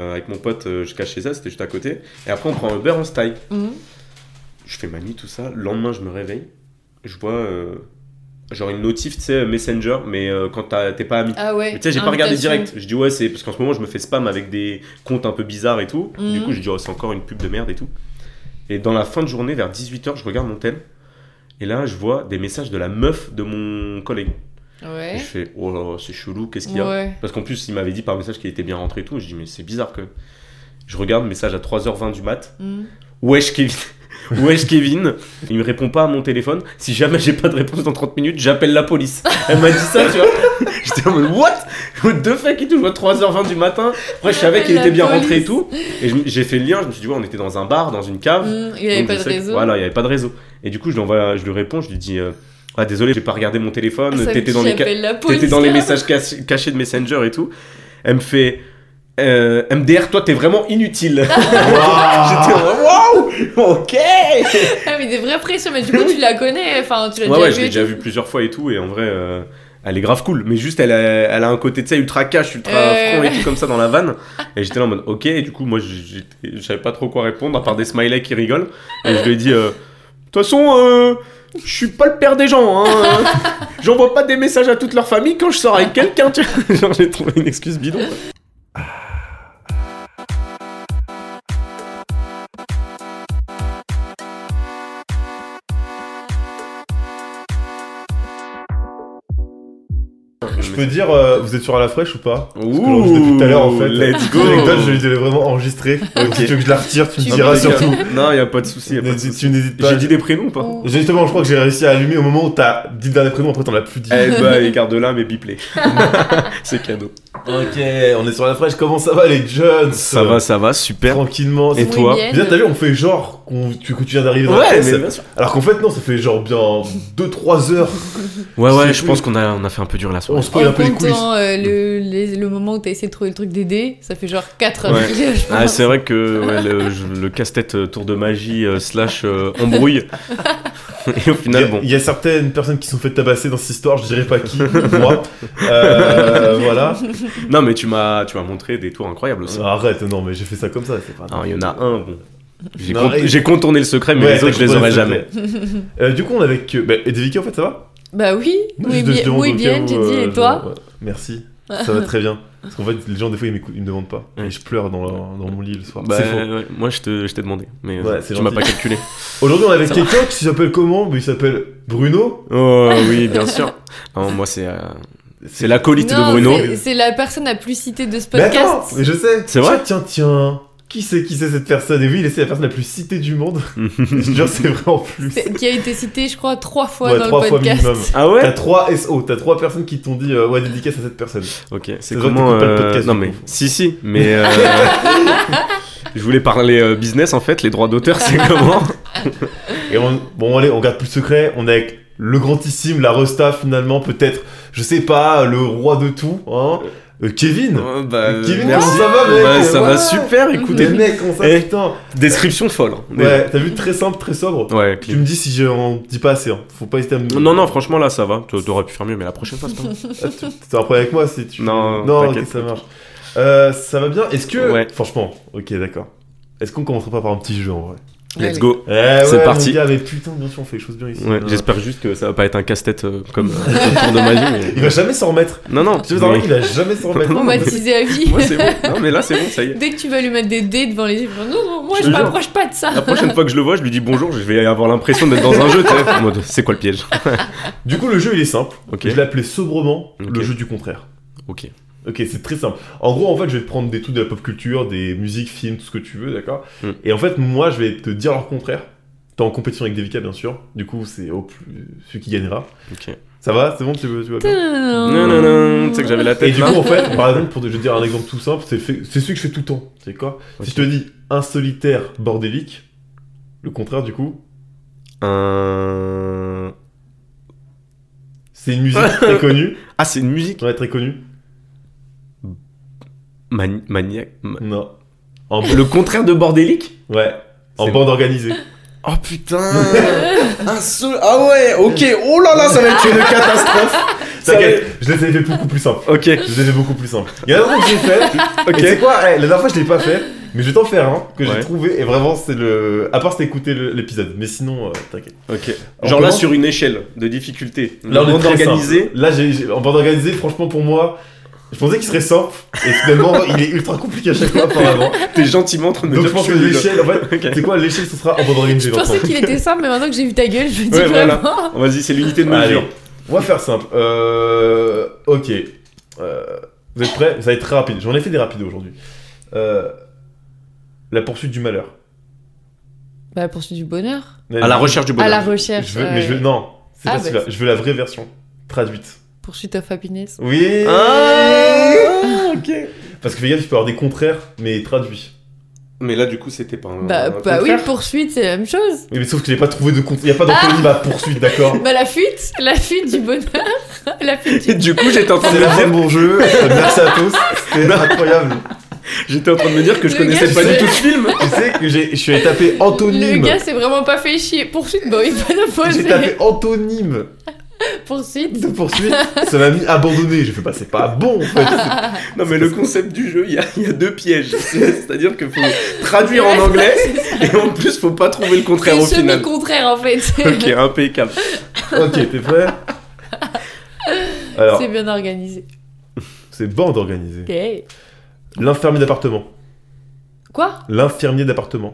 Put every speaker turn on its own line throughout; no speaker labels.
euh, avec mon pote euh, jusqu'à chez elle, c'était juste à côté. Et après, on prend un Uber, on se taille.
Mhm.
Je fais ma nuit, tout ça. Le lendemain, je me réveille. Je vois euh, genre une notif, tu sais, Messenger, mais euh, quand t'as- t'es pas ami.
Ah ouais.
Mais tu sais, j'ai pas regardé
invitation.
direct. Je dis ouais, c'est parce qu'en ce moment, je me fais spam avec des comptes un peu bizarres et tout. Du
Mhm.
coup, je dis oh, c'est encore une pub de merde et tout. Et dans la fin de journée, vers 18h, je regarde mon tel. Et là, je vois des messages de la meuf de mon collègue. Et
Ouais.
je fais oh là là, c'est chelou, qu'est-ce qu'il y a
Ouais.
Parce qu'en plus, il m'avait dit par message qu'il était bien rentré et tout. Je dis mais c'est bizarre que. Je regarde le message à 3h20 du mat.
Mhm.
Wesh Kevin. Wesh Kevin, il me répond pas à mon téléphone. Si jamais j'ai pas de réponse dans 30 minutes, j'appelle la police. Elle m'a dit ça, tu vois. J'étais en mode what What the fuck et tout. Je vois 3h20 du matin. Après, je savais qu'il
J'appelle
était bien
la
rentré et
police.
tout. Et je- j'ai fait le lien. Je me suis dit, ouais, on était dans un bar, dans une cave.
Mhm. Il avait
Donc,
pas
je
de
sais que-
réseau.
Voilà, il y avait pas de réseau. Et du coup, je lui, envoie, je lui réponds, je lui dis, euh, ah désolé, j'ai pas regardé mon téléphone.
Ah, Ça me
T'étais
dit,
dans les ca-
j'appelle la
T'étais
police,
dans les
là.
messages cach- cachés de Messenger et tout. Elle me fait euh, MDR, toi t'es vraiment inutile. J'étais waouh, ok.
Ah, mais des vraies pressions, mais du coup, tu la connais, enfin, tu l'as
Ouais, ouais, je
déjà
l'ai
vu.
déjà vu plusieurs fois et tout, et en vrai, euh, elle est grave cool. Mais juste, elle a, elle a un côté, tu sais, ultra cash, ultra
Euh,
front et
ouais.
tout comme ça dans la vanne. Et j'étais là en mode, ok, et du coup, moi, j'étais- je savais pas trop quoi répondre, à part des smileys qui rigolent. Et je lui ai dit, euh, de toute façon, euh, je suis pas le père des gens, hein. euh, J'envoie pas des messages à toute leur famille quand je sors avec quelqu'un, tu vois. Genre, j'ai trouvé une excuse bidon. quoi.
Je peux dire, euh, vous êtes sur à la fraîche ou pas Parce que
Ouh,
j'enregistre depuis tout à l'heure en fait.
let's go.
L'anecdote, je l'ai vraiment enregistrée. Donc, Si tu veux que je la retire, tu me
Tu
diras
me dis-
surtout.
Non, y a pas de souci, y a pas de
N'hésite-
souci.
Tu n'hésites pas.
J'ai dit des prénoms ou pas
Ouh.
Justement, je crois que j'ai réussi à allumer au moment où t'as dit le dernier prénom, après t'en as plus dit.
Eh bah, écarte-la, mais biplé. C'est cadeau.
Ok, on est sur la fraîche, comment ça va les jeunes
Ça va, ça va, super.
Tranquillement.
Et
c'est-
Oui,
toi
bien.
Bien, t'as vu, on fait genre qu'on- tu- que tu viens d'arriver dans la
Ouais,
pièce.
mais bien sûr.
Alors qu'en fait, non, ça fait genre bien 2-3 heures.
Ouais,
ouais,
ouais,
je
je pense
pense
qu'on a, on a fait un peu dur la
On
soirée.
se connaît un peu les
En
coulisses.
comptant, euh, le, les- le moment où t'as essayé de trouver le truc d'aider, ça fait genre 4 heures,
Ouais. Ah,
je pense.
c'est vrai que ouais, le, je- le casse-tête euh, tour de magie euh, slash euh, embrouille. Et au
Il y, a,
final, bon.
il y a certaines personnes qui se sont fait tabasser dans cette histoire, je dirais pas qui, moi. Euh, voilà.
Non, mais tu m'as tu m'as montré des tours incroyables aussi.
Euh, Arrête, non, mais j'ai fait ça comme ça, c'est pas.
Alors, il y en a un, bon. J'ai
Non,
con-
et-
j'ai contourné le secret, mais
Ouais,
les autres, je les
t'as compris,
aurais
c'est
jamais.
vrai. Euh, du coup, on est avec. euh, Bah, et Devika, en fait, ça va
Bah oui, oui,
Juste de- je
bien,
demande
oui,
au cas
bien, j'ai
où,
dit,
euh,
et
je-
toi
ouais, Merci, ça va très bien. Parce qu'en fait, les gens, des fois, ils, m'écoutent- ils me demandent pas. Et
Ouais.
je pleure dans, leur- dans mon lit le soir.
Bah,
C'est faux.
ouais, moi, je te- je t'ai demandé, mais euh,
Ouais, c'est
tu m'as
gentil.
pas calculé.
Aujourd'hui, on est avec quelqu'un qui s'appelle comment Bah, Il s'appelle Bruno.
Oh oui, bien sûr. Non, moi, c'est euh, c'est l'acolyte
Non,
de Bruno.
c'est- C'est la personne la plus citée de ce
Mais attends,
podcast.
mais je sais.
C'est vrai
Tiens, tiens, tiens. Qui c'est qui c'est cette personne Et oui, il est c'est la personne la plus citée du monde. je te jure, c'est vrai en plus.
c'est- qui a été citée, je crois, 3 fois
Ouais,
dans
trois
le
fois
podcast.
minimum.
Ah ouais
T'as 3 SO, t'as 3 personnes qui t'ont dit euh, ouais dédicace à cette personne.
Ok, c'est
vrai que
comment
t'écoutes pas le
euh,
podcast,
Non
du
mais
coup.
si si, mais euh, je voulais parler euh, business en fait, les droits d'auteur c'est comment
Et on- bon allez, on garde plus le secret, on est avec le grandissime, la resta finalement, peut-être, je sais pas, le roi de tout, hein, euh, Kevin.
Euh, bah,
Kevin,
merci.
comment ça va mec
Bah, ça
Ouais.
va super, écoutez,
Mais mec, on ça
Eh.
putain.
description folle. hein, déjà.
Ouais, t'as vu très simple, très sobre.
Ouais.
Tu
clean.
me dis si j'en dis pas assez, hein. faut pas hésiter à me.
Non non, franchement là ça va. Tu T'aurais pu faire mieux, mais la prochaine fois c'est pas. grave.
Ah, tu- T'as un problème avec moi si tu.
Non,
non, ok,
t'inquiète.
ça marche. Euh, ça va bien Est-ce que.
Ouais.
Franchement, ok, d'accord. Est-ce qu'on commencerait pas par un petit jeu en vrai
Let's
Allez.
go.
Eh
C'est
ouais,
parti.
mon gars, mais putain, bien sûr, on fait les choses bien ici.
Ouais,
Euh,
J'espère juste que ça va pas être un casse-tête euh, comme euh, le tour de magie.
Il va jamais s'en remettre.
mais- Non non.
Tu veux savoir
mais-
qu'il va jamais s'en remettre.
Non,
On
non,
m'a
mais-
teasé à vie.
Moi c'est bon. Non mais là c'est bon, ça y est.
Dès que tu vas lui mettre des dés devant les yeux, il va dire, non, non, moi
Je
je
te jure.
m'approche pas de ça.
La prochaine fois que je le vois, je lui dis bonjour, je vais avoir l'impression d'être dans un jeu. tu sais, en mode, C'est quoi le piège
Du coup, le jeu il est simple.
Ok.
Je l'appelais sobrement le
Ok.
jeu du contraire.
Ok.
Ok, c'est très simple. En gros, en fait, je vais te prendre des trucs de la pop culture, des musiques, films, tout ce que tu veux, d'accord
Hmm.
Et en fait, moi, je vais te dire leur contraire. T'es en compétition avec Devika, bien sûr. Du coup, c'est au plus... celui qui gagnera.
Ok.
Ça va C'est bon Tu veux, tu veux
Non, non, non, tu sais que j'avais la
Et
tête
du
là.
coup, en fait, par exemple, pour te, je vais te dire un exemple tout simple, c'est le fait- c'est celui que je fais tout le temps. C'est quoi
Ok.
Si je te dis un solitaire bordélique, le contraire, du coup,
Euh...
c'est une musique très connue.
Ah, c'est une musique
Ouais, très connue.
Mani- maniaque. ma-
Non. En,
Le contraire de bordélique
ouais. En
C'est-
bande organisée.
Oh putain Un seul... Ah ouais, ok. Oh là là, ça va être une catastrophe.
T'inquiète, je les avais fait beaucoup plus simple.
Ok,
Je les avais fait beaucoup plus simple. Il y en a un autre que j'ai fait. Et c'est
ok.
quoi eh, La dernière fois, je l'ai pas fait, mais je vais t'en faire un que
Ouais.
j'ai trouvé. Et vraiment, c'est le. À part, c'est écouter le- l'épisode. Mais sinon, euh, t'inquiète.
ok.
On
Genre là,
commence
sur une échelle de difficulté.
Là, on est
Monde
très
organisé.
simple. Là, j'ai, j'ai- en bande organisée, franchement, pour moi, je pensais qu'il serait simple. Et finalement, il est ultra compliqué à chaque fois, apparemment.
T'es gentiment en train de me
Donc, je
dire
pense que
suis nul.
l'échelle, en fait,
Ok.
c'est quoi L'échelle, ce sera en bande organisée.
Je pensais
j'entends.
qu'il était simple, mais maintenant que j'ai vu ta gueule, je me dis
Ouais, voilà.
vraiment.
Vas-y, c'est l'unité de
Allez,
mesure.
on va faire simple. Euh, ok. Euh, vous êtes prêts Ça va être très rapide. J'en ai fait des rapides aujourd'hui. Euh, la poursuite du malheur.
Bah, la poursuite du bonheur.
À Ah, la recherche du
À la
bonheur.
recherche.
Je veux, mais je veux,
ouais.
non, c'est
Ah,
pas
bah,
celui-là.
c'est-
Je veux la vraie version traduite.
Pursuit euh, of happiness.
Oui.
Ah, ok.
Parce que fais gaffe, il peut y avoir des contraires, mais traduits.
Mais là, du coup, c'était pas un.
bah,
un
bah oui,
Euh, contraire.
poursuite, c'est la même chose.
Oui, mais sauf que j'ai pas trouvé de contre. Il y a pas d'antonyme
Ah
à poursuite, d'accord
Bah, la fuite, la fuite du bonheur. la fuite
Et
du.
du coup, j'étais en train de
C'est
me
la fin
dire,
de mon jeu. Euh, Merci à tous. C'était incroyable.
j'étais en train de me dire que je
Le
connaissais
gars,
pas du
c'est-
tout ce film.
Tu sais que j'ai- je suis allé taper
Le
antonyme.
gars s'est vraiment pas fait chier. Poursuite, bah oui, pas de
J'ai
poser.
tapé antonyme
Poursuite.
de poursuite. Ça m'a mis abandonné. J'ai fait bah c'est pas bon en fait.
Non, mais le concept du jeu, il y a, il y a deux pièges. C'est- C'est-à-dire qu'il faut traduire en anglais et en plus, faut pas trouver le
C'est
contraire au final.
semi-contraire en fait.
Ok, impeccable.
Ok, t'es prêt Alors,
C'est bien organisé.
c'est bande organisée.
Ok.
L'infirmier d'appartement.
Quoi
L'infirmier d'appartement.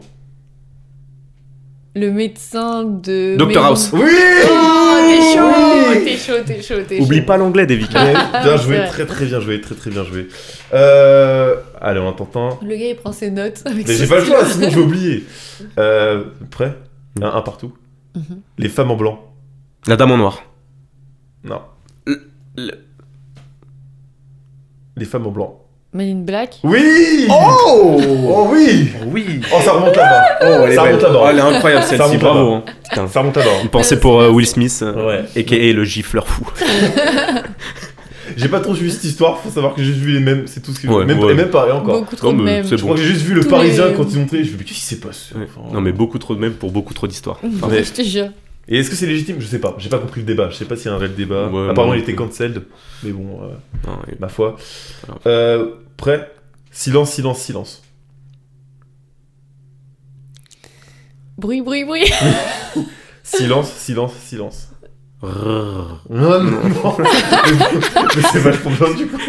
Le médecin de.
Dr
maison.
House.
Oui
Oh, t'es chaud,
Oui
t'es chaud, t'es chaud, t'es chaud.
Oublie pas l'anglais, David.
Bien, bien
C'est
joué,
vrai.
très très bien joué, très très bien joué. Euh, allez, on attend un.
Le gars il prend ses notes avec
Mais
son
j'ai pas le
stylo.
choix, sinon je vais oublier. Euh, prêt un, un partout.
Mhm.
Les femmes en blanc.
La dame en noir.
Non.
Le- le-
Les femmes en blanc.
Men in Black.
Oui
Oh
Oh oui
Oui
Oh, ça remonte là-bas.
Oh, elle est,
Ça
belle.
remonte là-bas.
Oh, elle est incroyable
Ça
celle-ci,
remonte
bravo. hein. Putain.
Ça remonte là-bas.
Une pensée pour euh, Will Smith,
Ouais.
et qui est le gifleur fou.
J'ai pas trop suivi cette histoire, faut savoir que j'ai juste vu les mêmes, c'est tout ce que
Ouais,
même,
ouais.
Et même pareil encore. euh,
Beaucoup trop
Non,
de
Oh, mais
même.
c'est
Je crois
bon.
que j'ai juste vu le
Tous
parisien
les-
quand ils ont montré, je me suis dit, qu'est-ce qui s'est passé
Ouais.
Enfin,
Non mais beaucoup trop de même pour beaucoup trop d'histoires. Enfin,
mais-
Je te jure.
Et est-ce que c'est légitime Je sais pas, j'ai pas compris le débat, je sais pas s'il y a un réel débat.
Ouais,
Apparemment,
non.
il était cancelled, mais bon, euh,
non, et- bah,
ma foi.
Alors.
Euh, prêt Silence, silence, silence.
Bruit, bruit, bruit.
Silence, silence, silence.
Rrrr.
Non, non, non. Mais c'est vachement bien du coup.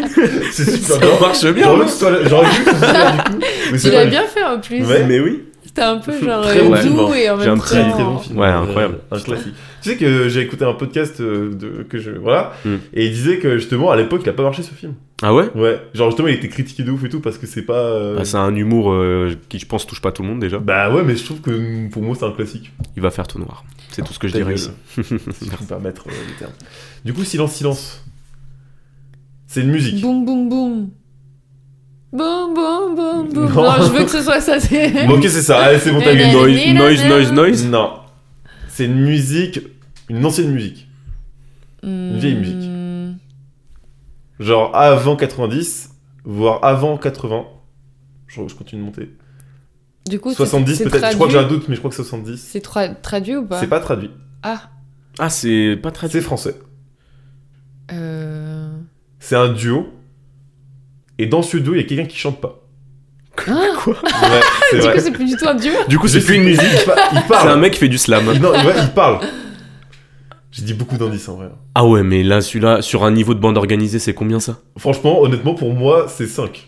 C'est super
Ça
bien.
marche bien. hein.
J'aurais voulu que ce soit la- j'aurais voulu que ce soit la- du coup. Mais
Tu
c'est
l'as
pas
hein. bien fait en plus.
Ouais.
Mais oui.
C'était un peu genre
Très
euh,
bon
doux
film. hein.
et en
J'ai un
même
très,
temps.
très bon film. Euh,
Ouais, incroyable.
Un classique. Tu sais que j'ai écouté un podcast euh, de, que je. Voilà.
Mm.
Et il disait que justement, à l'époque, il a pas marché ce film.
Ah ouais
Ouais. Genre, justement, il était critiqué de ouf et tout parce que c'est pas. euh,
Bah, C'est un humour euh, qui je pense touche pas tout le monde déjà.
Bah ouais, mais je trouve que mm, pour moi, c'est un classique.
Il va faire tout noir. C'est tout ce que je
Ta
dirais
gueule.
ici.
Si je peux me permettre euh, le terme. Du coup, silence, silence. C'est une musique.
Boum, boum, boum. Boum, boum, boum, boum.
Non.
Non, je veux que ce soit ça. c'est-
Bon, ok, c'est ça. Allez, c'est bon, t'as
Mais
gagné.
non.
Noise, noise, noise, noise.
Non. C'est une musique. Une ancienne musique.
Hmm.
vieille musique. Genre avant 90, voire avant 80. Je, je continue de monter.
Du coup, c'est-
70
c'est
peut-être. Je crois
traduit-
que j'ai un doute, mais je crois que 70.
C'est tra- traduit ou pas
C'est pas traduit.
Ah.
Ah c'est pas
C'est
traduit.
français.
Euh...
C'est un duo. Et dans ce duo, il y a quelqu'un qui chante pas.
Hein
Ouais, c'est
du
vrai.
coup, c'est plus du tout un duo.
Du coup
Je
c'est
sais
plus une
pas,
musique.
Il pa- il
C'est un
parle.
mec qui fait du slam.
Non, ouais, il parle. J'ai dit beaucoup d'indices en vrai.
Ah ouais mais là celui-là sur un niveau de bande organisée c'est combien ça
Franchement, honnêtement, pour moi, c'est 5.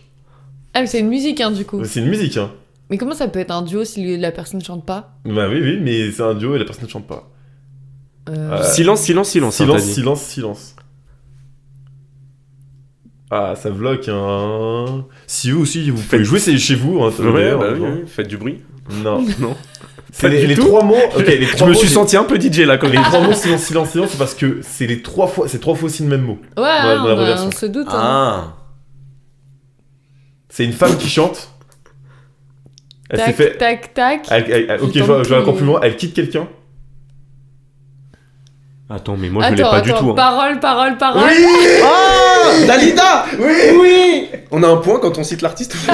Ah, mais c'est une musique, hein, du coup.
C'est une musique, hein.
Mais comment ça peut être un duo si le- la personne chante pas
Bah oui, oui, mais c'est un duo et la personne ne chante pas.
Euh,
Euh,
Silence, silence, silence. hein,
Silence,
t'as dit.
silence, silence. Ah, ça bloque, hein. Si vous aussi, vous pouvez jouer c'est chez vous, hein.
Ouais,
d'ailleurs,
bah oui,
non.
oui, faites du bruit.
Non.
Non.
C'est
du
les, les
tout.
trois mots. Ok, les
Je
trois
me
mots,
suis
j'ai-
senti un peu DJ là quand
Les
même.
trois mots silence, silence, silence, c'est parce que c'est les trois fois, c'est trois fois aussi le même mot.
Ouais,
la
on, a-
relation.
on se doute. hein.
Ah.
C'est une femme qui chante. Elle s'est
tac,
fait. Ah,
tac, tac,
elle- elle- elle- ok, je
J'ai
vais je vais
tenté.
encore plus loin. Elle quitte quelqu'un.
Attends mais moi je l'ai
attends,
pas du
attends,
tout. hein.
parole, parole, parole.
Ah Dalida
Oui
Oui On a un point quand on cite l'artiste.
Oh.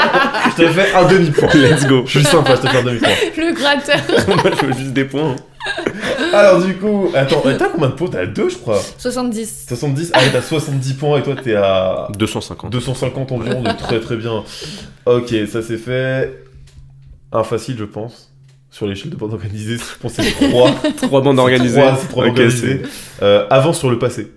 Je te fais un demi-point.
Let's go.
Je suis sympa, je te fais un demi-point.
Le gratteur.
Moi je veux juste des points. hein.
Alors du coup, attends, euh, t'as combien de points T'as deux, je crois.
70.
70 Ah, ouais, t'as 70 points et toi t'es à
250.
250 environ, donc très très bien. Ok, ça c'est fait. Un facile, je pense. Sur l'échelle de bande organisée, je pense que c'est 3.
Trois bandes organisées.
c'est 3
Ok,
organisées. Euh, avance sur le passé.
c'est-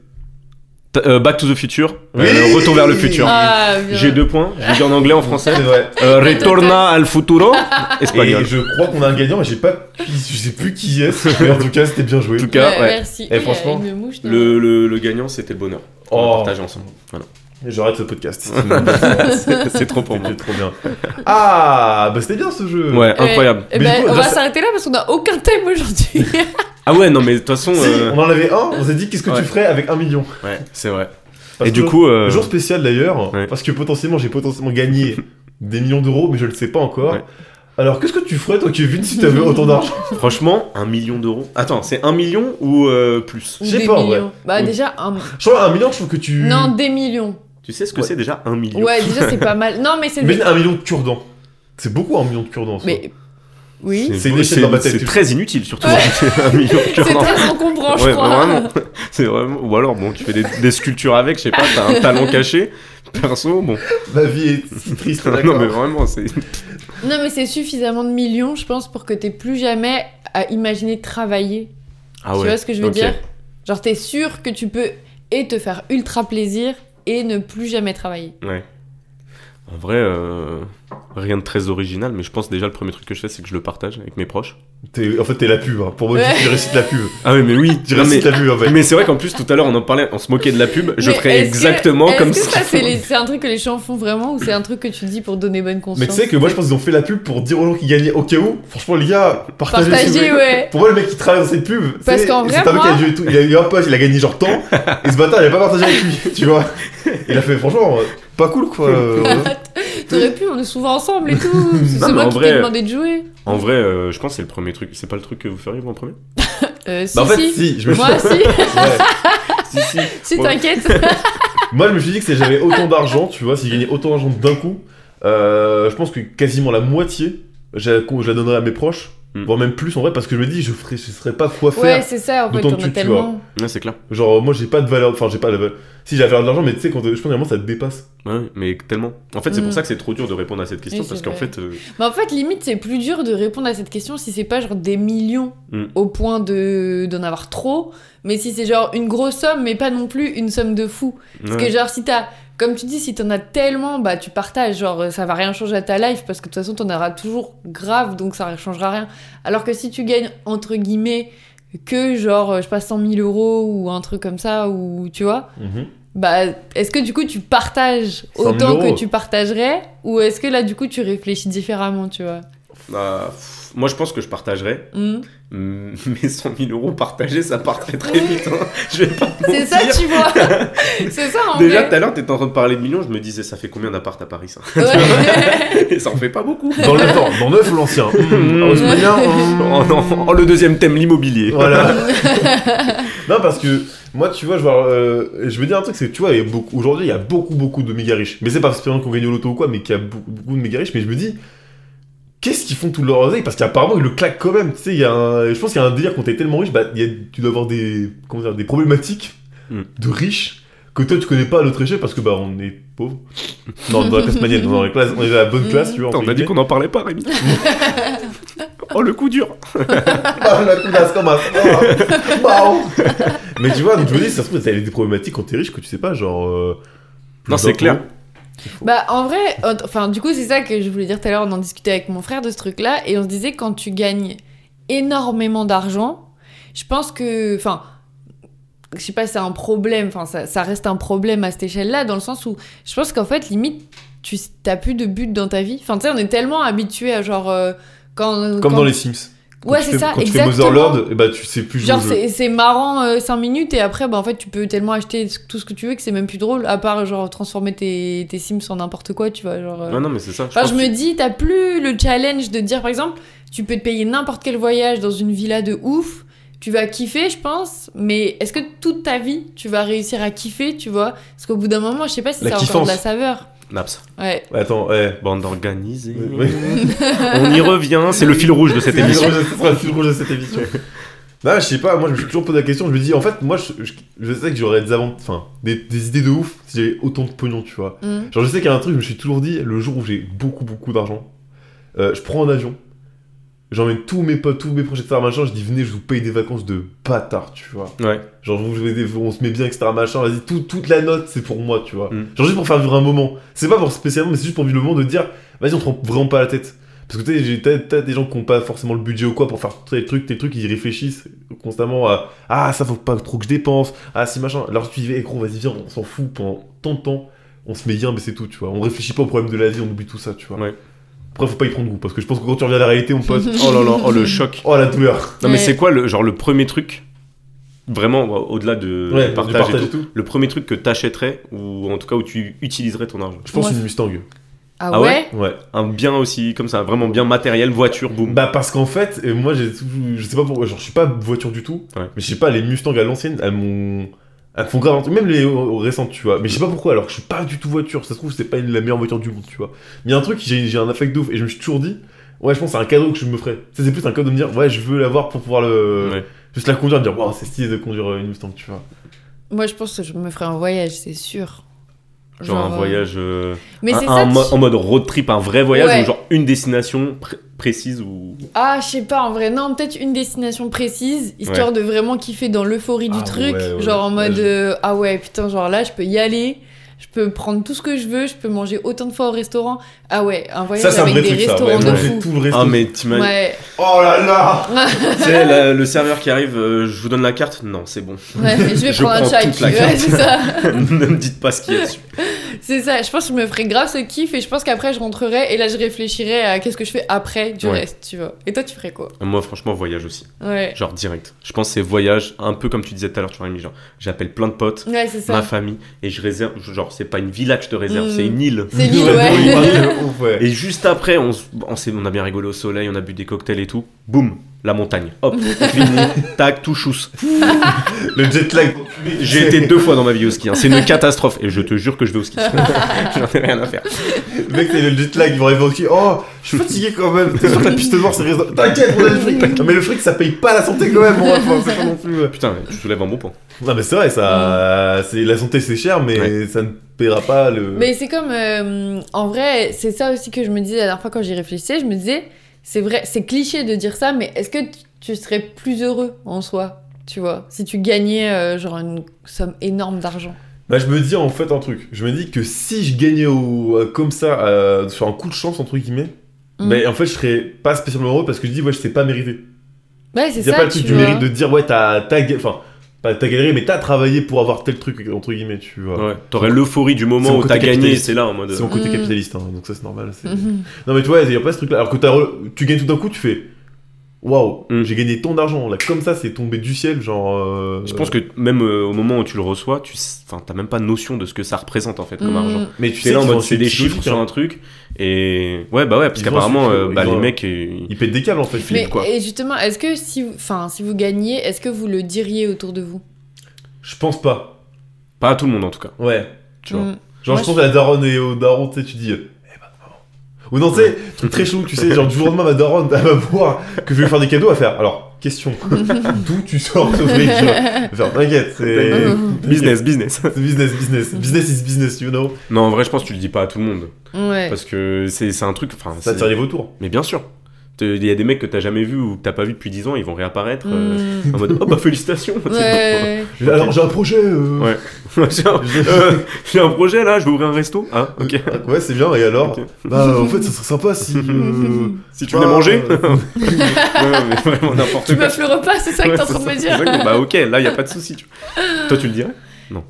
T- euh, back to the future.
Oui
Euh, retour vers le futur.
Ah, bien.
J'ai deux points. Je le dis en anglais, en français.
C'est vrai.
Euh, Retorna al futuro.
Et
Espagnol.
je crois qu'on a un gagnant, mais j'ai pas, je sais plus qui est, mais en tout cas c'était bien joué.
En tout
Ouais,
cas, ouais.
Merci.
Et
Oui,
franchement,
il y a une mouche, non
Le, le- le gagnant, c'était le bonheur. On
Oh.
l'a partagé ensemble. Voilà.
J'arrête ce podcast.
C'est c'est trop pour moi.
C'était trop bien. Ah, bah c'était bien ce jeu.
Ouais, incroyable.
Eh
Mais
ben,
du coup,
on
là,
va
ça-
s'arrêter là parce qu'on a aucun thème aujourd'hui.
Ah ouais, non, mais de toute façon.
Si,
euh,
on en avait un, on s'est dit qu'est-ce que
Ouais.
tu ferais avec un million.
Ouais, c'est vrai.
Parce
Et du
que-
coup. euh,
Jour spécial d'ailleurs,
Ouais.
parce que potentiellement j'ai potentiellement gagné des millions d'euros, mais je le sais pas encore.
Ouais.
Alors qu'est-ce que tu ferais toi Kevin si t'avais autant d'argent
Franchement, un million d'euros. Attends, c'est un million ou euh, plus
Ou
Je sais
des
pas, en vrai.
millions. Bah
Ou-
déjà un.
Je crois un million, je trouve que tu.
Non, des millions.
Tu sais ce que
Ouais.
c'est déjà un million
Ouais, déjà c'est pas mal. Non, mais c'est.
Imagine un million de cure-dents. C'est beaucoup un million de cure-dents. ça.
Mais oui.
C'est une échelle dans ma tête, tu
C'est
le
très inutile surtout. un million de
C'est
cœurs, non.
très encombrant, je
Ouais,
crois.
vraiment. C'est vraiment. Ou alors, bon, tu fais des, des sculptures avec, je sais pas, t'as un talent caché. Perso, bon.
Ma vie est si triste.
non,
d'accord.
mais vraiment, c'est.
Non, mais c'est suffisamment de millions, je pense, pour que t'aies plus jamais à imaginer travailler.
Ah
tu vois ce que je veux
ok.
dire Genre, t'es sûr que tu peux et te faire ultra plaisir et ne plus jamais travailler.
En vrai, euh, rien de très original, mais je pense déjà le premier truc que je fais, c'est que je le partage avec mes proches.
T'es- En fait, t'es la pub. hein. Pour moi, tu-
Ouais.
tu récites la pub.
Ah oui, mais oui,
Tu
non, mais,
récites la pub en fait.
mais c'est vrai qu'en plus, tout à l'heure, on en parlait, on se moquait de la pub. Je
Mais
ferais
est-ce que-
exactement
est-ce
comme
que
ce
ça.
qu'ils
C'est
font.
les- c'est un truc que les gens font vraiment ou c'est un truc que tu dis pour donner bonne conscience
Mais tu sais que moi, je pense qu'ils ont fait la pub pour dire aux gens qui gagnaient au cas où. Franchement, les gars, partagez. si vous
Partager,
voulez.
ouais.
Pour moi, le mec qui travaille dans cette pub,
Parce
c'est-
qu'en vrai,
c'est un mec qui a
moi-
joué et tout. Il a eu un poste, il a gagné genre temps, et ce bâtard, il a pas partagé avec lui, tu vois. Il a fait, franchement, euh, pas cool quoi. euh,
T'aurais pu, on est souvent ensemble et tout.
Non,
C'est
mais
moi
en
qui
vrai-
t'ai demandé de jouer.
En vrai, euh, je pense que c'est le premier truc. C'est pas le truc que vous feriez vous en premier
Euh, si,
Bah, en fait,
si.
si, je me suis
Moi, si,
Ouais.
Si, si.
si
Ouais.
t'inquiète.
Moi, je me suis dit que si j'avais autant d'argent, tu vois, si je gagnais autant d'argent d'un coup, euh, je pense que quasiment la moitié, je la, je la donnerais à mes proches,
Mm.
voire même plus en vrai, parce que je me dis, je, ferais, je saurais pas quoi faire.
Ouais, c'est ça, en fait,
D'autant
on
que
a
tu- tu vois.
tellement.
Ouais, c'est clair.
Genre, moi, j'ai pas de valeur, enfin, j'ai pas de valeur. Si j'ai la valeur de l'argent, mais tu sais, quand je pense vraiment ça te dépasse.
Ouais, ouais, mais tellement. En fait, c'est pour
Mm.
ça que c'est trop dur de répondre à cette question
Oui,
parce
c'est
qu'en
vrai.
fait, euh,
Mais en fait, limite, c'est plus dur de répondre à cette question si c'est pas genre des millions
Mm.
au point de d'en avoir trop, mais si c'est genre une grosse somme, mais pas non plus une somme de fou. Parce
ouais.
que genre, si t'as, comme tu dis, si t'en as tellement, bah tu partages, genre ça va rien changer à ta life parce que de toute façon t'en auras toujours grave, donc ça changera rien. Alors que si tu gagnes entre guillemets que genre je passe 100 000 euros ou un truc comme ça, ou tu vois, bah, est-ce que du coup tu partages
100 000
autant
euros.
que tu partagerais ou est-ce que là du coup tu réfléchis différemment, tu vois
Bah, pff, moi, je pense que je partagerais.
Hmm.
Mm, Mais 100 000 euros partagés, ça part très très vite. hein. Je vais pas te
C'est ça,
mentir.
tu vois C'est ça en
Déjà, tout
vrai
à l'heure, t'étais en train de parler de millions. Je me disais, ça fait combien d'appart à Paris ça
Ouais.
Et ça en fait pas beaucoup.
Dans le temps, dans neuf ou l'ancien
Mm.
Ah, Haussmannien, mm.
Oh non, oh, le deuxième thème, l'immobilier.
Voilà. non, parce que moi, tu vois, je, vois, euh, je veux dire un truc, c'est que tu vois, il y a beaucoup- aujourd'hui, il y a beaucoup, beaucoup de méga riches. Mais c'est pas spécialement qu'on gagne au loto ou quoi, mais qu'il y a beaucoup, beaucoup de méga riches. Mais je me dis, qu'est-ce qu'ils font tout leur oseille Parce qu'apparemment, ils le claquent quand même. Tu sais, il y a un- je pense qu'il y a un délire quand t'es tellement riche, bah, il y a- tu dois avoir des, comment dire, des problématiques
Mm.
de riches que toi, tu connais pas à l'autre échelle parce que bah, on est pauvre. Non, dans la classe maniaque, dans la classe, on est dans la bonne classe, tu vois.
Attends, bah, on
entre
a dit
guillemets.
qu'on en parlait pas, Rémi. oh, le coup dur.
Ah, la coudasse comme un- Ah, waouh. Mais tu vois, donc je me dis, ça se trouve, t'as des problématiques quand t'es riche que tu sais pas, genre. euh,
Non, c'est
d'impôts.
clair.
Bah en vrai, ent- enfin du coup c'est ça que je voulais dire tout à l'heure, on en discutait avec mon frère de ce truc-là, et on se disait quand tu gagnes énormément d'argent, je pense que, enfin, je sais pas, c'est un problème, enfin ça, ça reste un problème à cette échelle-là, dans le sens où je pense qu'en fait limite, tu t'as plus de but dans ta vie. Enfin tu sais, on est tellement habitué à genre... euh, quand,
Comme
quand-
dans les Sims. Quand
Ouais
tu
c'est
fais-
ça,
Quand tu fais
exactement.
Motherlord, et bah tu sais plus jouer. au
Genre,
jeu.
c'est c'est marrant 5 minutes et après, bah, en fait, tu peux tellement acheter tout ce que tu veux que c'est même plus drôle, à part genre transformer tes, tes Sims en n'importe quoi, tu vois. Genre, euh.
Non, non, mais c'est ça.
Bah,
Enfin,
pense
je me dis, t'as plus le challenge de dire, par exemple, tu peux te payer n'importe quel voyage dans une villa de ouf, tu vas kiffer, je pense, mais est-ce que toute ta vie, tu vas réussir à kiffer, tu vois Parce qu'au bout d'un moment, je sais pas si
La
ça a encore de la
kiffance.
saveur.
que- Naps.
Ouais.
Attends, ouais.
Bande organisée.
Oui.
on y revient, c'est le fil rouge de cette
C'est le fil
émission.
rouge- ce sera le fil rouge de cette émission. Non, je sais pas, moi je me suis toujours posé la question, je me dis en fait, moi je, je- je sais que j'aurais des avant, enfin, des, des idées de ouf si j'avais autant de pognon, tu vois.
Mm.
Genre, je sais qu'il y a un truc, je me suis toujours dit, le jour où j'ai beaucoup, beaucoup d'argent, euh, je prends un avion, j'emmène tous mes potes, tous mes proches, etc., machin, je dis, venez, je vous paye des vacances de bâtard, tu vois.
Ouais.
Genre, vous jouez des- on se met bien, etc., machin, vas-y, tout- toute la note, c'est pour moi, tu vois.
Mm.
Genre, juste pour faire vivre un moment. C'est pas pour spécialement, mais c'est juste pour vivre le moment de dire, vas-y, on te rend vraiment pas la tête. Parce que tu sais, j'ai- t'as- t'as des gens qui ont pas forcément le budget ou quoi pour faire tel truc, tel truc, ils réfléchissent constamment à Ah, ça faut pas trop que je dépense, ah, si machin. Alors tu dis, eh gros, vas-y, viens, on s'en fout pendant tant de temps, on se met bien, mais c'est tout, tu vois. On réfléchit pas au problème de la vie, on oublie tout ça, tu vois.
Ouais.
Après, faut pas y prendre goût, parce que je pense que quand tu reviens à la réalité, mon pote,
Oh là là, oh le choc.
oh la douleur.
Non, mais
Ouais.
c'est quoi le genre le premier truc vraiment bah, au-delà de
Ouais,
du
du
partage,
partage
et
et
tout, le premier truc que t'achèterais ou en tout cas où tu utiliserais ton argent
Je pense
Ouais.
une Mustang.
Ah,
Ah
ouais,
ouais
Ouais.
un bien aussi comme ça vraiment bien matériel voiture boum
Bah parce qu'en fait, euh, moi j'ai toujours- je sais pas pourquoi, genre je suis pas voiture du tout,
Ouais.
mais je sais pas les Mustangs à l'ancienne, elles m'ont elles me font grave même les euh, récentes, tu vois. Mais je sais pas pourquoi alors que je suis pas du tout voiture, ça se trouve c'est pas une- la meilleure voiture du monde, tu vois. Mais il y a un truc j'ai j'ai un affect de ouf et je me suis toujours dit ouais, je pense que c'est un cadeau que je me ferais. Ça c'est plus un cadeau de me dire ouais, je veux l'avoir pour pouvoir le
Ouais.
juste la conduire, me dire waouh, c'est stylé de conduire euh, une Mustang, tu vois.
Moi, je pense que je me ferais un voyage, c'est sûr.
genre, un
euh,
voyage euh,
Mais
un-
c'est
un
ça.
mo-
qui-
en mode road trip un vrai voyage
Ouais.
ou genre une destination pr- précise ou
Ah, je sais pas, en vrai, non, peut-être une destination précise, histoire de vraiment kiffer dans l'euphorie du
Ah,
truc.
ouais, ouais,
genre en
ouais,
mode,
je-
euh, ah ouais, putain, genre là, je peux y aller, je peux prendre tout ce que je veux, je peux manger autant de fois au restaurant. Ah ouais, un voyage
ça c'est un
avec
vrai
des
truc ça, ouais,
restaurants de
ouais.
manger
fou.
tout le resto.
ah mais t'imagines
Ouais,
Oh là là
Tu sais, la- le serveur qui arrive, euh, je vous donne la carte Non, c'est bon.
ouais, mais je vais
Je
prendre un
prends
chai.
toute la
Ouais,
carte.
c'est ça.
ne me dites pas ce qu'il y a dessus.
C'est ça, je pense que je me ferais grave ce kiff et je pense qu'après je rentrerai et là je réfléchirai à qu'est-ce que je fais après du
Ouais.
reste, tu vois. Et toi tu ferais quoi
Moi, franchement, voyage aussi.
Ouais.
Genre direct. Je pense que c'est voyage, un peu comme tu disais tout à l'heure, tu vois, Rémi, genre j'appelle plein de potes,
Ouais, c'est
ma
ça.
famille, et je réserve. Genre, c'est pas une villa que je te réserve,
Mm.
c'est une île.
C'est l'île,
Oui,
ouais.
de ouf, ouais.
Et juste après, on, s- on, s'est- on a bien rigolé au soleil, on a bu des cocktails et tout. Boum, la montagne. Hop, fini. Tac, tout chousse.
Le jet lag.
J'ai été deux fois dans ma vie au ski. hein. C'est une catastrophe. Et je te jure que je vais au ski. J'en ai rien à faire.
Le mec, c'est le jet lag, il va arriver au ski. Oh, je suis fatigué quand même. T'es sûr que la piste noire, c'est raison. T'inquiète, on a le fric. Non, mais le fric, ça paye pas la santé quand même. Bon, enfin, c'est pas non plus. euh.
Putain, mais tu soulèves un bon point.
Non, mais c'est vrai, ça. c'est La santé, c'est cher, mais
Ouais.
ça ne paiera pas le.
Mais c'est comme euh, en vrai, c'est ça aussi que je me disais la dernière fois quand j'y réfléchissais, je me disais c'est vrai, c'est cliché de dire ça mais est-ce que tu- tu serais plus heureux en soi, tu vois, si tu gagnais euh, genre une somme énorme d'argent
Bah, je me dis en fait un truc. Je me dis que si je gagnais au- euh, comme ça, euh, sur un coup de chance, entre guillemets,
Mm.
mais en fait, je serais pas spécialement heureux parce que je dis, ouais, je sais pas mériter.
Ouais, c'est
Il a
ça,
pas le truc
tu
du
vois.
mérite de dire, ouais, t'as t'as ga- Enfin, pas t'as galéré, mais t'as travaillé pour avoir tel truc, entre guillemets, tu vois.
Ouais. T'aurais l'euphorie du
C'est
moment
mon
où t'as
côté
gagné,
capitaliste.
c'est là en mode. euh,
C'est mon côté
Mm.
capitaliste, hein, donc ça, c'est normal. c'est-
Mhm.
Non mais tu vois, il y a pas ce truc là. Alors que t'as re- tu gagnes tout d'un coup, tu fais Waouh,
Mm.
j'ai gagné tant d'argent là, comme ça c'est tombé du ciel, genre. euh,
Je pense que même euh, au moment où tu le reçois, tu s- enfin, t'as même pas notion de ce que ça représente en fait comme
Mhm.
argent.
Mais tu
Tu
sais,
es là en
qu'ils ont
mode
un
c'est des
suicide
chiffres
logique,
sur
hein.
un truc et ouais bah ouais parce
Ils ont
qu'apparemment
un
euh,
suicide,
bah,
ils
les
ont un-
mecs ils-
Ils pètent des câbles en fait.
Philippe,
Mais-
quoi.
Et justement, est-ce que si, enfin, si vous gagnez, est-ce que vous le diriez autour de vous
Je pense pas.
pas à tout le monde en tout cas
Ouais.
tu vois.
Mm.
Genre
Moi,
je pense à la daronne et au daron, tu sais, tu dis. euh, Eh ben, maman. Ou non, tu sais, truc très chelou, tu sais, genre du jour au lendemain, ma daronne, elle va voir que je vais lui faire des cadeaux à faire. Alors, question, d'où tu sors ce fric tu vois Faire, t'inquiète, c'est.
Business business.
c'est business, business. Business is business, you know.
non en vrai je pense que tu le dis pas à tout le monde
Ouais.
parce que c'est c'est un truc enfin
Ça
c'est-
tire les vautours.
mais bien sûr. Te- Il y a des mecs que t'as jamais vu ou que t'as pas vu depuis 10 ans, ils vont réapparaître euh,
Mm.
en mode oh bah félicitations.
Ouais.
Alors, j'ai un projet. euh,
Ouais. J'ai un- euh, j'ai un projet là, je vais ouvrir un resto. Ah ok.
Ouais, c'est bien, et alors
Ok.
Bah, en fait, ça serait sympa si. euh,
Si tu venais
Ah,
manger
euh,
Ouais, mais vraiment n'importe
Tu
quoi.
meufs le repas, c'est ça que
Ouais,
t'es en
c'est
train de
ça,
me
c'est
dire
ça que- bah ok, là il y a pas de souci. tu vois. Toi tu le dirais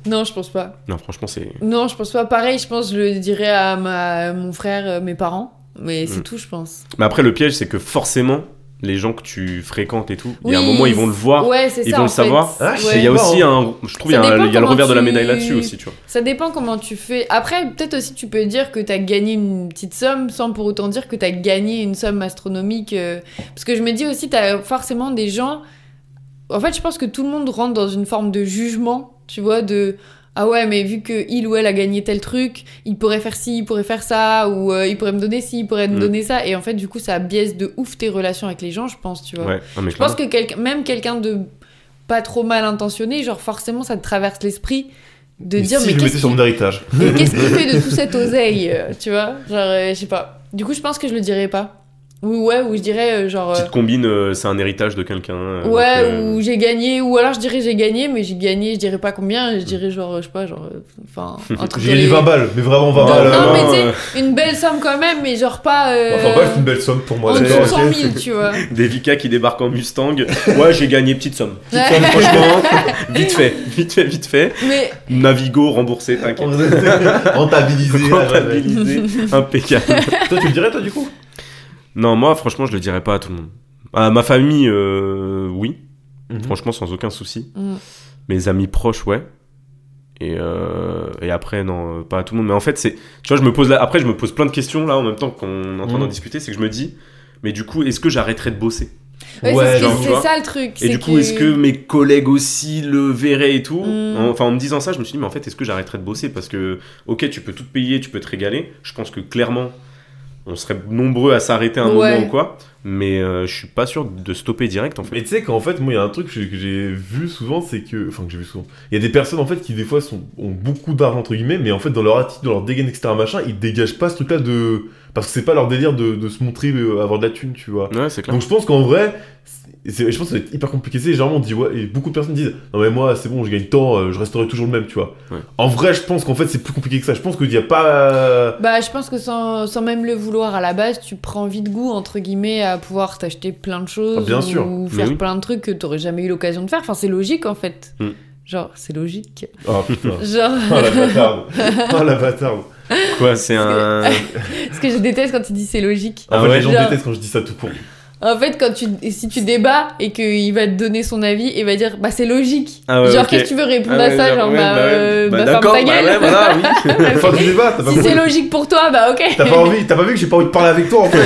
Non, je pense pas.
Non, franchement c'est
Non, je pense pas. Pareil, je pense que je le dirais à ma- mon frère, euh, mes parents. Mais c'est
Mm.
tout, je pense.
Mais après le piège c'est que forcément les gens que tu fréquentes et tout, il y a un
Oui,
moment ils vont le voir.
Ouais, c'est
ils
ça.
vont
en
le savoir.
fait.
Ah, je
Et il y a
Ouais.
aussi un je trouve il y a,
Ça
un-
dépend
il y a le
comment
revers de la
tu-
médaille là-dessus aussi, tu vois.
Ça dépend comment tu fais. Après, peut-être aussi tu peux dire que t'as gagné une petite somme sans pour autant dire que t'as gagné une somme astronomique. euh, Parce que je me dis aussi, t'as forcément des gens. En fait, je pense que tout le monde rentre dans une forme de jugement, tu vois, de Ah ouais, mais vu que il ou elle a gagné tel truc, il pourrait faire ci, il pourrait faire ça, ou euh, il pourrait me donner ci, il pourrait me
Mm.
donner ça. Et en fait, du coup, ça biaise de ouf tes relations avec les gens, je pense, tu vois.
Ouais, non, mais
Je pense que quelqu'un- même quelqu'un de pas trop mal intentionné, genre forcément, ça te traverse l'esprit de
Et
dire
si
mais
je le
qu'est-ce
mettais sur
qui-
mon héritage
mais qu'est-ce qu'il fait de tout cette oseille, euh, tu vois Genre, euh, je sais pas. Du coup, je pense que je le dirais pas. Ou ouais, ou je dirais euh, genre. euh,
Petite combine, euh, c'est un héritage de quelqu'un. euh,
ouais,
donc, euh,
ou j'ai gagné, ou alors je dirais j'ai gagné, mais j'ai gagné, je dirais pas combien, je dirais genre, je sais pas, genre. euh, Enfin, un truc.
Mm. J'ai
dans
gagné
les-
20 balles, mais vraiment 20
Non,
balles.
non,
euh,
mais
non,
tu sais,
euh.
une belle somme quand même, mais genre pas. euh,
Bah, Enfin, bref, c'est une belle somme pour moi.
en
c'est-
dessous de
d'accord,
100
ok.
000, tu vois.
Des Vicas qui débarquent en Mustang. Ouais, j'ai gagné petite somme. Petite
Ouais.
somme, franchement. vite fait, vite fait, vite fait.
Mais
Navigo remboursé, t'inquiète.
Rentabilisé. à jamais.
Comptabilisé, impeccable.
Toi, tu le dirais, toi, du coup
Non, moi, franchement, je le dirais pas à tout le monde. À ma famille, euh, oui,
Mm.
franchement, sans aucun souci.
Mm.
Mes amis proches, ouais. Et, euh, et après, non, euh, pas à tout le monde. Mais en fait, c'est. Tu vois, je me pose là. Après, je me pose plein de questions là en même temps qu'on est en train
Mm.
d'en discuter. C'est que je me dis, mais du coup, est-ce que j'arrêterai de bosser
ouais,
Ouais,
c'est ce que-
genre, tu
c'est
vois.
ça le truc.
Et
c'est
du coup, est-ce que mes collègues aussi le verraient et tout
Mm.
En- Enfin, en me disant ça, je me suis dit, mais en fait, est-ce que j'arrêterais de bosser Parce que, ok, tu peux tout te payer, tu peux te régaler. Je pense que clairement, on serait nombreux à s'arrêter à un
Ouais.
moment ou quoi. Mais euh, je suis pas sûr de stopper direct, en fait.
Mais tu sais qu'en fait, moi, il y a un truc que j'ai- que j'ai vu souvent, c'est que. Enfin, que j'ai vu souvent. Il y a des personnes, en fait, qui des fois sont, ont beaucoup d'argent, entre guillemets, mais en fait, dans leur attitude, dans leur dégaine, etc., machin, ils dégagent pas ce truc-là de. Parce que c'est pas leur délire de, de se montrer, euh, avoir de la thune, tu vois.
Ouais, c'est clair.
Donc, je pense qu'en vrai. c'est- Je pense que ça va être hyper compliqué. C'est généralement, on dit, ouais, et beaucoup de personnes disent, non, mais moi, c'est bon, je gagne tant, euh, je resterai toujours le même, tu vois.
Ouais.
En vrai, je pense qu'en fait, c'est plus compliqué que ça. Je pense qu'il n'y a pas.
Bah, je pense que sans, sans même le vouloir à la base, tu prends vite goût, entre guillemets, à pouvoir t'acheter plein de choses
Ah, bien
ou
sûr.
faire
oui.
plein de trucs que t'aurais jamais eu l'occasion de faire. Enfin, c'est logique en fait.
Mm.
Genre, c'est logique.
Oh putain.
Genre,
Oh la bâtarde. Oh la bâtarde.
Quoi, c'est un.
bah, ce que je déteste quand tu dis c'est logique.
En
Ah
fait,
ouais
les gens
Genre-
détestent quand je dis ça tout court.
En fait, quand tu, et si tu débats et qu'il va te donner son avis, il va dire bah c'est logique.
Ah ouais,
genre,
ok.
qu'est-ce que tu veux répondre
Ah
à
ouais,
ça
genre,
Genre,
ouais,
bah,
ouais.
euh,
Bah,
bah, ferme
d'accord,
ta
bah
gueule.
ouais, voilà, oui.
Fin du débat, t'as pas
si
compris.
c'est logique pour toi, bah ok.
T'as pas envie, t'as pas vu que j'ai pas envie de parler avec toi en fait.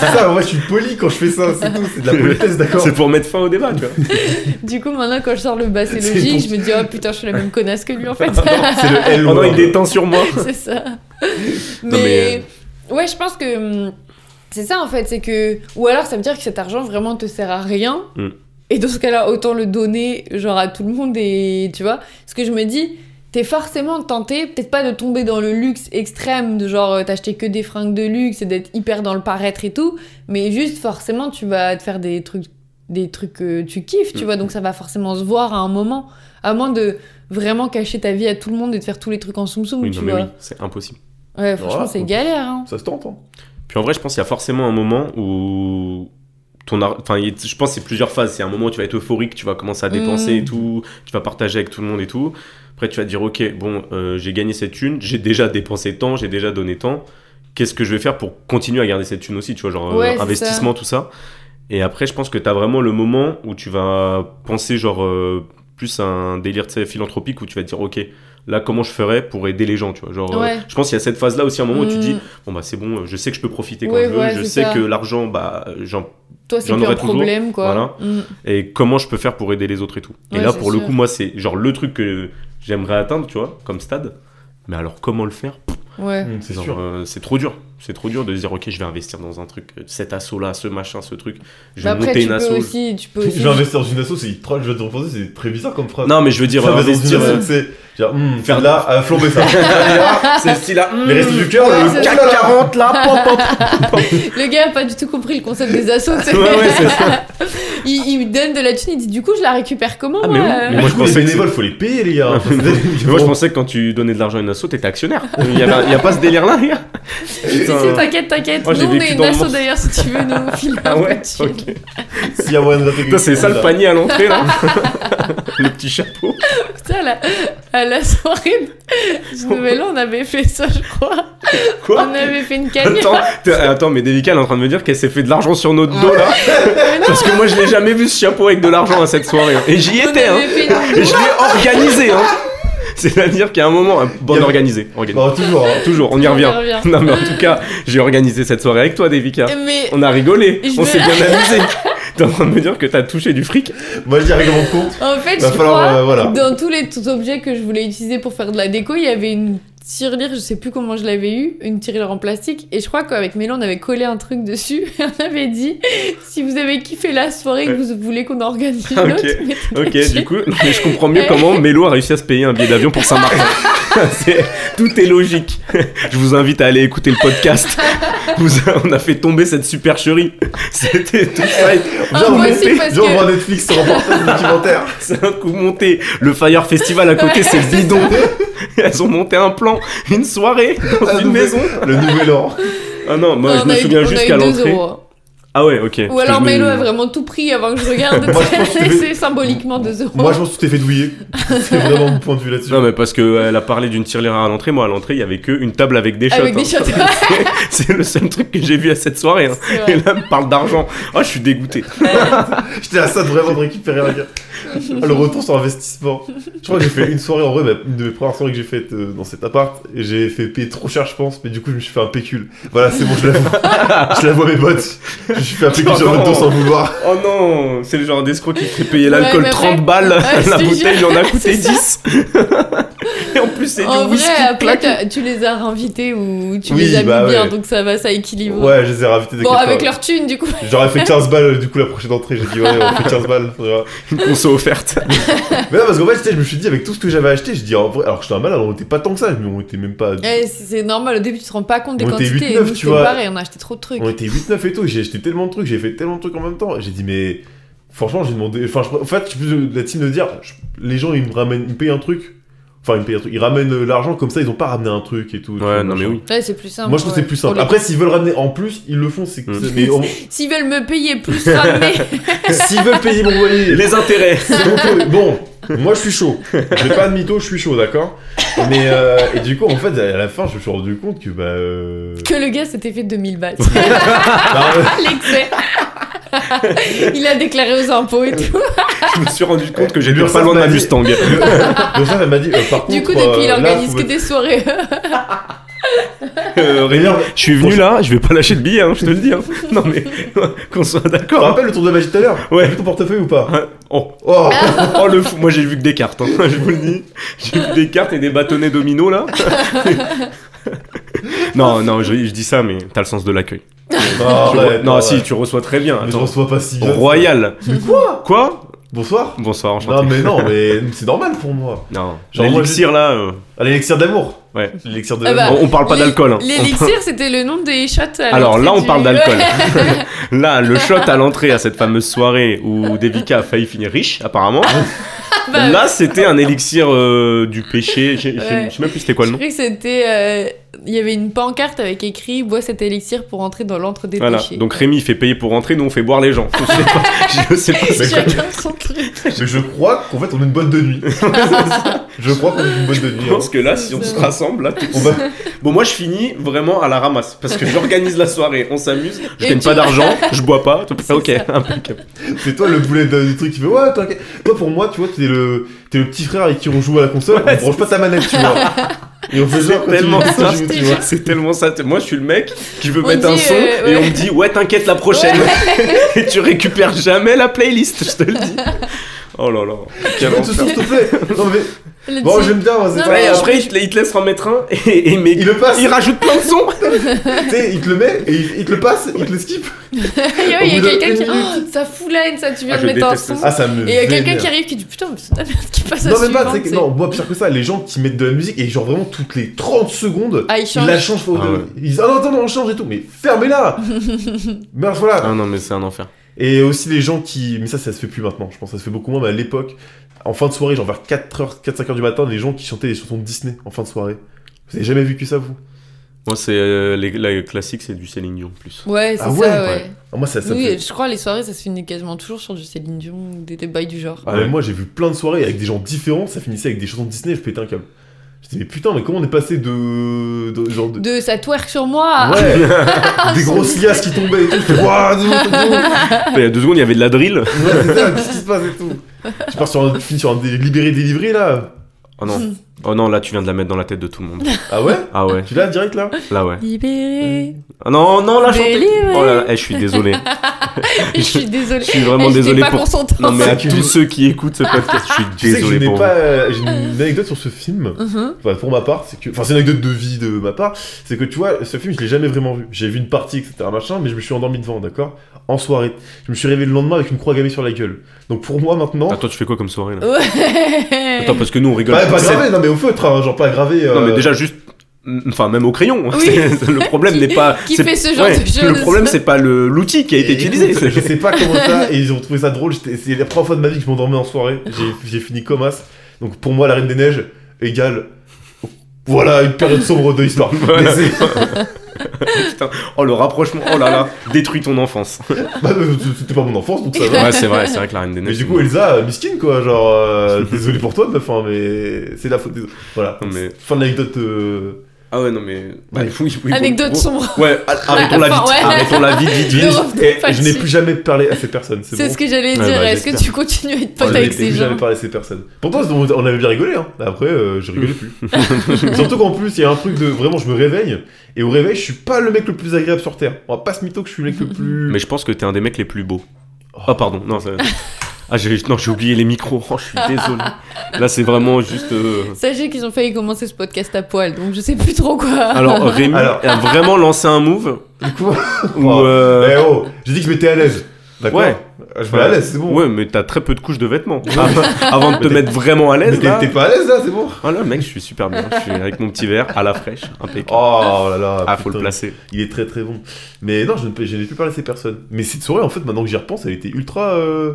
c'est ça, moi je suis poli quand je fais ça, c'est tout, c'est de la politesse, d'accord
C'est pour mettre fin au débat, tu vois.
Du coup, maintenant, quand je sors le bah c'est
C'est
logique,
bon.
je me dis oh putain, je suis la même connasse que lui en fait.
C'est le L
Oh non,
word.
il détend sur moi.
c'est ça. Mais,
Non, mais, euh,
ouais, je pense que hum, c'est ça en fait, c'est que ou alors ça veut dire que cet argent vraiment te sert à rien.
Mm.
Et dans ce cas-là, autant le donner genre à tout le monde et tu vois, ce que je me dis, t'es forcément tenté, peut-être pas de tomber dans le luxe extrême de genre euh, t'acheter que des fringues de luxe et d'être hyper dans le paraître et tout, mais juste forcément tu vas te faire des trucs des trucs que tu kiffes, tu
Mm.
vois, donc ça va forcément se voir à un moment, à moins de vraiment cacher ta vie à tout le monde et de faire tous les trucs en soum-soum,
Oui,
tu
non, mais
vois.
oui, c'est impossible.
Ouais, franchement,
Voilà.
c'est galère. Hein.
Ça se tente, hein.
Puis en vrai, je pense qu'il y a forcément un moment où ton ar- enfin, il- je pense que c'est plusieurs phases. C'est un moment où tu vas être euphorique, tu vas commencer à dépenser
Mm.
et tout, tu vas partager avec tout le monde et tout. Après, tu vas te dire, ok, bon, euh, j'ai gagné cette thune, j'ai déjà dépensé tant, j'ai déjà donné tant. Qu'est-ce que je vais faire pour continuer à garder cette thune aussi, tu vois, genre euh,
Ouais, c'est
investissement, tout ça. Et après, je pense que tu as vraiment le moment où tu vas penser genre euh, plus à un délire tu sais, philanthropique où tu vas te dire, ok, là, comment je ferais pour aider les gens, tu vois. Genre, euh,
Ouais.
je pense qu'il y a cette phase-là aussi, un moment où tu te dis,
Mm.
bon bah c'est bon, euh, je sais que je peux profiter quand
Ouais,
je veux,
ouais,
je sais
c'est ça.
que l'argent, bah euh, j'en...
Toi, c'est
J'en
plus un
aurais toujours.
problème, quoi. Mm.
Et comment je peux faire pour aider les autres et tout. et
Ouais,
là
c'est
pour le
sûr.
coup, moi c'est genre le truc que j'aimerais atteindre, tu vois, comme stade. Mais alors comment le faire
Ouais.
Mm, C'est
Genre,
sûr.
euh, c'est trop dur. C'est trop dur de se dire ok je vais investir dans un truc, euh, cet assaut là, ce machin, ce truc. Je vais
Bah après,
monter
tu
une
peux,
assaut.
aussi, tu peux aussi.
Je vais investir dans une asso, c'est trop, je vais te reposer, c'est très bizarre comme phrase.
Non mais je veux dire
Ça, mais dans
investir.
une asso,
euh,
c'est genre, hum,
faire-
faire là, à flamber ça.
c'est style là.
Mm.
Les restes du cœur,
Ouais,
le
c'est
CAC
ça.
40 là, pop, pop.
Le gars a pas du tout compris le concept des assos. tu sais.
Ouais, ouais, c'est ça.
il, il me donne de la thune, il dit du coup, je la récupère comment
Ah, mais
moi
oui,
euh
mais
Mais moi je pensais
que
les bénévoles, faut les payer les gars.
Moi je pensais que quand tu donnais de l'argent à une asso, t'étais actionnaire. Il y, avait- il y a pas ce délire là, les gars.
Si,
Putain.
si, t'inquiète, t'inquiète.
Moi, j'ai
nous, on
vécu
est une
dans le
asso
monde.
d'ailleurs, si tu veux nous filer
Ah
un
ouais,
peu de thune.
ok.
S'il y a moyen de gratter quelque
Putain, c'est ça
chose,
le
là.
panier à l'entrée là Le petit chapeau
Putain, à la, à la soirée du Nouvel An, on avait fait ça, je crois.
Quoi
on avait fait une cagnotte.
Attends, t'es- attends, mais Devika elle est en train de me dire qu'elle s'est fait de l'argent sur notre dos là Parce que moi je l'ai jamais vu ce chapeau avec de l'argent à cette soirée Et j'y
On
étais hein
avait fait une-
Et je l'ai organisé hein C'est-à-dire qu'il y a un moment, hein,
Il y
bon
avait-
organisé, organisé.
Bon, toujours, hein.
Toujours, on y
On y
revient.
revient.
Non mais en tout cas, j'ai organisé cette soirée avec toi Devika
Mais
On a rigolé,
Et je
on
me-
s'est bien amusé T'es en train de me dire que t'as touché du fric
Moi, je dis avec mon compte.
En fait,
Va
je
falloir,
crois,
euh, voilà.
dans tous les t- objets que je voulais utiliser pour faire de la déco, il y avait une tirelire, je sais plus comment je l'avais eu, une tirelire en plastique, et je crois qu'avec Mélan, on avait collé un truc dessus, et on avait dit, si vous avez kiffé la soirée et que vous voulez qu'on organise une
Ok.
autre, mettez-la
Ok,
dessus.
du coup, non, mais je comprends mieux comment Mélo a réussi à se payer un billet d'avion pour Saint-Martin. C'est- tout est logique. Je vous invite à aller écouter le podcast. Vous- on a fait tomber cette supercherie. C'était tout ça.
Impossible Ah, parce
Genre, on
que...
voit Netflix, c'est reportage documentaire.
C'est un coup monté. Le Fire Festival à côté,
Ouais,
c'est
c'est
bidon. Elles ont monté un plan, une soirée dans
Un
une
nouvel-
maison.
Le nouvel an.
Ah non, moi
Ah, Non,
je
on
me
a eu-
souviens
on a
juste
eu
qu'à
deux
l'entrée.
euros.
Ah ouais, ok. Parce
Ou
que
alors
je me-
Mélo a vraiment tout pris avant que je regarde,
Moi, je pense que-
c'est symboliquement deux euros.
Moi, je pense que tu t'es fait douiller. C'est vraiment mon point de vue là-dessus.
Non mais parce qu'elle a parlé d'une tirelire à l'entrée, moi à l'entrée il y avait que une table avec des shots.
Avec des
hein.
shots.
C'est le seul truc que j'ai vu à cette soirée. hein.
C'est vrai.
Et là, elle me parle d'argent. Ah, je suis dégoûté.
J'étais à ça de vraiment de récupérer la gueule. Ah, Le retour sur investissement. Je crois que j'ai fait une soirée en vrai, bah, une de mes premières soirées que j'ai faites euh, dans cet appart. Et j'ai fait payer trop cher, je pense, mais du coup, je me suis fait un pécule. Voilà, c'est bon, je la vois. je la vois, mes potes. Je me suis fait un pécule sur le dos sans vouloir.
Oh non, c'est le genre d'escroc qui fait payer
Ouais,
l'alcool
mais
30
après-
balles.
Ouais, je
la
te
bouteille
jure,
en a coûté
c'est ça.
10. Et en plus, c'est du
En vrai,
whisky claqué.
après, t'as- tu les as invités ou tu
Oui,
les as mis
bah
bien,
ouais.
donc ça va, ça équilibre.
Ouais, je les ai ravités des
bon,
quatre
avec
fois.
leur thune, du coup.
J'aurais fait 15 balles, euh, du coup, la prochaine entrée. J'ai dit, ouais, on fait 15 balles. tu vois.
Une conso offerte.
Mais non, parce qu'en fait, tu sais, je me suis dit, avec tout ce que j'avais acheté, je dis, en vrai, alors que j'étais un malade, on était pas tant que ça, mais on était même pas.
Eh, c'est c'est normal, au début, tu te rends pas compte des
On était
quantités.
8-9,
Et nous,
tu
c'était
vois.
pareil, on a acheté trop de trucs.
On était 8-9 et tout, et j'ai acheté tellement de trucs, j'ai fait tellement de trucs en même temps. J'ai dit, mais franchement, j'ai demandé. Enfin, je- en fait, je suis plus de la team de dire, je- les gens ils me ramènent, ils me payent un truc. Enfin, ils me payent un truc, ils ramènent euh, l'argent comme ça, ils ont pas ramené un truc et tout. tu vois,
Ouais, non mais
machin.
oui.
Là, c'est plus simple.
Moi, je trouve que
ouais.
c'est plus
Pour
simple.
les-
Après, s'ils veulent ramener en plus, ils le font. C'est que-
Mm.
c'est- mais on-
S'ils veulent me payer plus, ramener.
s'ils veulent payer mon loyer,
Les intérêts.
c'est mon loyer. Bon, moi, je suis chaud. J'ai pas de mytho, je suis chaud, d'accord Mais euh, et du coup, en fait, à la fin, je me suis rendu compte que bah. euh,
que le gars s'était fait 2000 balles. Ah
bah, euh,
L'excès. Il a déclaré aux impôts et tout.
Je me suis rendu compte que j'étais
L'URSSAF
pas loin de ma
m'a dit-
Mustang.
donc ça, elle m'a dit. euh, par contre,
Du coup, depuis, il
euh, là,
organise
faut
que
mettre-
des soirées.
Euh, Rémi,
Merde.
je suis venu là, je vais pas lâcher de billets, hein, je te le dis. hein. Non mais qu'on soit
Tu te
d'accord.
rappelles le tour de magie tout à l'heure
Hein Ouais.
T'as vu ton portefeuille ou pas
hein. Oh,
Oh
Ah.
oh, le fou. Moi j'ai vu que des cartes, hein, je vous le dis. J'ai vu des cartes et des bâtonnets domino là. non, non, je, je dis ça, mais t'as le sens de l'accueil.
Non,
Tu
ouais,
re- Ah, non,
ouais.
si, tu reçois très bien.
Mais je
Attends.
reçois pas si bien.
Royal.
Mais quoi
Quoi
Bonsoir
Bonsoir,
Non,
enchanté.
mais non, mais c'est normal pour moi.
Non,
Genre,
l'élixir là. euh,
Ah, l'élixir d'amour
Ouais.
L'élixir de
Ah bah,
on, on parle pas
l'é-
d'alcool. hein.
L'élixir, c'était le nom des shots. à
Alors là,
l'entrée
on
du-
parle d'alcool. Là, le shot à l'entrée à cette fameuse soirée où Devika a failli finir riche, apparemment.
Bah,
Là, c'était un élixir euh, du péché. J'ai- j'ai-
Ouais.
Je sais même plus c'était quoi
Je
le nom.
croyais que c'était. euh, Il y avait une pancarte avec écrit Bois cet élixir pour entrer dans l'antre des
Voilà.
péchés.
Donc Rémi il fait payer pour rentrer, nous on fait boire les gens. Je sais pas. Je sais pas.
Chacun son truc.
Mais je crois qu'en fait, on est une boîte de nuit. je crois qu'on est une boîte de
Je
nuit. hein.
pense que là, si on se rassemble, là, tout-
On va-
bon, moi, je finis vraiment à la ramasse parce que j'organise la soirée, on s'amuse, je
Et
gagne
tu-
pas d'argent, je bois pas. tout-
C'est
Ok,
ça.
impeccable.
C'est toi le boulet de- du truc qui fait Ouais, t'inquiète. Toi, pour moi, tu vois, t'es le... t'es le petit frère avec qui on joue à la console,
Ouais,
on branche pas ta manette, tu vois. Et on fait genre quand tu-
tellement
quand tu
ça.
joues, tu
Je te
vois.
jure.
C'est tellement ça. t'es- Moi, je suis le mec qui veut
On
mettre un
dit,
son
euh,
et
ouais.
on me dit ouais, t'inquiète, la prochaine. et tu récupères jamais la playlist, je te le dis. Oh là là.
Tu
quel
vois, tout ça,
enfer.
s'il te plaît. Non, mais
Le
bon,
petit-
j'aime bien. moi, c'est
Non,
pas-
Ouais, et
mais-
après, il te, il te laisse remettre un et, et- mais
Il le passe.
il rajoute plein de sons.
Tu sais, il te le met et il, il te le passe, il te le skip.
Il y a- il y a
au bout de
quelqu'un qui.
une minute.
Oh, ça fout la haine, ça, tu viens
Ah,
de
je
mettre un
déteste
son.
ça.
Ah, ça me.
Et il y a quelqu'un
vénère.
qui arrive qui dit Putain, mais c'est de la merde qui passe à
Non, même pas,
suivante,
c'est que-
c'est-
non, moi, pire que ça, les gens qui mettent de la musique et genre vraiment toutes les 30 secondes,
Ah, il
ils
change.
la changent. faut-
Ah ouais.
Ils disent, ah non, attends, non, on change et tout, mais fermez-la Merde, voilà
Ah non, mais c'est un enfer.
Et aussi les gens qui. Mais ça, ça se fait plus maintenant, je pense, ça se fait beaucoup moins, mais à l'époque, en fin de soirée, genre vers 4h, 4-5h du matin, les gens qui chantaient des chansons de Disney en fin de soirée. Vous avez jamais vécu ça, vous
Moi, c'est euh, les, la classique, c'est du Céline Dion plus.
Ouais, c'est
Ah
ça,
ouais,
ouais.
ouais. Ah, Moi, ça, ça me
Oui,
fait-
je crois les soirées, ça se finit quasiment toujours sur du Céline Dion ou des, des bails du genre.
Ah, mais moi j'ai vu plein de soirées avec des gens différents, ça finissait avec des chansons de Disney, je pétais un câble. Je dis mais putain mais comment on est passé de, de- genre de
De ça twerk sur moi
ouais des grosses liasses qui tombaient et tout, je fais Waouh, dis donc, dis donc.
Il y a deux secondes, il y avait de la drill.
Ouais, c'est ça, qu'est-ce qui se passe et tout Je pars sur un, je finis sur un dé- libéré délivré là
Oh non. Oh non, là tu viens de la mettre dans la tête de tout le monde.
Ah ouais
Ah ouais,
Tu l'as direct là
là ouais.
Libéré.
Ah non, non, là chantez.
Délivré.
Oh là là, eh, je suis désolé.
Je suis désolée.
Je suis vraiment
Eh, j'étais
désolé
pas
pour-
concentrée.
Non mais à
Tu-
tous ceux qui écoutent ce podcast, je suis
Tu sais que je
désolé
n'ai
pour vous.
pas. euh, J'ai une anecdote sur ce film.
Mhm.
Enfin, pour ma part, c'est que. Enfin, c'est une anecdote de vie de ma part. C'est que tu vois, ce film, je l'ai jamais vraiment vu. J'ai vu une partie, etc. machin, mais je me suis endormi devant, d'accord En soirée. Je me suis réveillé le lendemain avec une croix gammée sur la gueule. Donc pour moi maintenant.
Attends, tu fais quoi comme soirée là
Ouais.
Attends, parce que nous on rigole.
Bah, pas
C'est-
gravé, non mais au feutre, hein, genre pas gravé.
Non mais
euh,
déjà juste enfin même au crayon
Oui.
C'est- le problème
Qui-
n'est pas
qui
c'est-
fait ce genre de jeu,
le
de
problème
ça.
c'est pas le- l'outil qui a été
Et
utilisé
écoute, Je
c'est-
sais pas comment ça, et ils ont trouvé ça drôle. j'étais- C'est la première fois de ma vie que je m'endormais en soirée. J'ai- J'ai fini comme as. Donc pour moi, la Reine des Neiges égale. Voilà, une période sombre de l'histoire. Mais c'est-
Putain. oh le rapprochement oh là là détruit ton enfance
bah, euh, C'était pas mon enfance, donc ça va.
ouais c'est vrai c'est vrai que la reine des
Mais
neiges
du coup, Elsa, euh, miskine quoi, genre, euh, désolé pour toi, meuf, hein, mais c'est la faute des autres. Voilà.
Non, mais-
Fin de l'anecdote. euh,
ah ouais non mais bah,
Ouais.
oui, oui,
Anecdote
bon,
sombre.
bon.
Ah,
ouais arrêtons la
Enfin,
vite
ouais.
arrêtons la vite vite
Ne
vite
revenons
Et
pas
je n'ai
dessus.
plus jamais parlé à ces personnes, c'est
C'est
bon.
ce que j'allais
Ouais,
dire.
bah,
Est-ce que
j'espère.
tu continues à être
Je
pote
n'ai
avec
plus
ces gens
jamais parlé à ces personnes. Pourtant, on avait bien rigolé, hein. Après, euh, je rigolais plus. Surtout qu'en plus, il y a un truc de vraiment, je me réveille et au réveil, je suis pas le mec le plus agréable sur terre. On va pas se mytho que je suis le mec le plus.
mais je pense que t'es un des mecs les plus beaux oh pardon non ça- ah j'ai non j'ai oublié les micros oh je suis désolé là c'est vraiment juste euh,
Sachez qu'ils ont failli commencer ce podcast à poil, donc je sais plus trop quoi.
alors Rémi
Alors-
a vraiment lancé un move
Du coup,
où
Oh.
euh,
eh oh, j'ai dit que je m'étais à l'aise. D'accord. Ah,
Ouais.
Je vais à l'aise, c'est bon. Ah,
Ouais, Ah, mais t'as très peu de couches de vêtements. Avant de te
Mais t'es-
mettre vraiment à
Mais
l'aise,
t'es-
là.
t'es pas à l'aise là, c'est bon.
Ah là, mec, je suis super bien. Je suis avec mon petit verre à la fraîche, impeccable.
Oh là là.
ah, faut le
putain,
placer.
Il est très très bon. Mais non, je ne peux- je n'ai plus parlé à ces personnes. Mais cette soirée, en fait, maintenant que j'y repense, elle était ultra. euh,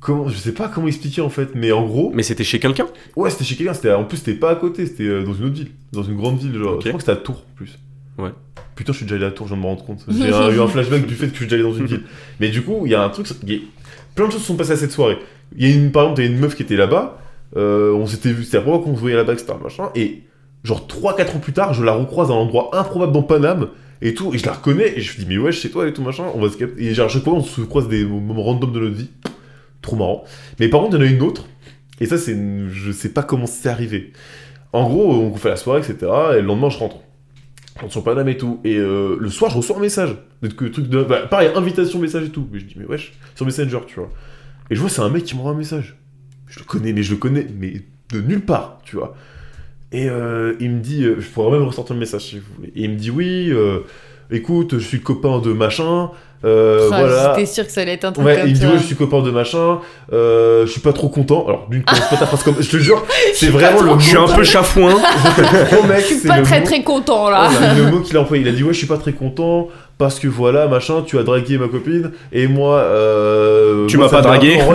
Comment, je sais pas comment expliquer en fait, mais en gros,
Mais c'était chez quelqu'un
Ouais, c'était chez quelqu'un, c'était en plus c'était pas à côté, c'était euh, dans une autre ville, dans une grande ville, genre.
Ok.
Je crois que c'était à Tours en plus.
Ouais.
Putain, je suis déjà allé à Tours, je viens de me rendre compte. J'ai un- eu un flashback du fait que je suis déjà allé dans une ville. Mais du coup, il y a un truc, il y a- plein de choses sont passées à cette soirée. Il y a une, par exemple, il y a une meuf qui était là-bas, euh, on s'était vu, c'était la première fois qu'on se voyait là-bas, etc. Machin, et genre 3-4 ans plus tard, je la recroise à un endroit improbable dans Paname et tout, et je la reconnais, et je me dis, mais ouais, c'est toi et tout machin, on va se capter. Et genre, à chaque fois, on se croise des moments random de notre vie. Trop marrant. Mais par contre, il y en a une autre. Et ça, c'est. une- Je sais pas comment c'est arrivé. En gros, on fait la soirée, etc. Et le lendemain, je rentre. Je rentre sur Paname et tout. Et euh, le soir, je reçois un message. Peut-être que le truc de. bah, pareil, invitation, message et tout. Mais je dis, mais wesh, sur Messenger, tu vois. Et je vois, c'est un mec qui m'envoie un message. Je le connais, mais je le connais, mais de nulle part, tu vois. Et euh, il me dit, euh, je pourrais même ressortir le message si vous voulez. Et il me dit, oui, euh, écoute, je suis le copain de machin. euh,
Ah,
voilà.
J'étais sûre que ça allait être un truc
Ouais, il
comme
me dit
ça.
ouais, je suis copain de machin, euh, je suis pas trop content. Alors, d'une commence pas ta phrase comme je te jure, c'est vraiment le mot.
Je suis un peu chafouin.
Gros mec,
Je suis
c'est
pas
le
très
mot-
très content
Oh,
là.
c'est le mot qu'il a employé. Il a dit ouais, je suis pas très content parce que voilà, machin, tu as dragué ma copine et moi euh,
Tu
moi,
m'as
ça
pas
me met un
dragué.
peu en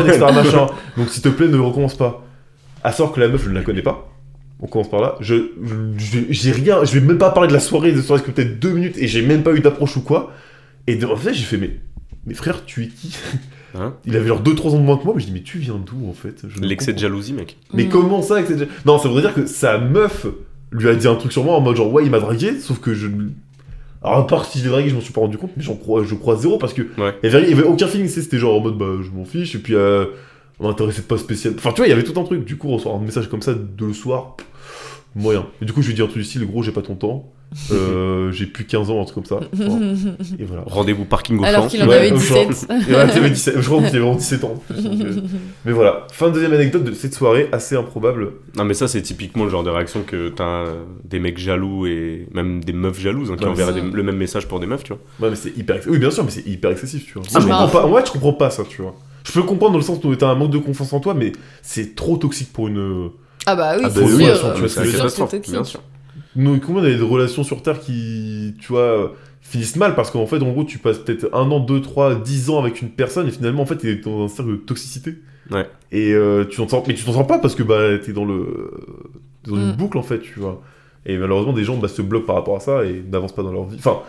rogne, etc., machin. Donc s'il te plaît, ne recommence pas. À sort que la meuf, je ne la connais pas. On commence par là. Je, je- j'ai rien, je vais même pas parler de la soirée, de la soirée que peut-être deux minutes et j'ai même pas eu d'approche ou quoi. Et de, en fait, j'ai fait mais, mais frère, tu es qui
Hein
il avait genre 2-3 ans de moins que moi, mais je dis, mais tu viens d'où en fait Je ne
L'excès de
comprends
jalousie, mec.
pas. Mais
Mm.
comment ça, excès de jalousie Non, ça voudrait dire que sa meuf lui a dit un truc sur moi en mode genre, ouais, il m'a dragué, sauf que je. Alors, à part si j'ai dragué, je m'en suis pas rendu compte, mais j'en crois, je crois zéro parce que.
Ouais.
Il, y avait, il y avait aucun feeling, c'est- c'était genre en mode, bah, je m'en fiche, et puis, euh, on m'intéressait pas spécial. Enfin, tu vois, il y avait tout un truc. Du coup, recevoir un message comme ça de le soir, pff, moyen. Et du coup, je lui ai dit un truc du style, gros, j'ai pas ton temps, euh, j'ai plus 15 ans, un truc comme ça. Enfin, et voilà.
Rendez-vous parking au
Alors
champ.
qu'il en
Ouais,
avait
Oh. au champ.
17.
Et voilà, t'avais 17 je crois que t'avais vraiment 17 ans. en plus, donc, euh. Mais voilà, fin de deuxième anecdote de cette soirée assez improbable.
Non, mais ça, c'est typiquement le genre de réaction que t'as euh, des mecs jaloux et même des meufs jalouses hein, qui
Ouais, Ah,
enverraient
c'est ça.
des- le même message pour des meufs, tu vois.
Ouais, mais c'est hyper ex- Oui, bien sûr, mais c'est hyper excessif, tu vois.
Ah,
je
mais-
comprends pas. Moi, je comprends pas ça, tu vois. Je peux comprendre dans le sens où t'as un manque de confiance en toi, mais c'est trop toxique pour une.
Ah bah oui,
Ah bah
c'est
oui,
sûr.
elles sont-
Ah, mais
vois,
c'est la
c'est sûr,
catastrophe,
c'est toxique.
bien sûr.
Nous, combien d'années de relations sur Terre qui, tu vois, euh, finissent mal Parce qu'en fait, en gros, tu passes peut-être un an, deux, trois, dix ans avec une personne et finalement, en fait, t'es dans un cercle de toxicité.
Ouais.
Et euh, tu t'en sors, mais tu t'en sors pas parce que bah, t'es dans le. t'es dans une
Mm.
boucle, en fait, tu vois. Et malheureusement, des gens bah, se bloquent par rapport à ça et n'avancent pas dans leur vie. Enfin,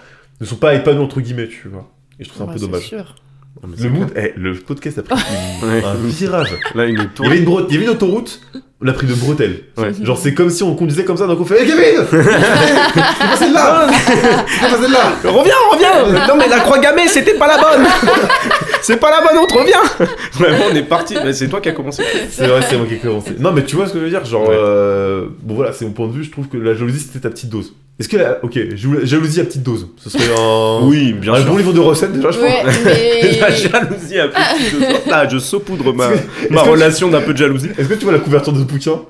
ne sont pas épanouis, entre guillemets, tu vois. Et je trouve ça un
Bah,
peu
c'est
dommage.
sûr.
Ah, mais c'est
Le mood, eh, le podcast a pris une-
Ouais.
un virage.
Là, il nous
Ah. Il y,
tourne.
avait une bre- il y avait une autoroute, on l'a pris de bretelles.
Ouais.
Genre, c'est comme si on conduisait comme ça, donc on fait Hé Kevin C'est pas
Ah.
celle-là C'est pas celle-là
Reviens, reviens Non, mais la croix gammée, c'était pas la bonne C'est pas la bonne, on te revient Vraiment, on est parti. Mais c'est toi qui as commencé.
C'est vrai, c'est moi qui ai commencé. Non, mais tu vois ce que je veux dire Genre,
Ouais.
euh, bon voilà, c'est mon point de vue. Je trouve que la jalousie, c'était ta petite dose. Est-ce que la. Ok, jou- jalousie à petite dose. Ce serait un.
Oui, bien
un
sûr.
Ah. bon livre de recettes déjà, Ah, je
Ouais, mais.
La jalousie un peu. Là, je saupoudre ma, ma
est-ce que-
relation d'un peu de jalousie.
pense. Est-ce que tu vois la couverture de ce bouquin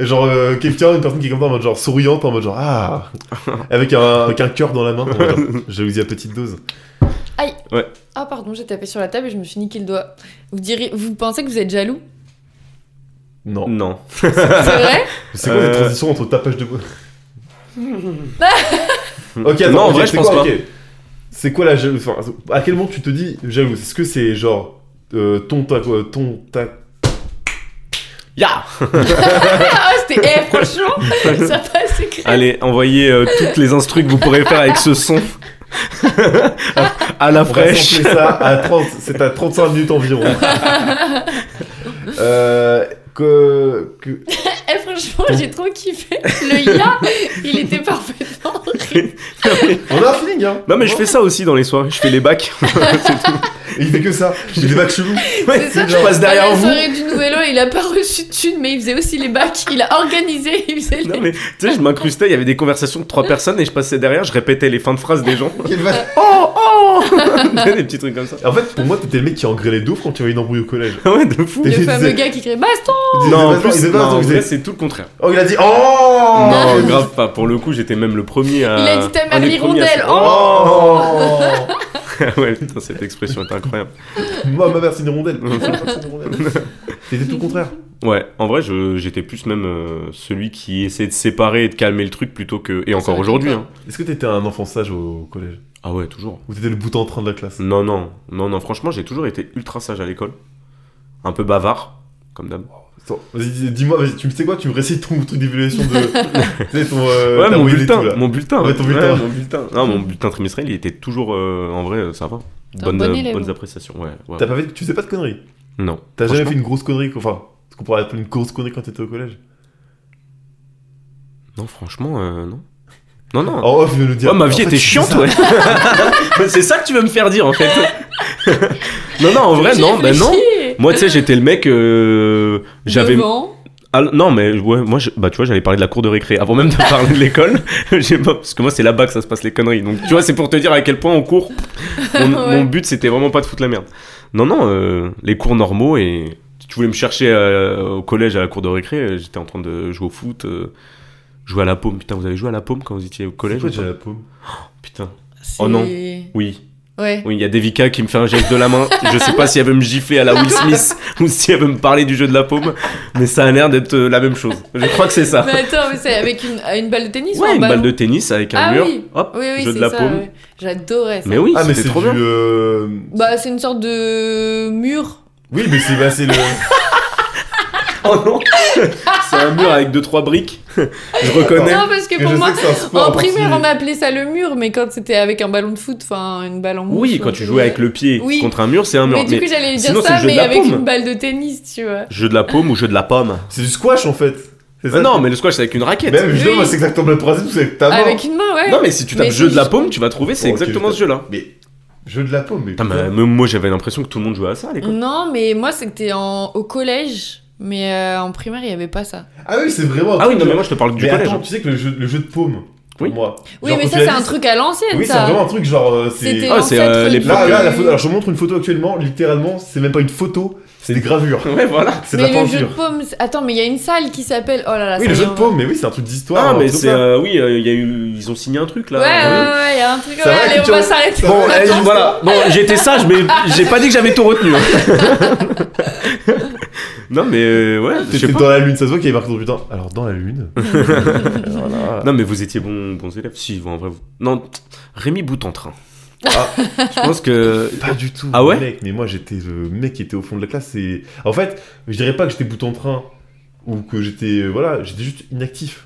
Et Genre, euh, quelqu'un, une personne qui est comme ça en mode genre souriante, en mode genre ah Avec un, avec un cœur dans la main. en mode, genre, jalousie à petite dose.
Ah, pardon, j'ai tapé sur la table et je me suis niqué le doigt. Vous, direz... vous pensez que vous êtes jaloux
Non.
Non.
C'est vrai
C'est quoi cette
Euh.
transition entre tapage de. Ok, attends,
non, en
ok,
vrai, je
c'est
pense pas.
quoi, ok. C'est quoi la jalousie enfin, À quel moment tu te dis jalouse Est-ce que c'est genre euh, ton tac, euh, ton tac
Ya
Ah, c'était. Eh, franchement, ça passe écrit.
Allez, envoyez euh, toutes les instructs que vous pourrez faire avec ce son. à la
On va
fraîche.
sampler ça à 30, c'est à 35 minutes environ. euh, que, que-
Eh, franchement, j'ai trop kiffé. Le ya, il était parfaitement.
On a un feeling, hein
Non, mais je fais ça aussi dans les soirées. Je fais les bacs.
Et il fait que ça. J'ai des bacs chelous.
Ouais,
ça.
je passe
à
derrière
la
vous.
soirée du Nouvel An, il a pas reçu de thunes, mais il faisait aussi les bacs. Il a organisé, il faisait les.
Non mais tu sais, je m'incrustais, il y avait des conversations de trois personnes et je passais derrière, je répétais les fins de phrases des gens.
Quel vache-
Oh oh Des petits trucs comme ça. Ah
En fait, pour moi, t'étais le mec qui engrêlait de ouf quand il y avait une embrouille au collège.
Ouais, de fou.
Il
Le
disait-
fameux gars qui crée Bah, Baston
Il disait
Oh. Non, en
pas- il
plus,
disait pas-
non,
attends,
en
il
vrai,
disait-
c'est tout le contraire.
Oh, il a dit Oh
Non, grave pas. Pour le coup, j'étais même le premier à.
Il a dit ta mère
un des premiers à
l'hirondelle,
se-
Oh
ouais, putain, cette expression est incroyable.
Moi, ma mère, c'est une rondelle. T'étais tout le contraire.
Ouais, en vrai, je- j'étais plus même euh, celui qui essayait de séparer et de calmer le truc plutôt que.
Ah,
Et encore
m'étonne
aujourd'hui.
pas.
hein.
Est-ce que t'étais un enfant sage au collège
Ah ouais, toujours.
Ou t'étais le bouton en train de la classe
Non, non, non, non, franchement, j'ai toujours été ultra sage à l'école. Un peu bavard, comme d'hab.
Attends, Vas-y, dis- dis-moi, vas-y, tu me sais quoi Tu me récites ton truc d'évaluation de. tu sais, ton. euh,
Ouais,
ta
mon
moyenne et
bulletin,
tout, là.
mon bulletin.
Ouais, ton bulletin.
mon bulletin. Non, mon bulletin trimestriel, il était toujours, euh, en vrai, euh, ça va.
T'es un
Bonne,
bon
euh,
élève.
bonnes appréciations, ouais. ouais.
hein. T'as pas fait, tu sais pas de conneries.
Non.
T'as jamais
Franchement,
fait une grosse connerie, enfin, ce qu'on pourrait appeler une grosse connerie quand t'étais au collège.
Non, franchement, euh, non. Non, non.
Oh, off, il veut nous dire.
Ah. Ouais, ma vie
en fait,
était
tu fais
chiante,
ça.
ouais. Mais c'est ça que tu veux me faire dire, en fait. non, non, en vrai,
J'ai
non, bah non.
réfléchi.
Moi, tu sais, j'étais le mec. euh, J'avais.
Devant.
Ah, non, mais ouais, moi, je- bah, tu vois, j'allais parler de la cour de récré. Avant même de parler de l'école, j'ai pas- parce que moi, c'est là-bas que ça se passe les conneries. Donc, tu vois, c'est pour te dire à quel point en cours, mon,
Ouais.
mon but, c'était vraiment pas de foutre la merde. Non, non, euh, les cours normaux et si tu voulais me chercher euh, au collège à la cour de récré, euh, j'étais en train de jouer au foot, euh, jouer à la paume. Putain, vous avez joué à la paume quand vous étiez au
C'est
collège
quoi
ou pas
déjà la paume
Putain,
C'est-
Oh non. oui.
Ouais.
Oui, il y a Devika qui me fait un geste de la main. Je sais pas si elle veut me gifler à la Will Smith ou si elle veut me parler du jeu de la paume, mais ça a l'air d'être euh, la même chose. Je crois que c'est ça.
Mais attends, mais c'est avec une, une balle de tennis ou
Ouais,
un
une balle
ballon
de tennis avec un
Ah
mur.
oui.
Hop,
Oui, oui,
jeu
c'est
de la
ça.
paume.
ouais. J'adorais ça.
Mais oui,
Ah, mais
c'était
c'est
trop
du.
bien.
euh,
Bah, c'est une sorte de mur.
Oui, mais c'est bah, c'est le.
Oh non C'est un mur avec deux trois briques. Je reconnais.
Non, parce que
Et
pour
je
moi,
sais que c'est un sport
en
particulier.
primaire, on appelait ça le mur, mais quand c'était avec un ballon de foot, enfin, une balle en mousse.
Oui,
ou
quand
un
tu
truc
jouais avec
comme
le pied
Oui.
contre un mur, c'est un
ça.
mur.
Mais du coup, j'allais dire
sinon, c'est
ça,
le jeu de
mais
la
avec
paume.
une balle de tennis, tu vois.
jeu de la paume ou jeu de la pomme
C'est du squash en fait. C'est
Mais Euh, Non, mais le squash c'est avec une raquette.
Même
Oui.
justement, moi, c'est exactement le principe, c'est avec ta main.
Avec une main, ouais.
Non, mais si tu tapes
Mais
jeu de la
c'est-
paume, tu vas trouver, c'est
Bon, ok,
exactement
je
ce jeu-là.
Mais. Jeu de la paume, mais.
Putain, mais-
putain.
mais moi j'avais l'impression que tout le monde jouait à ça à l'école.
Non, mais moi, c'était en... au collège, mais euh, en primaire, il y avait pas ça.
Ah oui, c'est vraiment.
Mm.
un
Ah oui,
truc,
non, mais
genre-
moi je te parle du
Mais
collège.
attends, tu sais que le jeu, le jeu de paume, pour
Oui.
moi.
Oui,
genre,
mais
quand
ça,
tu
c'est
l'as
un
dit,
truc à l'ancienne,
Oui, c'est
ça.
vraiment un truc genre. euh, c'est-
C'était
Ah, c'est,
l'ancêtre
euh, les
du-
plaques,
Là, là, la photo. Alors, je te montre une photo actuellement. Littéralement, c'est même pas une photo, c'est des gravures.
Ouais, voilà.
C'est de
mais
la
le jeu de
peinture.
paume, c'est- attends, mais il y a une salle qui s'appelle. Oh là là,
Oui,
ça
le
y
jeu
est,
de
on-
paume, mais oui, c'est un truc d'histoire.
Ah,
un
mais
truc
c'est.
comme ça.
euh, oui, euh, il y a eu, ils ont signé un truc là.
Ouais, ouais,
Euh,
ouais, il y a un truc.
Ça
ouais,
va,
allez, on
culture-
va s'arrêter.
Bon,
Bon, eh, je- voilà. Bon, j'étais sage, mais j'ai pas dit que j'avais tout retenu. hein. non, mais euh, ouais, je sais
T'étais
pas.
dans la lune, ça se voit qu'il y avait marqué dans le putain. Alors, dans la lune. voilà.
Non, mais vous étiez bons, bons élèves. Si, en vrai, vous- Non, Rémi Boutentrain.
Ah.
je pense que.
Pas du tout.
Ah ouais
mec. Mais moi, j'étais le mec qui était au fond de la classe. Et... En fait, je dirais pas que j'étais bout en train ou que j'étais. euh, Voilà, j'étais juste inactif.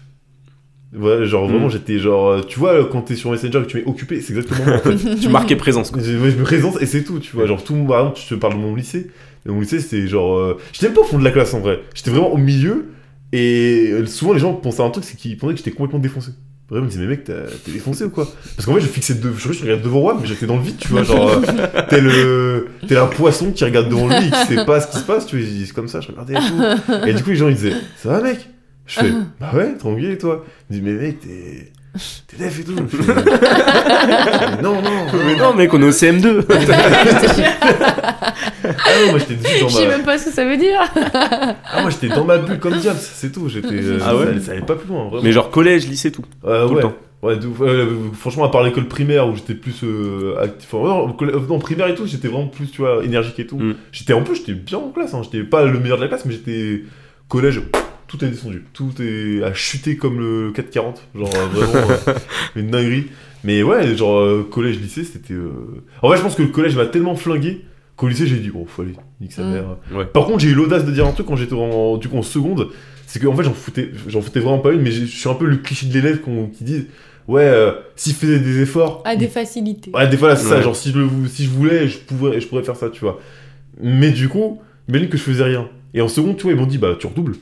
Voilà, genre
Mm.
vraiment, j'étais genre. euh, Tu vois, quand t'es sur Messenger et que tu m'es occupé, c'est exactement moi, en fait.
Tu marquais présence. quoi.
je, je me présente et c'est tout, tu vois. Genre, tout mon. Par exemple, je te parle de mon lycée. Et mon lycée, c'était genre. euh, J'étais même pas au fond de la classe en vrai. J'étais vraiment au milieu. Et euh, souvent, les gens pensaient à un truc, c'est qu'ils pensaient que j'étais complètement défoncé. Vraiment, il me disait, mais mec, t'as- t'es défoncé ou quoi Parce qu'en fait, je fixais deux. Je, je regardais devant moi, mais j'étais dans le vide, tu vois. Genre, euh, t'es le. T'es un poisson qui regarde devant lui et qui sait pas ce qui se passe, tu vois. Ils disent comme ça, je regardais et tout. Et du coup, les gens, ils disaient, ça va, mec Je fais,
Ah.
bah ouais, tranquille, et toi Ils disent, mais mec, t'es. T'es def et tout. Je fais, Mais non, non,
Mais non, mec, on est au CM2.
Je
Ah non, moi, j'étais juste dans
sais
ma.
même pas ce que ça veut dire.
Ah, moi, j'étais dans ma bulle comme diable, c'est tout. J'étais. euh,
Ah ouais
ça, ça allait pas plus loin, vraiment.
mais genre collège, lycée, tout.
Euh,
tout
ouais.
le temps.
Ouais, de ouf. Euh, franchement, à part l'école primaire où j'étais plus euh, actif. Enfin, non, au coll- euh, non, primaire et tout, j'étais vraiment plus, tu vois, énergique et tout.
Mm.
J'étais en plus, j'étais bien en classe. Hein. J'étais pas le meilleur de la classe, mais j'étais collège. Tout est descendu, tout est à chuter comme le 440, genre euh, vraiment euh, une dinguerie. Mais ouais, genre euh, collège, lycée, c'était. euh, En vrai, je pense que le collège m'a tellement flingué qu'au lycée, j'ai dit, bon, faut aller, nique sa
Mm.
mère.
Ouais.
Par contre, j'ai eu l'audace de dire un truc quand j'étais en, du coup, en seconde, c'est que en fait, j'en foutais, j'en foutais vraiment pas une, mais j'ai- je suis un peu le cliché de l'élève qu'on- qui dit, ouais, euh, s'il faisait Ah, des efforts.
À Ah, des facilités.
Ouais, des fois, là, c'est ça,
Ouais.
genre, si je, le, vou- si je voulais, je pourrais, je pourrais faire ça, tu vois. Mais du coup, imagine que je faisais rien. Et en seconde, tu vois, ils m'ont dit, bah, tu redoubles.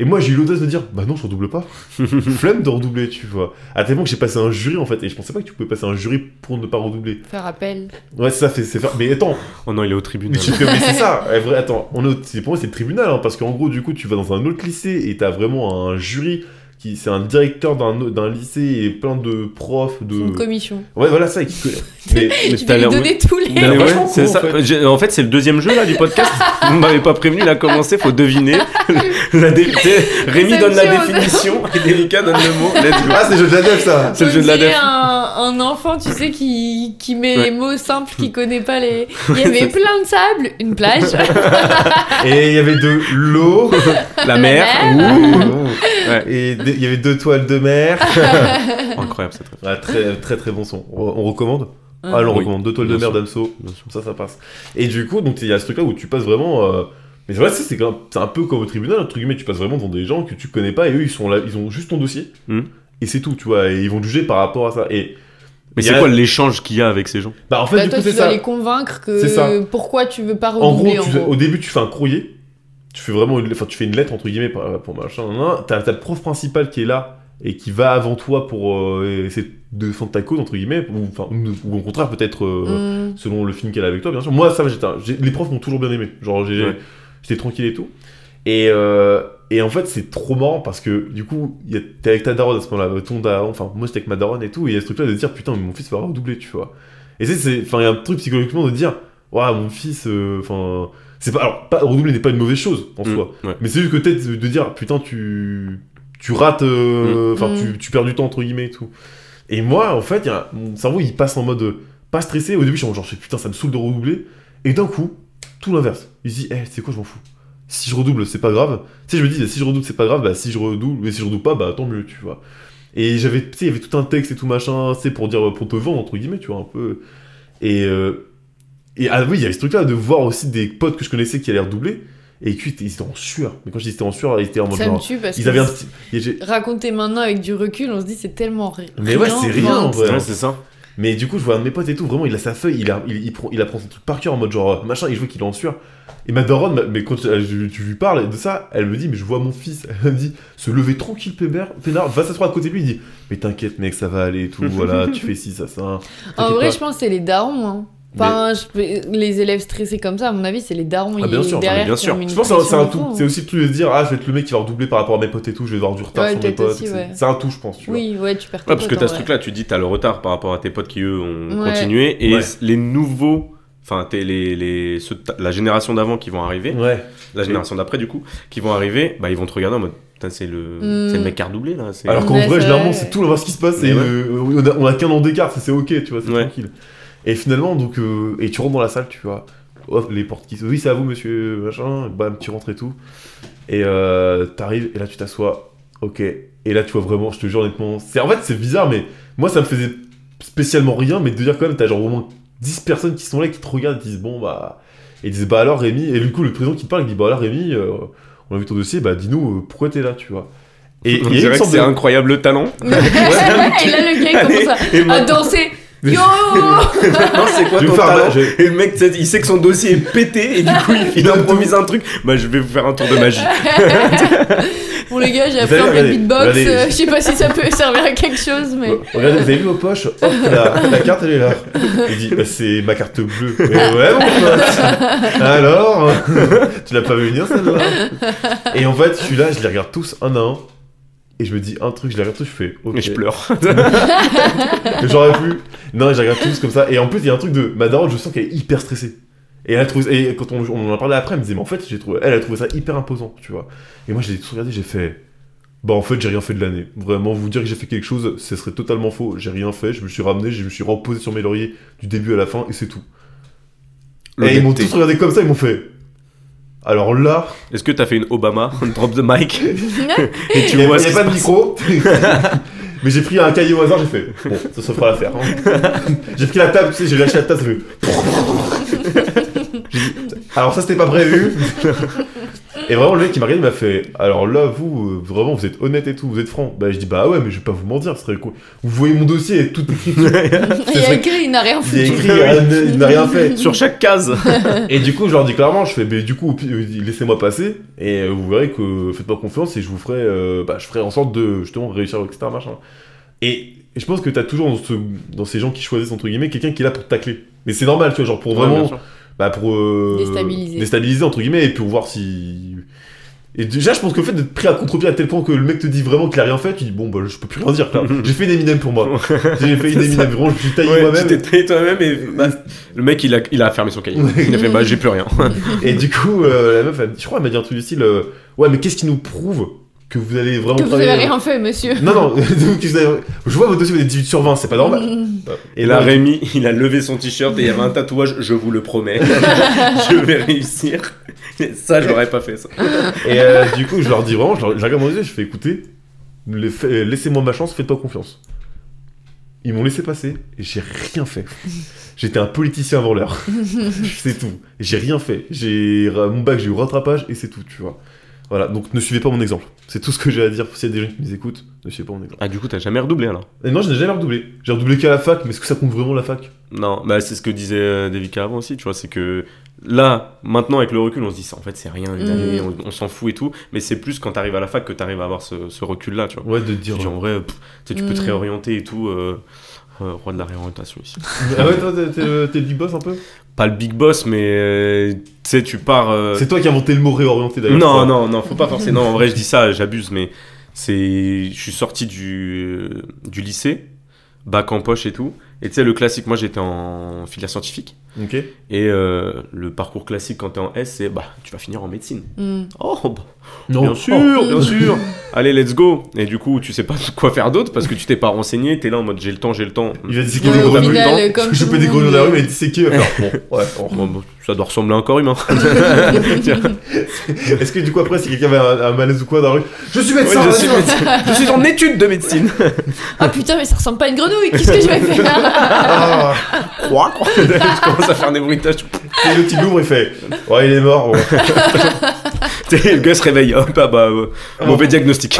Et moi, j'ai eu l'audace de dire, bah non, je redouble pas. Flemme de redoubler, tu vois. À tel point que j'ai passé un jury, en fait, et je pensais pas que tu pouvais passer un jury pour ne pas redoubler.
Faire appel.
Ouais, c'est ça, fait- c'est faire. Mais attends,
Oh non, il est au tribunal.
mais tu te- mais c'est ça. Eh, vrai, attends, on est au- c'est- pour moi c'est le tribunal hein, parce qu'en gros du coup tu vas dans un autre lycée et t'as vraiment un jury qui c'est un directeur d'un au- d'un lycée et plein de profs de.
C'est une commission.
Ouais voilà ça. et qui connaît. Mmh. Mais
Mais
Tu
t'as
vas lui
l'air-
donner tous les.
Mais
Mais
ouais,
vachement
c'est
cool,
ça.
en fait.
J'ai- En fait, c'est le deuxième jeu là du podcast. Vous m'avez pas prévenu, il a commencé, faut deviner. La dé- t'es- Rémi
Ça me
donne la
tient en-
définition et Delika donne le mot. Let's go.
ah c'est le jeu de la def ça.
C'est le jeu de la
On dirait
def.
Un, un enfant, tu sais, qui, qui met
Ouais.
les mots simples,
Mmh.
qui connaît pas les. Il y avait plein de sable, une plage.
Et il y avait de l'eau.
La mer. Ouais.
Et des- il y avait deux toiles de mer.
Incroyable cette référence.
Ah, très très très bon son. On, on recommande. Ah on
Oui,
recommande deux toiles
bien
de mer
sûr.
d'Amso.
Bien sûr.
ça ça passe et du coup donc il y a ce truc là où tu passes vraiment euh, mais c'est vrai c'est- c'est quand même- c'est un peu comme au tribunal entre guillemets tu passes vraiment devant des gens que tu connais pas et eux ils sont là ils ont juste ton dossier
Mhm.
et c'est tout tu vois et ils vont te juger par rapport à ça et
Mais
Il y
c'est
a-
quoi l'échange qu'il y a avec ces gens
bah en fait
Bah,
du
toi,
coup
tu
c'est
dois
ça
les convaincre
C'est ça.
que pourquoi tu veux pas
en gros,
redoubler.
tu- au début tu fais un courrier tu fais vraiment une, enfin, tu fais une lettre entre guillemets par- pour machin nan, nan. t'as ta prof principale qui est là et qui va avant toi pour euh, essayer de défendre ta cause entre guillemets ou, enfin, ou- ou au contraire peut-être euh,
Mm.
selon le film qu'elle a avec toi, bien sûr. Moi, ça, va, j'étais, un- j'ai- les profs m'ont toujours bien aimé. Genre, j'ai-
Ouais.
j'étais tranquille et tout. Et, euh, et en fait, c'est trop marrant parce que du coup, il y a- t'es avec ta daronne à ce moment-là, ton daron, enfin, moi j'étais avec ma daronne et tout, et il y a ce truc-là de dire putain, mais mon fils va redoubler, tu vois. Et c'est, c'est, enfin, il y a un truc psychologiquement de dire, waouh, mon fils, euh, enfin, c'est pas, alors, pas, redoubler n'est pas une mauvaise chose en soi,
Mm, ouais.
mais c'est juste que peut-être de dire, putain, tu, tu rates, euh,
Mm.
enfin,
Mm.
tu, tu perds du temps, entre guillemets, et tout. Et moi, en fait, il y a- mon cerveau, il passe en mode euh, pas stressé. Au début, je suis en genre, je fais, putain, ça me saoule de redoubler. Et d'un coup, tout l'inverse. Il se dit, eh, c'est quoi, je m'en fous. Si je redouble, c'est pas grave. Tu sais, je me dis, bah, si je redouble, c'est pas grave. Bah, si je redouble, et si je redouble pas, bah, tant mieux, tu vois. Et j'avais, tu sais, il y avait tout un texte et tout machin, c'est pour dire, pour te vendre, entre guillemets, tu vois, un peu. Et, euh, et ah oui, il y avait ce truc-là de voir aussi des potes que je connaissais qui allaient redoubler. Et qui étaient- ils étaient en sueur. Mais quand je dis ils étaient en sueur, ils étaient en mode
Ça me
genre.
tue parce
Ils
que
avaient un petit. et j'ai-
raconter maintenant avec du recul, on se dit c'est tellement ri- rien.
Mais ouais, c'est rien en
enfin,
vrai.
Ouais, c'est ça.
Mais du coup, je vois un de mes potes et tout, vraiment, il a sa feuille, il, a, il, il prend, il apprend son truc par cœur en mode genre euh, machin, et je vois qu'il est en sueur. Et ma daronne, ma- mais quand euh, je- tu lui parles de ça, elle me dit, mais je vois mon fils, elle me dit, se lever tranquille, pébère, peinard, va s'asseoir à côté de lui, il dit, mais t'inquiète, mec, ça va aller et tout, voilà, tu fais ci, ça, ça.
En
t'inquiète
vrai,
pas.
je pense que c'est les darons. hein. Enfin, je- les élèves stressés comme ça, à mon avis, c'est les darons.
Ah, bien
ils-
sûr,
mais
derrière,
bien sûr.
Je pense que c'est un
hein.
tout, c'est aussi le truc de se dire, ah, je vais être le mec qui va redoubler par rapport à mes potes et tout, je vais avoir du retard
Ouais,
sur mes
peut-être
potes.
aussi,
etc.
ouais.
C'est un tout, je pense, tu vois.
Oui, ouais, tu
Ouais,
perds tes
parce que
potes,
t'as
en
ce
vrai.
truc-là, tu dis t'as le retard par rapport à tes potes qui eux ont
Ouais.
continué et
Ouais.
les nouveaux, enfin t'es les, les ceux de ta- la génération d'avant qui vont arriver,
Ouais,
la génération d'après du coup, qui vont arriver, bah ils vont te regarder en mode putain c'est le
Mm.
c'est le mec qui a redoublé là, c'est
Alors qu'en
Ouais,
vrai,
c'est
généralement,
vrai.
c'est tout l'inverse qui se passe et
Mais ouais.
euh, on, a, on a qu'un an d'écart, ça, c'est ok, tu vois, c'est
Ouais.
tranquille. Et finalement, donc, euh, et tu rentres dans la salle, tu vois, hop, les portes qui se. Oui, c'est à vous, monsieur, machin, bam, tu rentres et tout. Et euh, t'arrives, et là, tu t'assois, ok. Et là, tu vois vraiment, je te jure honnêtement, c'est en fait, c'est bizarre, mais moi, ça me faisait spécialement rien, mais de dire quand même, t'as genre au moins 10 personnes qui sont là, qui te regardent, qui disent, bon, bah. Et ils disent, bah alors, Rémi, et du coup, le président qui te parle, il dit, bah alors, Rémi, euh, on a vu ton dossier, bah dis-nous, euh, pourquoi t'es là, tu vois. Et
on
il y a une
dirait que
sorte
c'est
de-
incroyable talent.
Et là, le gars, il commence à,
Et
à
maintenant-
danser. Yo
Maintenant, c'est quoi
Je
ton
vais vous faire un-
talent
je-
Et le mec, tu sais, il sait que son dossier est pété et du coup, il, il improvise un truc. Bah, je vais vous faire un tour de magie.
Bon les gars, j'ai
Vous
appris un
allez
peu de
regarder,
beatbox,
regardez.
euh, je sais pas si ça peut servir à quelque chose, mais...
Regardez, vous avez vu vos poches Hop là, la carte elle est là. Il dit, bah, c'est ma carte bleue. Mais ouais, mon pote. Alors Tu l'as pas vu venir celle-là Et en fait, celui-là, je les regarde tous un à un. Et je me dis un truc, je les regarde tous, je fais ok.
Et je pleure.
J'aurais pu. Non, je les regarde tous comme ça. Et en plus, il y a un truc de. Ma daronne, je sens qu'elle est hyper stressée. Et, elle a trouvé... et quand on, on en a parlé après, elle me disait, mais en fait, j'ai trouvé... elle a trouvé ça hyper imposant, tu vois. Et moi, je l'ai tous regardé, j'ai fait. Bah, en fait, j'ai rien fait de l'année. Vraiment, vous dire que j'ai fait quelque chose, ce serait totalement faux. J'ai rien fait, je me suis ramené, je me suis reposé sur mes lauriers du début à la fin, et c'est tout. et ils m'ont tous regardé comme ça, ils m'ont fait. Alors là,
Est-ce que t'as fait une Obama, un drop the mic Et tu
il n'y
vois
avait
ce qui
pas
se
de
passe.
micro. Mais j'ai pris un cahier au hasard, j'ai fait. Bon, ça se fera l'affaire. hein. j'ai pris la table, tu sais, j'ai lâché la table, ça fait. J'ai dit, alors ça, c'était pas prévu. et vraiment, le mec qui m'a regardé il m'a fait. Alors là, vous, euh, vraiment, vous êtes honnête et tout, vous êtes franc. Bah, je dis, bah ouais, mais je vais pas vous mentir, ce serait cool. Vous voyez mon dossier, et tout
Il y a écrit, il n'a rien
il y a
foutu.
écrit, il y a- il n'a rien fait.
Sur chaque case.
Et du coup, je leur dis clairement, je fais, mais du coup, au pi- euh, laissez-moi passer, et euh, vous verrez que faites-moi confiance et je vous ferai, euh, bah, je ferai en sorte de justement réussir, etc. Machin. Et, et je pense que t'as toujours dans, ce- dans ces gens qui choisissent, entre guillemets, quelqu'un qui est là pour te tacler. Mais c'est normal, tu vois, genre pour
Ouais, bien
vraiment,
sûr.
bah, pour euh,
Déstabiliser.
déstabiliser, entre guillemets, et pour voir si. Et déjà, je pense que le fait d'être pris à contre-pied à tel point que le mec te dit vraiment qu'il a rien fait, tu dis, bon, bah, je peux plus rien dire, là. J'ai fait une Eminem pour moi. J'ai fait une
C'est ça.
Eminem, vraiment, je me suis taillé
Ouais,
moi-même.
tu t'es taillé toi-même et bah, le mec il a, il a fermé son cahier. Il a fait bah j'ai plus rien.
Et du coup, euh, la meuf, elle- je crois, elle m'a dit un truc du style euh, Ouais, mais qu'est-ce qui nous prouve que vous allez vraiment
Que vous
travailler-
avez rien fait, monsieur.
Non, non, qu'est-ce que vous avez- je vois votre dossier, vous êtes 18 sur 20, c'est pas normal.
Mm.
Et là
Ouais.
Rémi il a levé son t-shirt et il y avait un tatouage, je vous le promets. je vais réussir. Et ça je l'aurais pas fait ça.
Et euh, du coup, je leur dis vraiment, je, leur, je regarde mon dossier, je fais Écoutez, les- fait- laissez-moi ma chance, faites-moi confiance. Ils m'ont laissé passer et j'ai rien fait. J'étais un politicien avant l'heure. c'est tout. J'ai rien fait. J'ai mon bac, j'ai eu rattrapage et c'est tout, tu vois. Voilà, donc ne suivez pas mon exemple. C'est tout ce que j'ai à dire. S'il y a des gens qui nous écoutent, ne suivez pas mon exemple.
Ah du coup t'as jamais redoublé alors
Et non, je n'ai jamais redoublé. J'ai redoublé qu'à la fac, mais est-ce que ça compte vraiment la fac
Non, bah c'est ce que disait euh, Devika avant aussi, tu vois, c'est que là, maintenant avec le recul, on se dit ça, en fait c'est rien, une
Mm.
année, on, on s'en fout et tout, mais c'est plus quand t'arrives à la fac que t'arrives à avoir ce, ce recul là, tu vois.
Ouais, de
Tu
dire.
te dis en vrai, pff, tu sais, tu peux te
Mm.
réorienter et tout, euh, euh, roi de la réorientation ici.
Ah ouais, toi, t'es- t'es le t'es le big boss un peu
Pas le big boss, mais euh, tu sais, tu pars. euh,
C'est toi qui as inventé le mot réorienté d'ailleurs.
Non,
Ça.
non, non, faut pas forcer. Non, en vrai, je dis ça, j'abuse, mais c'est. Je suis sorti du, du lycée, bac en poche et tout. Et tu sais, le classique, moi j'étais en filière scientifique.
Ok.
Et euh, le parcours classique quand t'es en S, c'est bah, tu vas finir en médecine.
Mm.
Oh, bah,
Non.
bien sûr,
Oh.
bien sûr. Allez, let's go. Et du coup, tu sais pas quoi faire d'autre parce que tu t'es pas renseigné. T'es là en mode j'ai le temps, j'ai le temps.
Il va disséquer
Ouais,
des
au
grenouilles.
final,
dans le
euh,
temps.
comme
Je
tout
peux
le
des
monde
grenouilles dans la rue,
est-
mais disséquer. alors, Bon, ouais, on
Bon, bon, ça doit ressembler à un corps humain.
remonte. Est-ce que du coup, après, si quelqu'un avait un, un malaise ou quoi dans la rue, je suis médecin
Ouais, je suis
vas-y.
médecin. Je suis en études de médecine.
Ah putain, mais ça ressemble pas à une grenouille, qu'est-ce que je vais faire
Ah,
Croix, croix. Je commence à faire des bruitages.
Et le petit louvre, il fait Ouais, il est mort. bon.
Tu sais, le gars se réveille. Hop, ah bah, euh, mauvais diagnostic.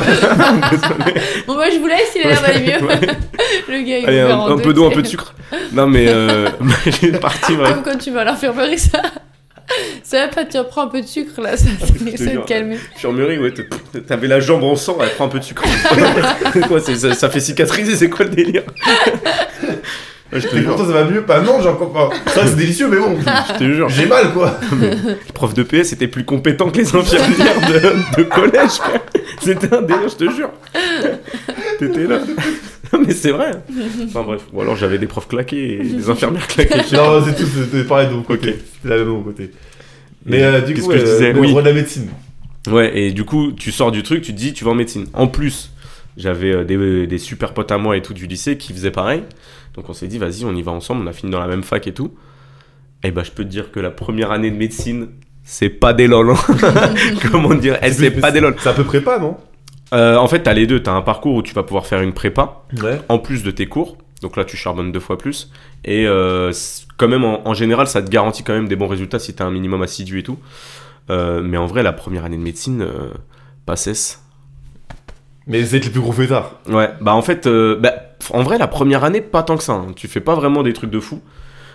Bon bah je vous laisse, il a l'air d'aller mieux.
Ouais.
Le gars, il
Allez,
est
un,
en
un
deux,
peu d'eau, un
tu
peu de
sais.
sucre. Non, mais euh, j'ai parti, ouais.
Comme quand tu vas à l'infirmerie, ça... Ça va pas, tu reprends un peu de sucre, là, ça ça
Ah, te
va
jure.
te calmer.
Furmerie, ouais, t'as- t'avais la jambe en sang, elle prend un peu de sucre. C'est quoi, c'est- ça, ça fait cicatriser, c'est quoi le délire Ouais, Je te
Et
jure,
pourtant, ça va mieux Bah non, j'ai encore pas. Ça, c'est délicieux, mais bon.
je te jure.
J'ai mal, quoi.
Les profs de PS étaient plus compétents que les infirmières de, de collège. quoi. C'était un délire, je te jure. T'étais là. Non, mais c'est vrai. Enfin bref, ou alors j'avais des profs claqués et des infirmières claquées. je sais pas.
Non, c'est tout, c'était pareil de mon côté. C'était la même de mon côté. Mais euh, du
Qu'est-ce
coup,
que je
euh,
disais
le
Oui.
roi de la médecine.
Ouais, et du coup, tu sors du truc, tu te dis, tu vas en médecine. En plus, j'avais euh, des, des super potes à moi et tout du lycée qui faisaient pareil. Donc on s'est dit, vas-y, on y va ensemble, on a fini dans la même fac et tout. Et bah, je peux te dire que la première année de médecine, c'est pas des lol. hein. Comment dire Elle, c'est pas des lol.
C'est à peu près pas, non
Euh, en fait, t'as les deux. T'as un parcours où tu vas pouvoir faire une prépa
Ouais.
en plus de tes cours. Donc là, tu charbonnes deux fois plus. Et euh, c- quand même, en, en général, ça te garantit quand même des bons résultats si t'as un minimum assidu et tout. Euh, mais en vrai, la première année de médecine, euh, pas cesse.
Mais vous êtes les plus gros fêtards.
Ouais, bah en fait, euh, bah, en vrai, la première année, pas tant que ça. hein. Tu fais pas vraiment des trucs de fou.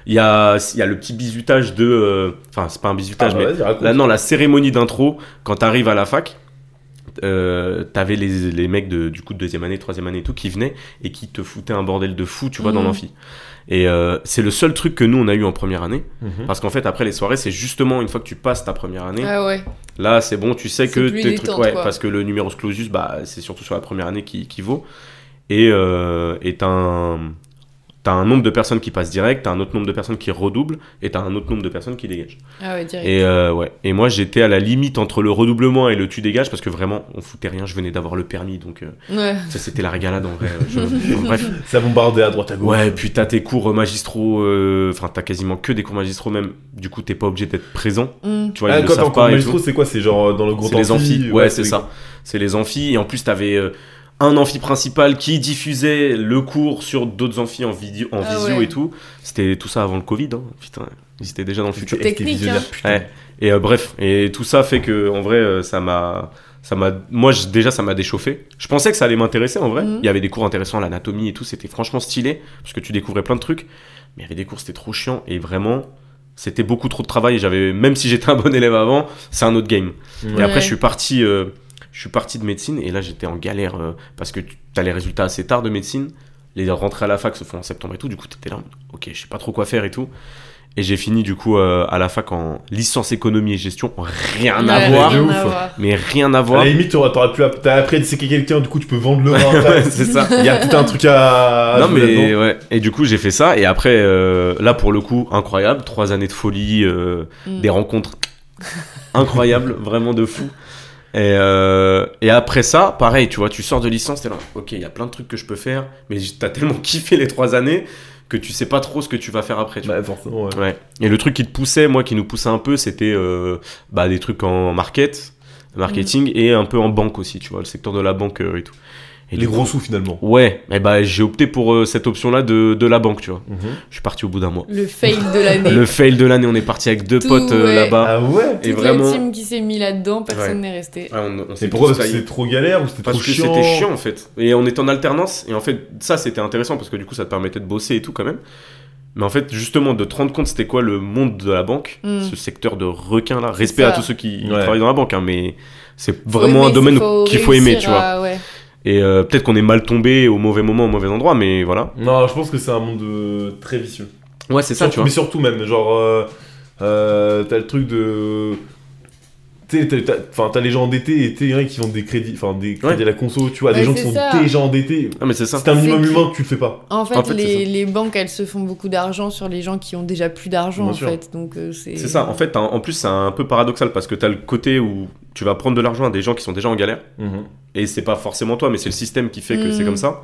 Il y a, il y a le petit bisutage de. euh, Enfin, c'est pas un
Ah,
bisutage,
bah,
mais.
vas-y, raconte.
Là, non, la cérémonie d'intro, quand t'arrives à la fac, euh, t'avais les, les mecs de, du coup de deuxième année, troisième année et tout qui venaient et qui te foutaient un bordel de fou, tu vois, dans
Mhm.
l'amphi. Et euh, c'est le seul truc que nous, on a eu en première année.
Mhm.
Parce qu'en fait, après les soirées, c'est justement une fois que tu passes ta première année,
Ah ouais.
là, c'est bon, tu sais
C'est
que
plus
tes
détente,
trucs. Ouais,
quoi.
parce que le numerus clausus, bah, c'est surtout sur la première année qui, qui vaut. Et euh, et t'as un. T'as un nombre de personnes qui passent direct, t'as un autre nombre de personnes qui redoublent, et t'as un autre nombre de personnes qui dégagent.
Ah ouais, direct.
Et, euh, ouais. et moi j'étais à la limite entre le redoublement et le tu dégages parce que vraiment on foutait rien, je venais d'avoir le permis donc euh,
Ouais.
ça c'était la régalade en vrai. euh, je- enfin, bref.
Ça bombardait à droite à gauche.
Ouais, puis t'as tes cours magistraux, euh, enfin t'as quasiment que des cours magistraux même, du coup t'es pas obligé d'être présent,
Mm.
tu vois,
ah,
ils le
quand t'es
savent
en cours
pas. et
magistro,
tout.
c'est quoi C'est genre euh, dans le gros
C'est les
amphi,
amphis, ouais, c'est ça. C'est les amphis et en plus t'avais euh, un amphi principal qui diffusait le cours sur d'autres amphis en, vidéo, en
Ah
visio
ouais.
et tout. C'était tout ça avant le Covid, hein. putain, ils étaient déjà dans le futur.
Technique, hein.
Ouais. Et euh, bref, et tout ça fait que en vrai, euh, ça m'a, ça m'a, moi je- déjà ça m'a déchauffé. Je pensais que ça allait m'intéresser en vrai.
Mhm.
Il y avait des cours intéressants, l'anatomie et tout, c'était franchement stylé parce que tu découvrais plein de trucs. Mais il y avait des cours, c'était trop chiant et vraiment, c'était beaucoup trop de travail. Et j'avais, même si j'étais un bon élève avant, c'est un autre game. Et
Ouais.
après,
Ouais.
je suis parti. euh, je suis parti de médecine et là j'étais en galère euh, parce que tu as les résultats assez tard de médecine. Les rentrées à la fac se font en septembre et tout. Du coup, tu étais là, en mode, ok, je sais pas trop quoi faire et tout. Et j'ai fini du coup euh, à la fac en licence économie et gestion. Rien
Ouais,
à voir,
de
rien
ouf.
à voir.
mais rien à
À la
voir.
limite, t'auras, t'auras plus, à- t'as appris à disséquer quelqu'un, du coup, tu peux vendre le vin.
Ouais,
après.
c'est ça.
Il y a tout un truc à. à
non
jouer
mais
là-dedans.
ouais. Et du coup j'ai fait ça et après euh, là pour le coup incroyable trois années de folie, euh,
Mm.
des rencontres incroyables, vraiment de fou. Et, euh, et après ça, pareil, tu vois, tu sors de licence, t'es là, ok, il y a plein de trucs que je peux faire, mais t'as tellement kiffé les trois années que tu sais pas trop ce que tu vas faire après. Tu vois.
Bah, forcément, ouais.
Ouais. Et le truc qui te poussait, moi, qui nous poussait un peu, c'était euh, bah, des trucs en market, marketing
Mm.
et un peu en banque aussi, tu vois, le secteur de la banque euh, et tout. Et
Les
du
gros sous, finalement.
coup, Ouais, et bah, j'ai opté pour euh, cette option-là de, de la banque, tu vois.
Mhm.
Je suis parti au bout d'un mois.
Le fail de l'année.
Le fail de l'année, on est parti avec deux
Tout,
potes euh,
ouais.
là-bas.
Ah ouais
Toute
et vraiment-
la team qui s'est mis là-dedans, personne
Ouais.
n'est resté.
Ouais, Ah, on- on s'est
C'est pourquoi
tous
Parce que
taillés.
c'était trop galère ou c'était
Parce
trop
que
chiant
c'était chiant en fait. Et on était en alternance, et en fait, ça c'était intéressant parce que du coup ça te permettait de bosser et tout quand même. Mais en fait, justement, de te rendre compte c'était quoi le monde de la banque,
Mm.
ce secteur de requin là. Respect à
ça.
tous ceux qui
Ouais.
travaillent dans la banque, hein, mais c'est
Faut
vraiment
aimer,
un domaine
faut
qu'il faut aimer, tu
réussir
vois.
à- ouais.
Et euh, peut-être qu'on est mal tombé au mauvais moment, au mauvais endroit, mais voilà.
Non, je pense que c'est un monde euh, très vicieux.
Ouais, c'est
Surtout- Mais surtout même, genre, euh, euh, t'as le truc de... t'sais, t'as- t'as- Enfin, t'as les gens endettés et t'es les gens qui vendent des crédits, enfin des crédits à la conso, tu vois, des
Ouais,
gens qui
c'est
sont
ça.
déjà endettés.
Ah, mais c'est ça.
C'est un minimum
C'est-
humain que tu le fais pas.
En fait,
En fait, c'est
les, les banques, elles se font beaucoup d'argent sur les gens qui ont déjà plus d'argent,
Bien
en
sûr.
fait. Donc, euh, c'est...
C'est ça. En fait, t'as un- en plus, c'est un peu paradoxal parce que t'as le côté où tu vas prendre de l'argent à des gens qui sont déjà en galère. et c'est pas forcément toi, mais c'est le système qui fait que
Mm.
c'est comme ça.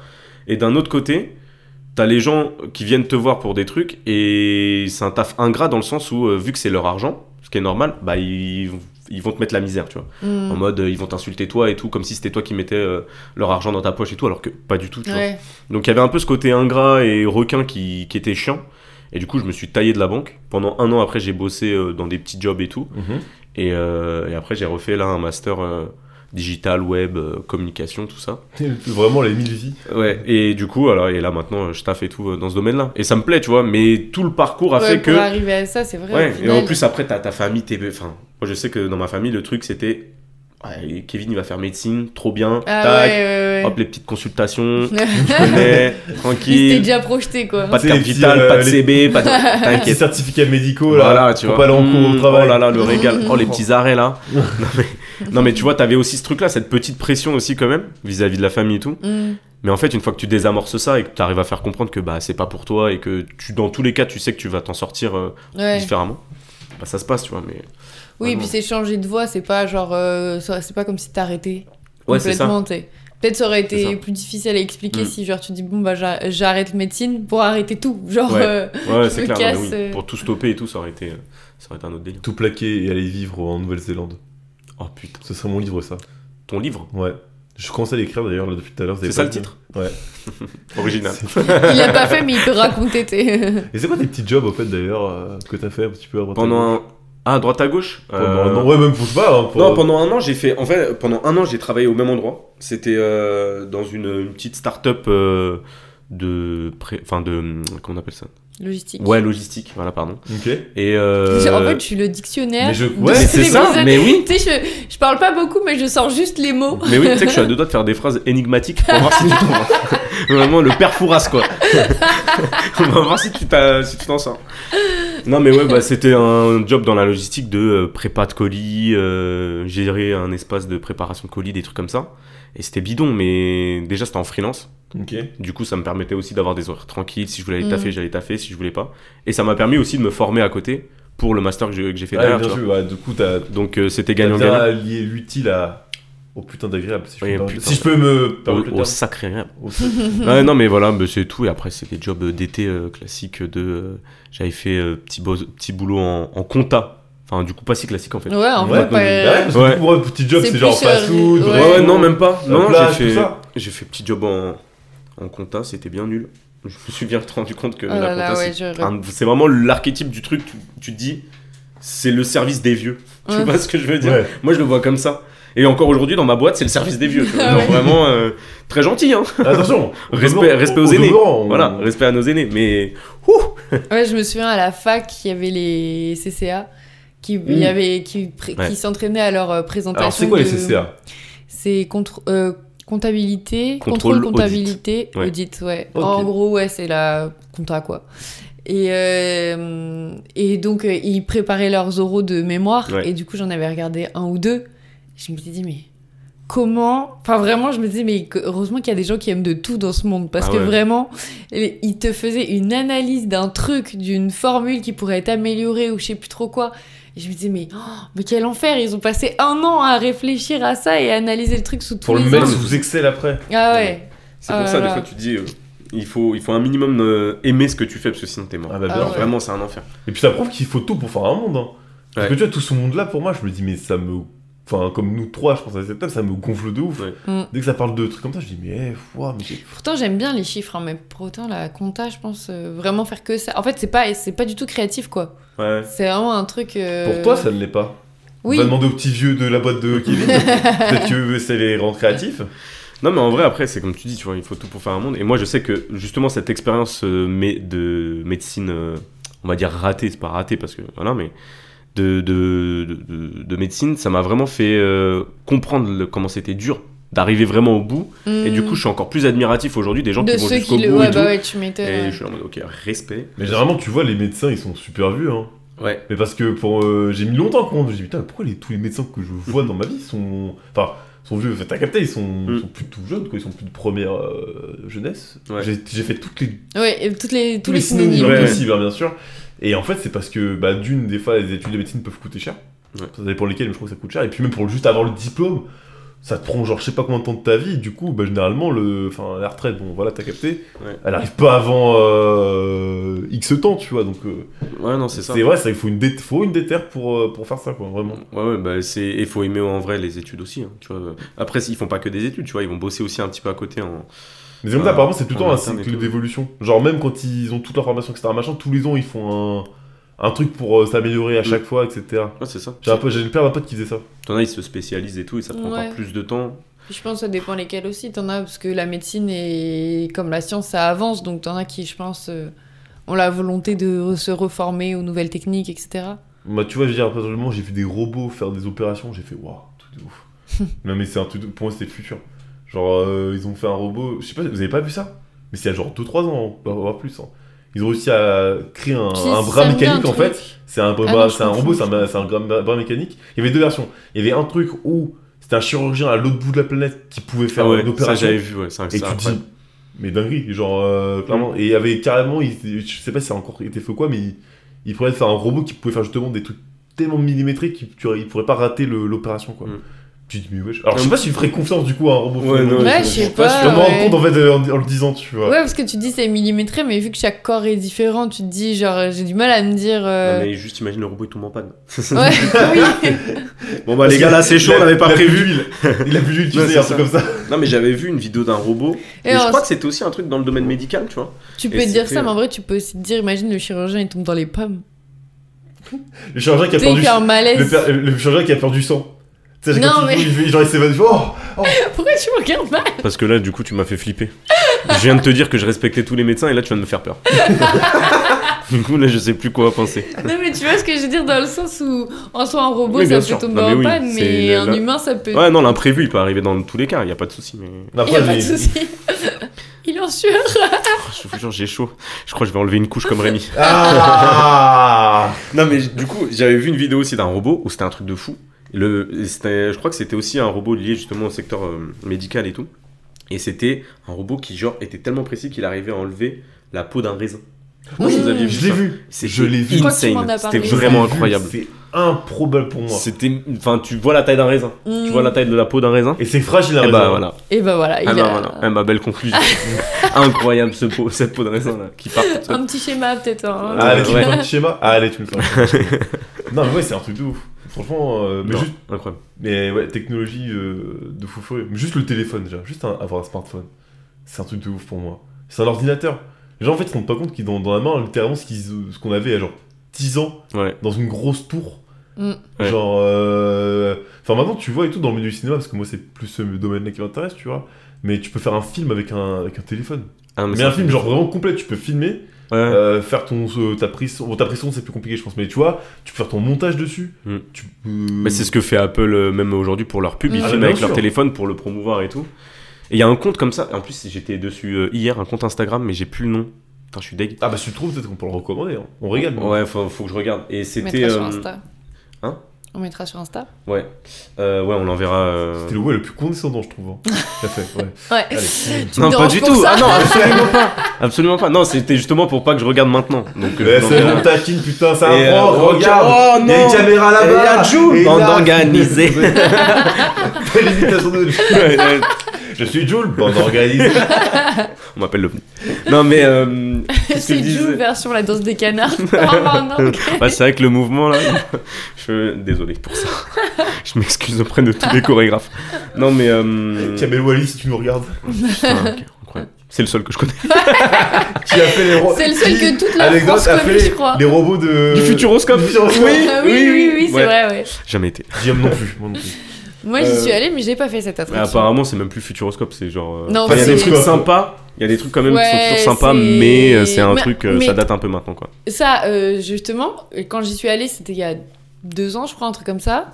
Et d'un autre côté, t'as les gens qui viennent te voir pour des trucs et c'est un taf ingrat dans le sens où, euh, vu que c'est leur argent, ce qui est normal, bah ils, ils vont te mettre la misère, tu vois.
Mm.
En mode, euh, ils vont t'insulter toi et tout, comme si c'était toi qui mettais euh, leur argent dans ta poche et tout, alors que pas du tout, tu vois.
Ouais.
Donc il y avait un peu ce côté ingrat et requin qui, qui était chiant. Et du coup, je me suis taillé de la banque. Pendant un an après, j'ai bossé euh, dans des petits jobs et tout. Et, euh, et après, j'ai refait là un master euh, digital, web, euh, communication, tout ça.
Vraiment les mille vies.
Ouais, et du coup, alors, et là maintenant, je taffe et tout euh, dans ce domaine-là. Et ça me plaît, tu vois, mais tout le parcours a
Ouais,
fait
pour
que.
arriver à ça, c'est vrai. au
Ouais, et
final.
en plus, après, t'as ta famille, t'es. ben, Enfin, moi je sais que dans ma famille, le truc c'était. ouais, Kevin, il va faire médecine, trop bien.
Ah
tac,
ouais, ouais, ouais.
hop, les petites consultations,
Il
je connais,
s'était
tranquille.
déjà projeté, quoi.
Pas de
C'est
carte
les petits,
vitale,
euh,
pas de
les-
CB, pas de.
Petit
T'inquiète.
certificat médicaux là.
Voilà, tu
faut
vois.
pas aller en cours
Mmh,
au travail.
Oh là là, le régal.
Mmh.
Oh, les petits arrêts là. non, mais, non, mais tu vois, t'avais aussi ce truc-là, cette petite pression aussi, quand même, vis-à-vis de la famille et tout.
Mm.
Mais en fait, une fois que tu désamorces ça et que tu arrives à faire comprendre que bah c'est pas pour toi et que tu dans tous les cas, tu sais que tu vas t'en sortir euh,
Ouais.
différemment. Bah ça se passe, tu vois, mais
Oui, et
Vraiment.
puis c'est changer de voix, c'est pas genre. euh, ça- c'est pas comme si t'arrêtais
ouais, c'est ça.
complètement, tu sais. Peut-être ça aurait
C'est
été
ça.
plus difficile à expliquer
Mm.
si, genre, tu dis, bon, bah, j'a- j'arrête médecine pour arrêter tout. Genre.
Ouais.
euh,
Ouais,
Je
c'est
me
clair, non, mais
casse,
oui.
euh.
pour tout stopper et tout, ça aurait été euh, ça aurait été un autre délire.
Tout plaquer et aller vivre en Nouvelle-Zélande.
Oh putain,
Ce serait mon livre ça.
ton livre,
Ouais. Je commence à l'écrire d'ailleurs là depuis tout à l'heure. vous avez
c'est ça
pas
le titre
Ouais.
Original.
Il l'a pas fait, mais il peut raconter, t'es.
Et c'est quoi tes petits jobs au fait d'ailleurs euh, que t'as fait un petit peu à droite à
Pendant
gauche
un... ah, droite à gauche
Pendant
Euh,
un an. Ouais, même pour je sais pas. hein, pour-
Non, pendant un an, j'ai fait. En fait, pendant un an, j'ai travaillé au même endroit. C'était euh, dans une, une petite start-up euh, de, pré- enfin de, comment on appelle ça
Logistique.
Ouais, logistique. Voilà, pardon.
Ok.
Et euh,
En fait, je suis le dictionnaire.
Mais je-
de
ouais,
mais c'est
ces
ça.
épisodes.
Mais oui.
Tu sais, je, je parle pas beaucoup, mais je sors juste les mots.
Mais oui, tu sais que je suis à deux doigts de faire des phrases énigmatiques pour voir si tu t'en Vraiment le père Fouras, quoi. On va voir si tu t'as- si tu t'en sors. Non, mais ouais, bah, c'était un job dans la logistique de euh, prépa de colis, euh, gérer un espace de préparation de colis, des trucs comme ça. Et c'était bidon, mais déjà c'était en freelance.
Ok.
Du coup, ça me permettait aussi d'avoir des horaires tranquilles. Si je voulais aller
Mhm.
Mm.
taffer, j'allais taffer. Si je voulais pas. Et ça m'a permis aussi de me former à côté pour le master que j'ai que j'ai fait
Ah,
derrière.
bien
tu vois.
sûr, ouais, du coup, t'as
Donc euh, c'était
t'as
gagnant-gagnant.
bien lié l'utile à... au putain d'agréable. Si, je
Oui,
peux me
putain.
permettre- si je peux me permettre
Au,
le
au
terme.
sacré rien.
Au sec.
Mhm.
Ouais, non, mais voilà, bah, c'est tout. Et après, c'est des jobs euh, d'été euh, classiques de. euh, J'avais fait euh, petit, bo- petit boulot en, en compta. Enfin, du coup, pas si classique en fait.
Ouais, en
Ouais,
vrai, pas-
Bah ouais, parce que
Ouais.
du coup, pour un petit job,
C'est
c'est genre
plus,
fast
euh,
food.
ouais.
Ouais, ouais, non, même pas.
La
Non,
plage,
j'ai
tout
fait,
ça.
j'ai fait petit job en, en compta, c'était bien nul. Je me suis bien rendu compte que
Oh
la
là
compta,
là, ouais,
c'est-
je-
un- c'est vraiment l'archétype du truc. Tu, tu te dis, c'est le service des vieux. Tu
Ouais.
vois ce que je veux dire
Ouais.
Moi, je le vois comme ça. Et encore aujourd'hui, dans ma boîte, c'est le service des vieux. tu vois.
Ah
Genre,
ouais.
vraiment euh, très gentil, hein.
Attention. au
Respect-
demeurant-
respect
au-
aux
au
aînés.
demeurant, on-
Voilà, respect à nos aînés, mais. Ouh
Ouais, je me souviens à la fac, il y avait les CCA qui, il y avait, qui, pré-
Ouais.
qui s'entraînaient à leur euh, présentation.
Mm. Alors, c'est quoi les
de-
CCA
C'est contre, euh, comptabilité,
Contrôle,
contrôle, comptabilité,
Ouais.
audit, ouais.
Ok.
En gros, ouais, c'est la compta, quoi. Et, euh, et donc, euh, ils préparaient leurs oraux de mémoire,
Ouais.
et du coup, j'en avais regardé un ou deux. Je me suis dit, mais comment Enfin, vraiment, je me disais, mais que- heureusement qu'il y a des gens qui aiment de tout dans ce monde, parce
Ah
que
ouais.
vraiment, les- ils te faisaient une analyse d'un truc, d'une formule qui pourrait être améliorée ou je sais plus trop quoi. Et je me disais, mais, oh, mais quel enfer Ils ont passé un an à réfléchir à ça et à analyser le truc sous tous
Pour le
les
mettre
angles.
sous Excel après.
Ah ouais.
C'est pour
Ah
ça,
là
des
là.
fois, tu te dis, euh, il, faut, il faut un minimum euh, aimer ce que tu fais, parce que sinon, t'es mort.
Ah bah,
Ah
bien
Alors,
ouais.
sûr.
Vraiment, c'est un enfer.
Et puis ça prouve qu'il faut tout pour faire un monde. hein. Parce
Ouais.
que tu vois, tout ce monde-là, pour moi, je me dis, mais ça me. Enfin, comme nous trois, je pense à cette table, ça me gonfle de ouf.
Ouais.
Mm.
Dès que ça parle de trucs comme ça, je dis, mais eh, ouah, mais j'ai-
Pourtant, j'aime bien les chiffres, hein, mais pour autant, la compta, je pense euh, vraiment faire que ça. En fait, c'est pas, c'est pas du tout créatif, quoi.
Ouais.
C'est vraiment un truc. euh,
Pour toi, ça ne l'est pas.
Oui.
Va demander au petit vieux de la boîte de Kevin. Peut-être que c'est les rangs créatifs.
Non, mais en vrai, après, c'est comme tu dis, tu vois, il faut tout pour faire un monde. Et moi, je sais que, justement, cette expérience euh, mé- de médecine, euh, on va dire ratée, c'est pas ratée, parce que, voilà, mais de, de, de- de- de médecine, ça m'a vraiment fait euh, comprendre le- comment c'était dur d'arriver vraiment au bout. Et du
Hmm.
coup, je suis encore plus admiratif aujourd'hui des gens
de
qui vont
ceux
jusqu'au
qui
bout
le.
et
Ouais,
tout.
bah ouais, tu m'étonnes.
Et
ouais.
je suis en mode, ok, respect.
Mais généralement, tu vois, les médecins, ils sont super vieux. Hein.
Ouais.
Mais parce que pour, euh, j'ai mis longtemps à comprendre. J'ai dit, putain, pourquoi les, tous les médecins que je vois dans ma vie sont. Enfin, sont vieux. Enfin, T'as capté, ils sont,
Mm.
sont plus tout jeunes, quoi. Ils sont plus de première euh, jeunesse.
Ouais.
J'ai j'ai fait toutes les
Ouais, et toutes les, tous les
synonymes
synonymes.
ouais.
possibles, hein, bien sûr. Et en fait, c'est parce que, bah, d'une, des fois, les études de médecine peuvent coûter cher.
Ouais.
Ça dépend lesquelles, mais je crois que ça coûte cher. Et puis, même pour juste avoir le diplôme, ça te prend genre, je sais pas combien de temps de ta vie. Du coup, bah, généralement, le... enfin, la retraite, bon, voilà, t'as capté.
Ouais.
Elle arrive pas avant euh, X temps, tu vois. Donc, euh,
Ouais, non, c'est ça.
c'est vrai, ça, il faut une, dé- faut une déterre pour, euh, pour faire ça, quoi, vraiment.
Ouais, ouais, bah c'est. Et faut aimer en vrai les études aussi. hein, tu vois. Après, ils font pas que des études, tu vois, ils vont bosser aussi un petit peu à côté. En...
Mais c'est comme
Ouais.
ça, apparemment, c'est tout le
Ouais,
temps un
ça, Ah, mais
cycle
tout.
d'évolution. Genre, même quand ils ont toute leur formation, etc., machin, tous les ans, ils font un, un truc pour euh, s'améliorer à chaque
Mm.
fois, etc.
Ouais, c'est ça.
J'ai un peu- j'ai le père d'un pote qui faisait ça.
T'en as, ils se spécialisent et tout, et ça prend
Ouais.
encore plus de temps.
Je pense que ça dépend lesquels aussi. T'en as, parce que la médecine est. Comme la science, ça avance. Donc, t'en as qui, je pense, euh, ont la volonté de se reformer aux nouvelles techniques, etc.
Bah, tu vois, je veux dire, à partir du moment où j'ai vu des robots faire des opérations, j'ai fait waouh, tout de ouf. non, mais c'est un truc de- Pour moi, c'était le futur. Genre, euh, ils ont fait un robot. Je sais pas, vous avez pas vu ça Mais c'est il y a genre 2-3 ans, hein, voire plus. hein. Ils ont réussi à créer un,
Si,
un
si,
bras
ça me dit un
mécanique en
truc.
fait. C'est un, bras-
Ah non, je
c'est un
comprends,
robot,
je
c'est un,
comprends.
c'est un gra- bras, mécanique. Il y avait deux versions. Il y avait un truc où c'était un chirurgien à l'autre bout de la planète qui pouvait faire
Ah ouais,
une
ça
opération.
j'avais vu, ouais, ça, ça,
Et tu te
après. Mm.
dis, mais dinguerie, genre, euh, clairement. Et il y avait carrément, il- je sais pas si ça a encore été fait ou quoi, mais il, il pourrait faire un robot qui pouvait faire justement des trucs tellement millimétrés qu'il tu- il pourrait pas rater le- l'opération, quoi.
Mm.
Tu te dis, mais wesh. Alors, je sais pas si tu ferais confiance du coup à un robot.
Ouais, non,
Ouais,
je-
je sais
Je me
pas.
rends
Ah, ouais.
compte en fait euh, en, en le disant, tu vois.
Ouais, parce que tu dis c'est millimétré, mais vu que chaque corps est différent, tu te dis genre euh, j'ai du mal à me dire. euh,
Non, mais juste imagine le robot il tombe en panne.
Ouais, oui.
bon bah
Parce
les gars
que
là c'est chaud,
il a-
on avait
il
pas
a plus
prévu.
d'huile. Il a plus d'huile, tu
Ouais,
sais,
c'est
un truc comme ça.
Non mais j'avais vu une vidéo d'un robot. Et,
Et
je
alors,
crois que c'était aussi un truc dans le domaine médical, tu vois.
tu
et
peux te dire
c'était-
ça, mais en vrai, tu peux aussi te dire imagine le chirurgien il tombe dans les pommes.
Le chirurgien qui a
Tu sais, il
perdu.
fait un malaise.
Le, per- le chirurgien qui a perdu sang. Tu sais,
Non,
quand il-
mais-
il- genre il s'évade, il fait, oh,
Pourquoi tu me regardes mal
Parce que là du coup tu m'as fait flipper. Je viens de te dire que je respectais tous les médecins et là tu viens de me faire peur. du coup là je sais plus quoi penser.
Non, mais tu vois ce que je veux dire dans le sens où en soi un robot
Oui, bien
ça
sûr.
peut tomber
Non, mais
en
oui,
panne,
c'est
mais
la-
un
la-
humain ça peut.
Ouais non l'imprévu il peut arriver dans tous les cas, il y a pas de souci mais
Il y a
Après,
pas de
j'ai-
souci. Il en sueur.
Oh, je vous jure j'ai chaud. Je crois que je vais enlever une couche comme Rémi.
Ah
Non mais du coup j'avais vu une vidéo aussi d'un robot où c'était un truc de fou. Le, et c'était- je crois que c'était aussi un robot lié justement au secteur euh, médical et tout. Et c'était un robot qui genre était tellement précis qu'il arrivait à enlever la peau d'un raisin.
Oui,
Si vous aviez vu
je l'ai
ça.
vu.
C'est
Je l'ai vu.
Je crois que tu m'en as
insane. C'était
parlé.
Je l'ai
vraiment
vu,
incroyable.
C'est improbable pour moi. Mm.
C'était, enfin tu vois la taille d'un raisin. Tu vois la taille de la peau d'un raisin.
Et c'est fragile à
Et
raison.
bah voilà.
Et bah voilà, il
Ah
a
bah voilà. Eh bah, belle conclusion. Incroyable ce pot, cette peau de raisin là qui part. toute seule.
un petit schéma peut-être. hein.
Ah, allez, tu me
Ouais.
fais un petit schéma Ah, allez, tu me fais un petit schéma. Non, mais ouais, c'est un truc de ouf. Franchement, euh, mais
Non,
juste.
Incroyable.
Mais ouais, technologie euh, de fou furieux. Mais Juste le téléphone, déjà. Juste un- avoir un smartphone. C'est un truc de ouf pour moi. C'est un ordinateur. Les gens, en fait, se rendent pas compte qu'ils ont dans la main littéralement ce qu'ils- ce qu'on avait à genre 10 ans
Ouais.
dans une grosse tour.
Mm.
Ouais.
Genre. euh, Enfin, maintenant, tu vois et tout dans le milieu du cinéma, parce que moi, c'est plus ce domaine-là qui m'intéresse, tu vois. Mais tu peux faire un film avec un, avec un téléphone.
Ah,
Mais
ça-
un film, genre vraiment complet, tu peux filmer,
Ouais.
euh, faire ton. euh, ta prise. Bon, ta prise son, c'est plus compliqué, je pense, mais tu vois, tu peux faire ton montage dessus.
Mm.
Tu
Mais c'est ce que fait Apple euh, même aujourd'hui pour leur pub, ils
Mm. Ah,
filment
bien
avec
sûr.
leur téléphone pour le promouvoir et tout. Et il y a un compte comme ça, en plus j'étais dessus euh, hier, un compte Instagram, mais j'ai plus le nom. Putain, je suis deg.
Ah bah si tu le trouves peut-être qu'on peut le recommander, hein. on régale. nous.
Ouais, faut, faut que je regarde. Et
On
c'était.
mettra sur
euh,
Insta.
hein
On mettra sur Insta.
ouais. Euh, ouais, on l'enverra. euh,
C'était le ouais le plus condescendant je trouve. hein. Tout à fait, ouais.
Ouais.
Allez.
Tu me déranges pour ça
Ah non, absolument pas. Absolument pas. Non, c'était justement pour pas que je regarde maintenant. Donc, euh,
Ouais,
je
c'est
l'enverrai.
bon taquine putain, ça
Et, euh,
apprend, regarde
Oh
Il y a
non
une caméra
Et
là-bas
il y a Jules
Et
Bande
là-
organisée.
Fais l'imitation de Jules.
Ouais, ouais.
Je suis Jules, bande organisée
On m'appelle le. Non, mais. euh, qu'est-ce que je
C'est
disais
Jules version la danse des canards. Oh, non, ok.
Ouais, Bah, c'est vrai que le mouvement là. Je... Désolé pour ça. Je m'excuse auprès de tous les chorégraphes. Non, mais. euh,
Kamel Wally si tu nous regardes.
putain, ok, incroyable. C'est le seul que je connais.
Qui a fait les robots.
C'est le seul que toute la
Anecdote,
France
a
connaît,
fait
je crois.
les robots de.
Du futuroscope.
Euh, Du futuroscope.
Ah oui, oui, oui, c'est
Ouais.
vrai, ouais.
Jamais été.
J'aime non plus, moi non plus.
Moi, j'y
Euh,
suis allée, mais j'ai pas fait cette
Mais
attraction.
apparemment, c'est même plus futuroscope. C'est genre. euh,
Non,
enfin, il y a
mais
des
c'est-
trucs sympas. Il y a des trucs quand même qui
Ouais,
sont toujours sympas,
c'est-
mais euh, c'est un
Mais-
truc. euh,
mais-
Ça date un peu maintenant, quoi.
Ça, euh, justement, quand j'y suis allée, c'était il y a deux ans, je crois, un truc comme ça.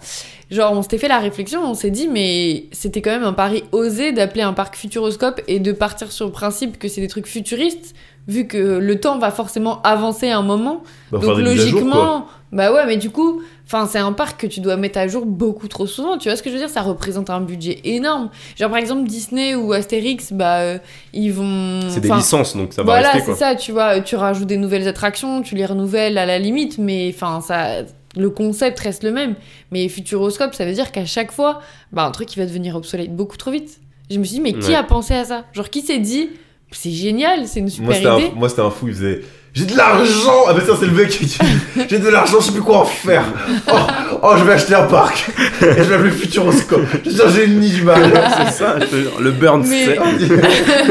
Genre, on s'était fait la réflexion, on s'est dit, mais c'était quand même un pari osé d'appeler un parc futuroscope et de partir sur le principe que c'est des trucs futuristes, vu que le temps va forcément avancer à un moment.
Bah,
Donc,
faire des mises à jour, quoi.
logiquement, bah ouais, mais du coup, enfin, c'est un parc que tu dois mettre à jour beaucoup trop souvent. Tu vois ce que je veux dire Ça représente un budget énorme. Genre, par exemple, Disney ou Astérix, bah, euh, ils vont.
C'est des
Mm. enfin,
licences, donc ça va
voilà,
rester, quoi.
c'est ça, tu vois, tu rajoutes des nouvelles attractions, tu les renouvelles à la limite, mais enfin ça le concept reste le même. Mais Futuroscope, ça veut dire qu'à chaque fois, bah, un truc qui va devenir obsolète beaucoup trop vite. Je me suis dit mais qui
Ouais.
a pensé à ça Genre qui s'est dit c'est génial, c'est une
Moi
super
c'était, un,
idée.
moi c'était un fou, il faisait J'ai de l'argent Ah bah ça c'est le mec qui dit J'ai de l'argent, je sais plus quoi en faire Oh, oh, je vais acheter un parc Et je vais appeler Futuroscope Je suis un génie du mal
C'est ça, je te jure. le burn,
Mais-
c'est. Ah,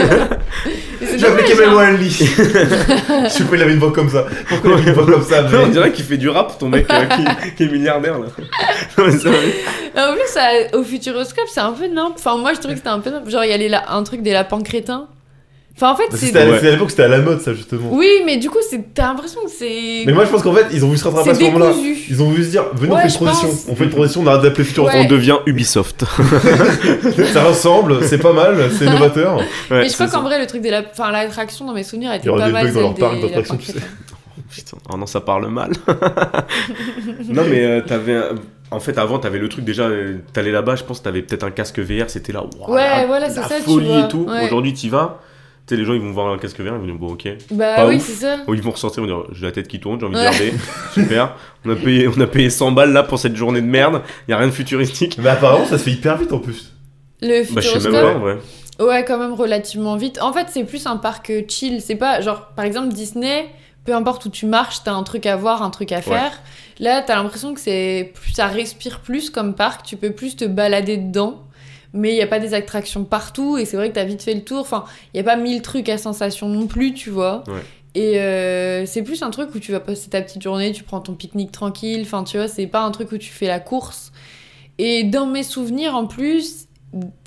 Et c'est
Je vais appeler
dommage,
Kamel
hein.
Wally Je sais pas, il avait une voix comme ça Pourquoi il avait une voix comme ça mais-
On dirait qu'il fait du rap, ton mec euh, qui, qui est milliardaire là. Non, mais ça, ouais.
En plus, ça- au Futuroscope, c'est un peu nimp. Enfin, moi, je trouvais que c'était un peu nimp. Genre, il y a les la- un truc des lapins crétins. Enfin, en fait,
Bah,
c'est.
c'était, à-
Ouais.
c'était à l'époque, c'était à la mode ça justement
Oui, mais du coup, c'est- t'as l'impression que c'est.
Mais moi je pense qu'en fait, ils ont voulu se rattraper à
c'est
ce moment-là
décousu.
ils ont voulu se dire, venez
Ouais,
on fait
je
une transition,
pense.
on fait une transition, on arrête d'appeler Futuroscope
Ouais.
On devient Ubisoft.
Ça ressemble, c'est pas mal, c'est novateur.
Ouais,
mais je crois
c'est
qu'en
ça.
vrai, le truc de la... Enfin, l'attraction dans mes souvenirs
Il
était
y aura
pas
des
mal.
bugs dans
celle
leur
des
parc d'attraction,
lapins
tu sais.
crétins.
Putain, oh non, ça parle mal. non, mais euh, t'avais. un- En fait, avant, t'avais le truc déjà. euh, T'allais là-bas, je pense que t'avais peut-être un casque VR, c'était là. waouh,
Ouais,
Ah,
la-
voilà, c'est
la
ça, tu
folie
vois.
et tout.
Ouais.
Aujourd'hui, t'y vas. Tu sais, les gens, ils vont voir un casque VR, ils vont dire, bon, ok.
Bah
Pas
oui,
ouf.
c'est ça.
Oh, ils vont ressortir, ils vont dire, j'ai la tête qui tourne, j'ai envie de
Ouais.
regarder. Super. On a, payé, on a payé 100 balles là pour cette journée de merde. Y a rien de futuristique.
Mais apparemment ça se fait hyper vite en plus.
Le
Bah, je sais même
futuroscope.
pas, ouais.
ouais, quand même relativement vite. En fait, c'est plus un parc euh, chill. C'est pas genre, par exemple, Disney, peu importe où tu marches, t'as un truc à voir, un truc à faire. Là, t'as l'impression que c'est plus, ça respire plus comme parc. Tu peux plus te balader dedans. Mais il n'y a pas des attractions partout. Et c'est vrai que t'as vite fait le tour. Enfin, il n'y a pas mille trucs à sensation non plus, tu vois.
Ouais.
Et euh, c'est plus un truc où tu vas passer ta petite journée, tu prends ton pique-nique tranquille. Enfin, tu vois, c'est pas un truc où tu fais la course. Et dans mes souvenirs, en plus,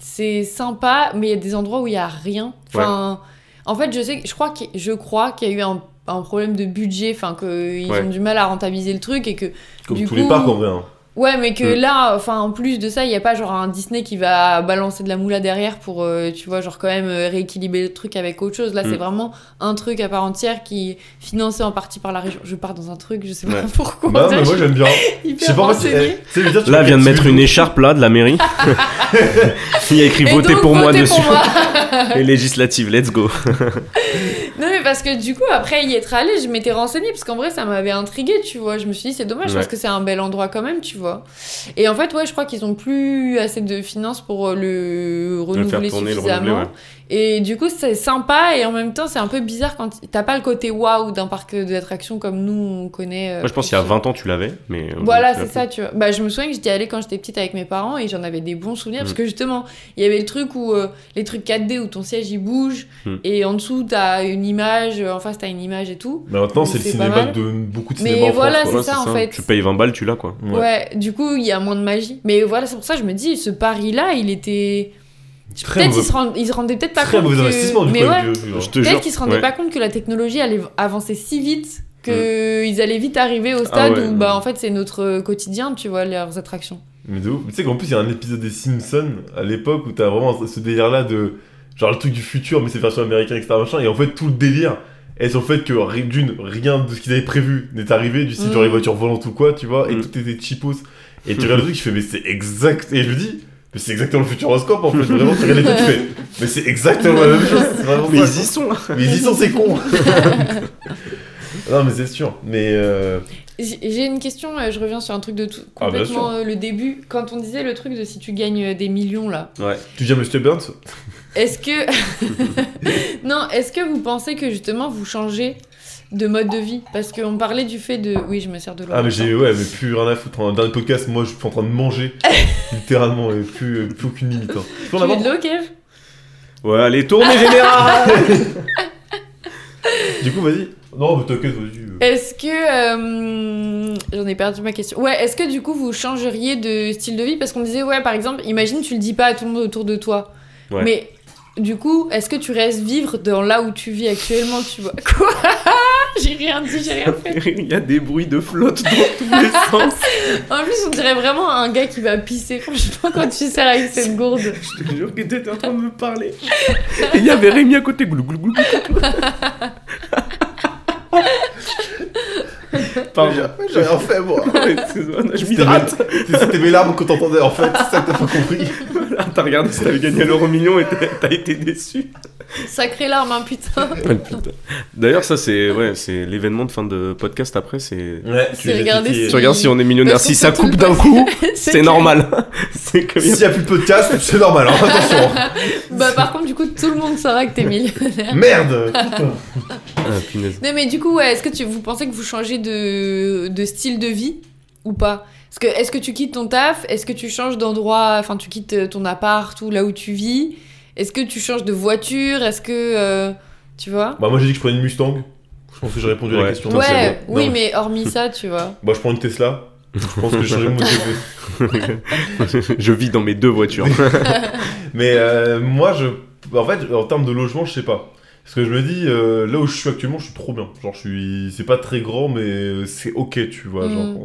c'est sympa, mais il y a des endroits où il y a rien. Enfin, En fait, je sais, je crois qu'il je crois qu'il y a eu un, un problème de budget, enfin qu'ils
Ouais.
ont du mal à rentabiliser le truc et que
Comme
Du
tous
coup-
les parcs en vrai. hein.
ouais, mais que
Mm.
là, enfin en plus de ça, il n'y a pas genre un Disney qui va balancer de la moula derrière pour, euh, tu vois, genre quand même euh, rééquilibrer le truc avec autre chose. Là, c'est
Mm.
vraiment un truc à part entière qui est financé en partie par la région. Je pars dans un truc, je sais pas
Ouais.
pourquoi.
Bah,
ça,
mais moi
je suis
j'aime bien. Je
hyper
sais pas moi,
renseignée.
eh, tu sais, je veux dire, tu
Là
peux
vient de
faire
mettre
tous
une
les-
écharpe là de la mairie. Il y a écrit
Et
votez
donc,
pour moi
votez
dessus.
pour moi.
Les législatives, let's go.
Non mais parce que du coup après y être allé je m'étais renseignée parce qu'en vrai ça m'avait intrigué tu vois je me suis dit c'est dommage
Ouais.
parce que c'est un bel endroit quand même tu vois et en fait ouais je crois qu'ils ont plus assez de finances pour euh, le renouveler
tourner, le
suffisamment
renouveler,
et du coup c'est sympa et en même temps c'est un peu bizarre quand t'as pas le côté waouh d'un parc d'attractions comme nous on connaît euh,
Moi je pense qu'il y a 20 ans tu l'avais, mais. euh,
voilà,
tu
c'est
l'as
ça, tu vois. Bah, je me souviens que j'étais allée quand j'étais petite avec mes parents et j'en avais des bons souvenirs parce
Mm.
que justement, il y avait le truc où euh, les trucs 4D où ton siège il bouge
Mm.
et en dessous t'as une image, euh, en face t'as une image et tout.
Mais maintenant,
Mais
c'est le
c'est pas
cinéma
mal.
de beaucoup de
Mais
cinéma en
voilà,
France.
plus.
quoi.
Ouais,
c'est ça, en fait.
Tu payes 20 balles, tu l'as quoi.
Ouais. du coup il y a moins de magie. Mais voilà, c'est pour ça que je me dis, ce pari-là, il était.
Très
Peut-être
mauvais-
qu'ils se, rend- ils se rendaient peut-être pas
Très
compte.
mauvais
que-
investissement du
Mais
coup.
ouais,
avec du- hein. du-
Je te jure.
peut-être qu'ils se rendaient
ouais. Mm.
pas compte que la technologie allait avancer si vite qu'ils allaient vite arriver au stade
Ah ouais.
où bah en fait c'est notre quotidien, tu vois, leurs attractions.
Mais de ouf. Tu sais qu'en plus, il y a un épisode des Simpsons à l'époque où t'as vraiment ce délire-là de. Genre le truc du futur, mais c'est version américaine, etc. Machin. Et en fait, tout le délire est sur le fait que ri- d'une, rien de ce qu'ils avaient prévu n'est arrivé, du style
Mm.
genre les voitures volantes ou quoi, tu vois, et
Mm.
tout était cheapos. Et tu regardes le truc, je fais, mais c'est exact. Et je me dis, mais c'est exactement le futuroscope en fait. Vraiment, tu regardes les trucs, tu fais, mais c'est exactement la même chose. c'est vraiment
Mais
ça.
ils y sont.
Mais ils y sont, c'est con Non, mais c'est sûr. Mais. Euh...
J'ai j'ai une question, euh, je reviens sur un truc de tout,
Ah, bien sûr.
complètement euh, le début. Quand on disait le truc de si tu gagnes euh, des millions là,
Ouais.
Tu dis à Monsieur Burns
est-ce que. non, est-ce que vous pensez que justement vous changez de mode de vie Parce qu'on parlait du fait de. Oui, je me sers de l'eau.
Ah mais j'ai ouais mais plus rien à foutre hein. dans le podcast moi je suis en train de manger littéralement et plus, plus aucune limite hein. Tu peux
Tu
en
veux
avoir
de l'eau, Kev
Ouais, allez, tournez général
Du coup vas-y. Non mais t'inquiète vas-y. euh.
Est-ce que. euh, J'en ai perdu ma question. Ouais, est-ce que du coup vous changeriez de style de vie Parce qu'on disait, ouais, par exemple, imagine tu le dis pas à tout le monde autour de toi.
Ouais.
Mais du coup, est-ce que tu restes vivre dans là où tu vis actuellement Tu vois Quoi J'ai rien dit, j'ai rien fait.
Il y a des bruits de flotte dans tous les sens.
En plus, on dirait vraiment un gars qui va pisser, franchement, quand tu sers avec cette gourde.
Je te jure que t'étais en train de me parler. Et il y avait Rémi à côté. Glou, glou, glou, glou, glou. Pardon.
J'ai rien fait moi.
Excuse-moi, Je m'hydrate.
C'est- C'était mes larmes qu'on t'entendait en fait, c'est ça que t'as pas compris.
Voilà, Ah, T'as regardé si t'avais gagné à l'euro million et t'as- t'as été déçu.
Sacrée larme, hein, putain.
Ah, D'ailleurs, ça, c'est ouais, c'est l'événement de fin de podcast après. c'est
Ouais,
C'est regarder
expliqué.
Tu regardes si on est millionnaire. Si ça
Parce qu'on
coupe
peut
d'un
tout
coup,
le passer.
c'est normal. C'est comme
S'il y a plus de podcast, c'est normal, hein, attention. hein.
Bah, par contre, du coup, tout le monde saura que t'es millionnaire.
Merde putain.
Ah, punaise.
Non mais du coup, ouais, est-ce que tu, vous pensez que vous changez de, de style de vie ou pas Parce que est-ce que tu quittes ton taf Est-ce que tu changes d'endroit Enfin, tu quittes euh, ton appart ou là où tu vis Est-ce que tu changes de voiture Est-ce que euh, tu vois
Bah moi j'ai dit que je prenais une Mustang. Je pense que j'ai répondu à
Ouais.
la question.
Non, c'est
Ouais,
Non,
oui,
mais-
mais hormis ça, tu vois.
Bah je prends une Tesla. Je pense que j'ai changé mon mode de vie.
Je vis dans mes deux voitures.
Mais euh, moi, je... en fait, en termes de logement, je sais pas. Parce que je me dis, euh, là où je suis actuellement, je suis trop bien. Genre, je suis. C'est pas très grand, mais euh, c'est ok, tu vois. genre.
Mm.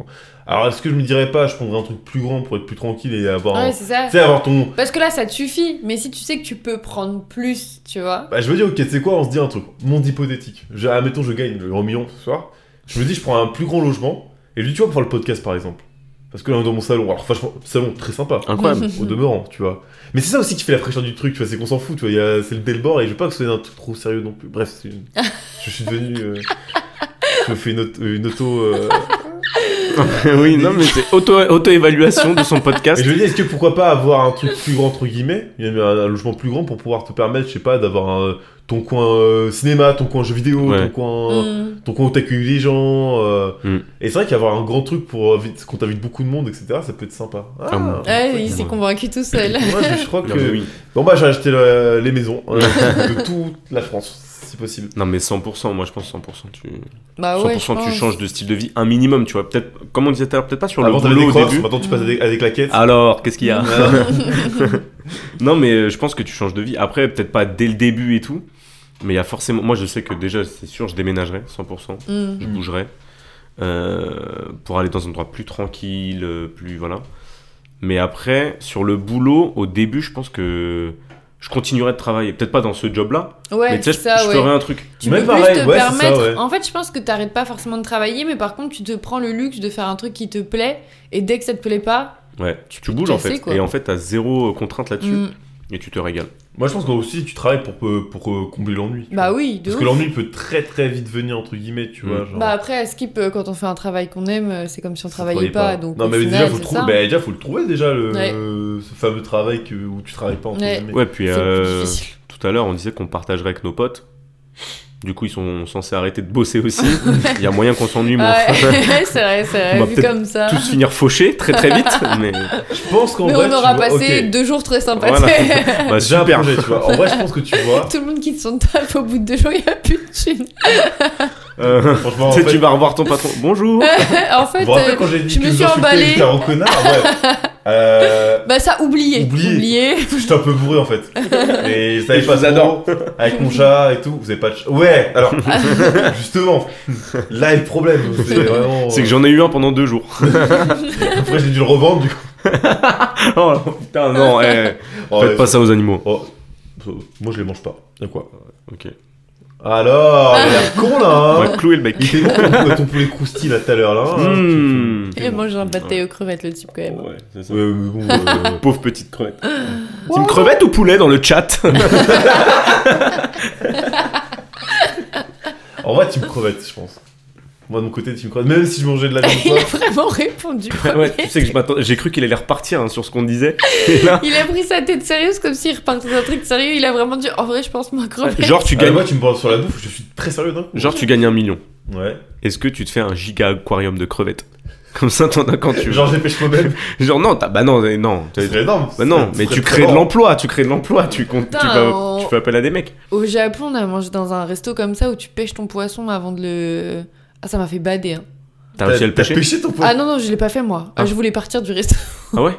Alors, est-ce que je me dirais pas, je prendrais un truc plus grand pour être plus tranquille et avoir. un-
Ouais,
Tu
c'est ça.
sais, avoir ton.
Parce que là, ça te suffit. Mais si tu sais que tu peux prendre plus, tu vois.
Bah, je me dis, ok, tu sais quoi, on se dit un truc. Monde hypothétique. Je... Admettons, je gagne le 1 million ce soir. Je me dis, je prends un plus grand logement. Et lui, tu vois, pour le podcast, par exemple. Parce que là, on est dans mon salon. Alors, franchement, salon très sympa.
Incroyable.
au demeurant, tu vois. Mais c'est ça aussi qui fait la fraîcheur du truc, tu vois, c'est qu'on s'en fout, tu vois, il y a- c'est le bel bord et je veux pas que ce soit un truc trop sérieux non plus. Bref, c'est une- je suis devenu... euh, Je me fais une, auto- une auto... euh,
oui, non, mais c'est auto- auto-évaluation de son
Et
podcast.
je me dis, est-ce que pourquoi pas avoir un truc plus grand, entre guillemets, il y a un, un logement plus grand pour pouvoir te permettre, je sais pas, d'avoir un- ton coin euh, cinéma, ton coin jeu vidéo,
Ouais. Oh.
ton coin...
Mm.
Ton coin où t'accueilles les gens. euh,
Mm.
Et c'est vrai qu'avoir un grand truc pour euh, vite- qu'on t'invite beaucoup de monde, etc., ça peut être sympa. Ah,
Ah, mon-
Ouais, il s'est convaincu tout seul.
Moi, je, je crois que.
Non, mais oui.
Bon bah j'ai acheté le- les maisons euh, de toute la France, si possible.
Non, mais 100%, moi je pense 100%. Tu...
bah
100%
ouais, je pense.
tu changes de style de vie un minimum, tu vois. Peut-être, comme on disait tout à l'heure, peut-être pas sur
Avant
le
t'avais des
boulot au
crosses,
début.
maintenant tu passes à des, à des claquettes.
Alors, qu'est-ce qu'il y a
Ah,
Non, mais euh, je pense que tu changes de vie. Après, peut-être pas dès le début et tout. Mais il y a forcément. Moi, je sais que déjà, c'est sûr, je déménagerai 100%.
Mm.
Je
Mm.
bougerai. euh, pour aller dans un endroit plus tranquille, euh, plus. Voilà. Mais après, sur le boulot, au début, je pense que je continuerai de travailler. Peut-être pas dans ce job-là, mais
Ouais,
tu sais,
c'est
je,
ça,
je
ouais.
ferai un truc.
Tu
Mais
peux
pareil,
plus te
ouais, c'est ça,
permettre.
ouais.
En fait, je pense que t'arrêtes pas forcément de travailler, mais par contre, tu te prends le luxe de faire un truc qui te plaît, et dès que ça te plaît pas,
Ouais, tu,
peux te
bouges en
casser,
fait.
quoi.
Et en fait, t'as zéro euh, contrainte là-dessus.
mm,
Et tu te régales.
Moi, je pense qu'aussi, tu travailles pour, euh, pour euh, combler l'ennui. tu
bah
vois.
oui, de
Parce que
ouf.
l'ennui peut très très vite venir, entre guillemets, tu
Mm.
vois. Genre,
Bah après, à skip, euh, quand on fait un travail qu'on aime, euh, c'est comme si on
ça
travaillait
travaille
pas. Donc
non,
au
mais
final,
déjà, faut le
c'est
trouver,
ça.
bah, déjà, faut le trouver déjà, le,
Ouais.
euh, ce fameux travail que, où tu travailles pas, entre
Ouais.
guillemets.
Ouais, puis
C'est
euh,
plus difficile.
tout à l'heure, on disait qu'on partagerait avec nos potes. Du coup, ils sont censés arrêter de bosser aussi. Il y a moyen qu'on s'ennuie, mais on
Ah
va
ouais, c'est vrai, c'est
On va
vrai, vu
peut-être
comme ça.
tous finir fauchés très très vite. Mais bah,
Je pense qu'en
Mais
vrai,
on
tu
aura
vois-
passé
ok,
deux jours très sympathiques.
voilà. Bah,
J'ai un
super.
projet, tu vois. En vrai, je pense que tu vois.
Tout le monde quitte son taf au bout de deux jours, il n'y a plus de thunes.
Euh,
Franchement, en
tu sais,
fait,
tu vas revoir ton patron. Bonjour.
en fait,
Vous vous rappelez
euh,
quand j'ai dit
je
que
me
vous
suis
insultez,
emballée.
j'étais un connard ouais. euh,
Bah ça, oublié.
Oublié. J'étais un peu bourré en fait. Et je
Et
savais
je
pas
vous adore.
trop, Avec mon chat et tout, vous avez pas de chat. Ouais, alors, justement, là est le problème. C'est vraiment. euh,
C'est que j'en ai eu un pendant deux jours.
Après, j'ai dû le revendre du coup.
oh putain, non, eh,
Oh,
faites
ouais,
pas ça aux animaux.
oh, oh, Moi, je les mange pas. Et quoi
Ok.
Alors, il a l'air con là.
On
hein.
va clouer le bec.
Il était bon ton poulet- ton poulet croustille là tout à l'heure
Oh,
là. hein.
Mmh.
Il a mangé un pâté aux crevettes, le type, quand même.
Ouais, c'est ça.
Ouais, mais bon, euh,
Pauvre petite crevette. C'est une crevette ou poulet dans le chat
En vrai, team crevette, je pense. Moi, de mon côté, team crevette. Même si je mangeais de la viande
Il a
poche,
vraiment répondu.
Ouais, tu sais que je m'attendais- j'ai cru qu'il allait repartir hein, sur ce qu'on disait. Et là,
Il a pris sa tête sérieuse comme s'il repartait d'un truc sérieux. Il a vraiment dit En vrai, je pense, ma crevette.
genre tu
ah, mais
gagnes,
moi, tu me parles sur la bouffe, je suis très sérieux d'un coup.
genre tu gagnes un million.
Ouais.
Est-ce que tu te fais un giga aquarium de crevettes Comme ça, t'en as quand tu veux.
Genre, je les pêche moi-même.
Genre non, t'as- bah non, eh, non. t'as-
C'est énorme.
Bah non, mais tu crées de l'emploi, tu crées de l'emploi, tu comptes, tu
Putain,
vas-
on-
tu fais appel à des mecs.
Au Japon, on a mangé dans un resto comme ça où tu pêches ton poisson avant de le. Ah, ça m'a fait bader. hein.
T'as réussi à le pêcher
ton
Ah
poisson.
non, non, je l'ai pas fait moi.
Ah.
Je voulais partir du resto.
Ah ouais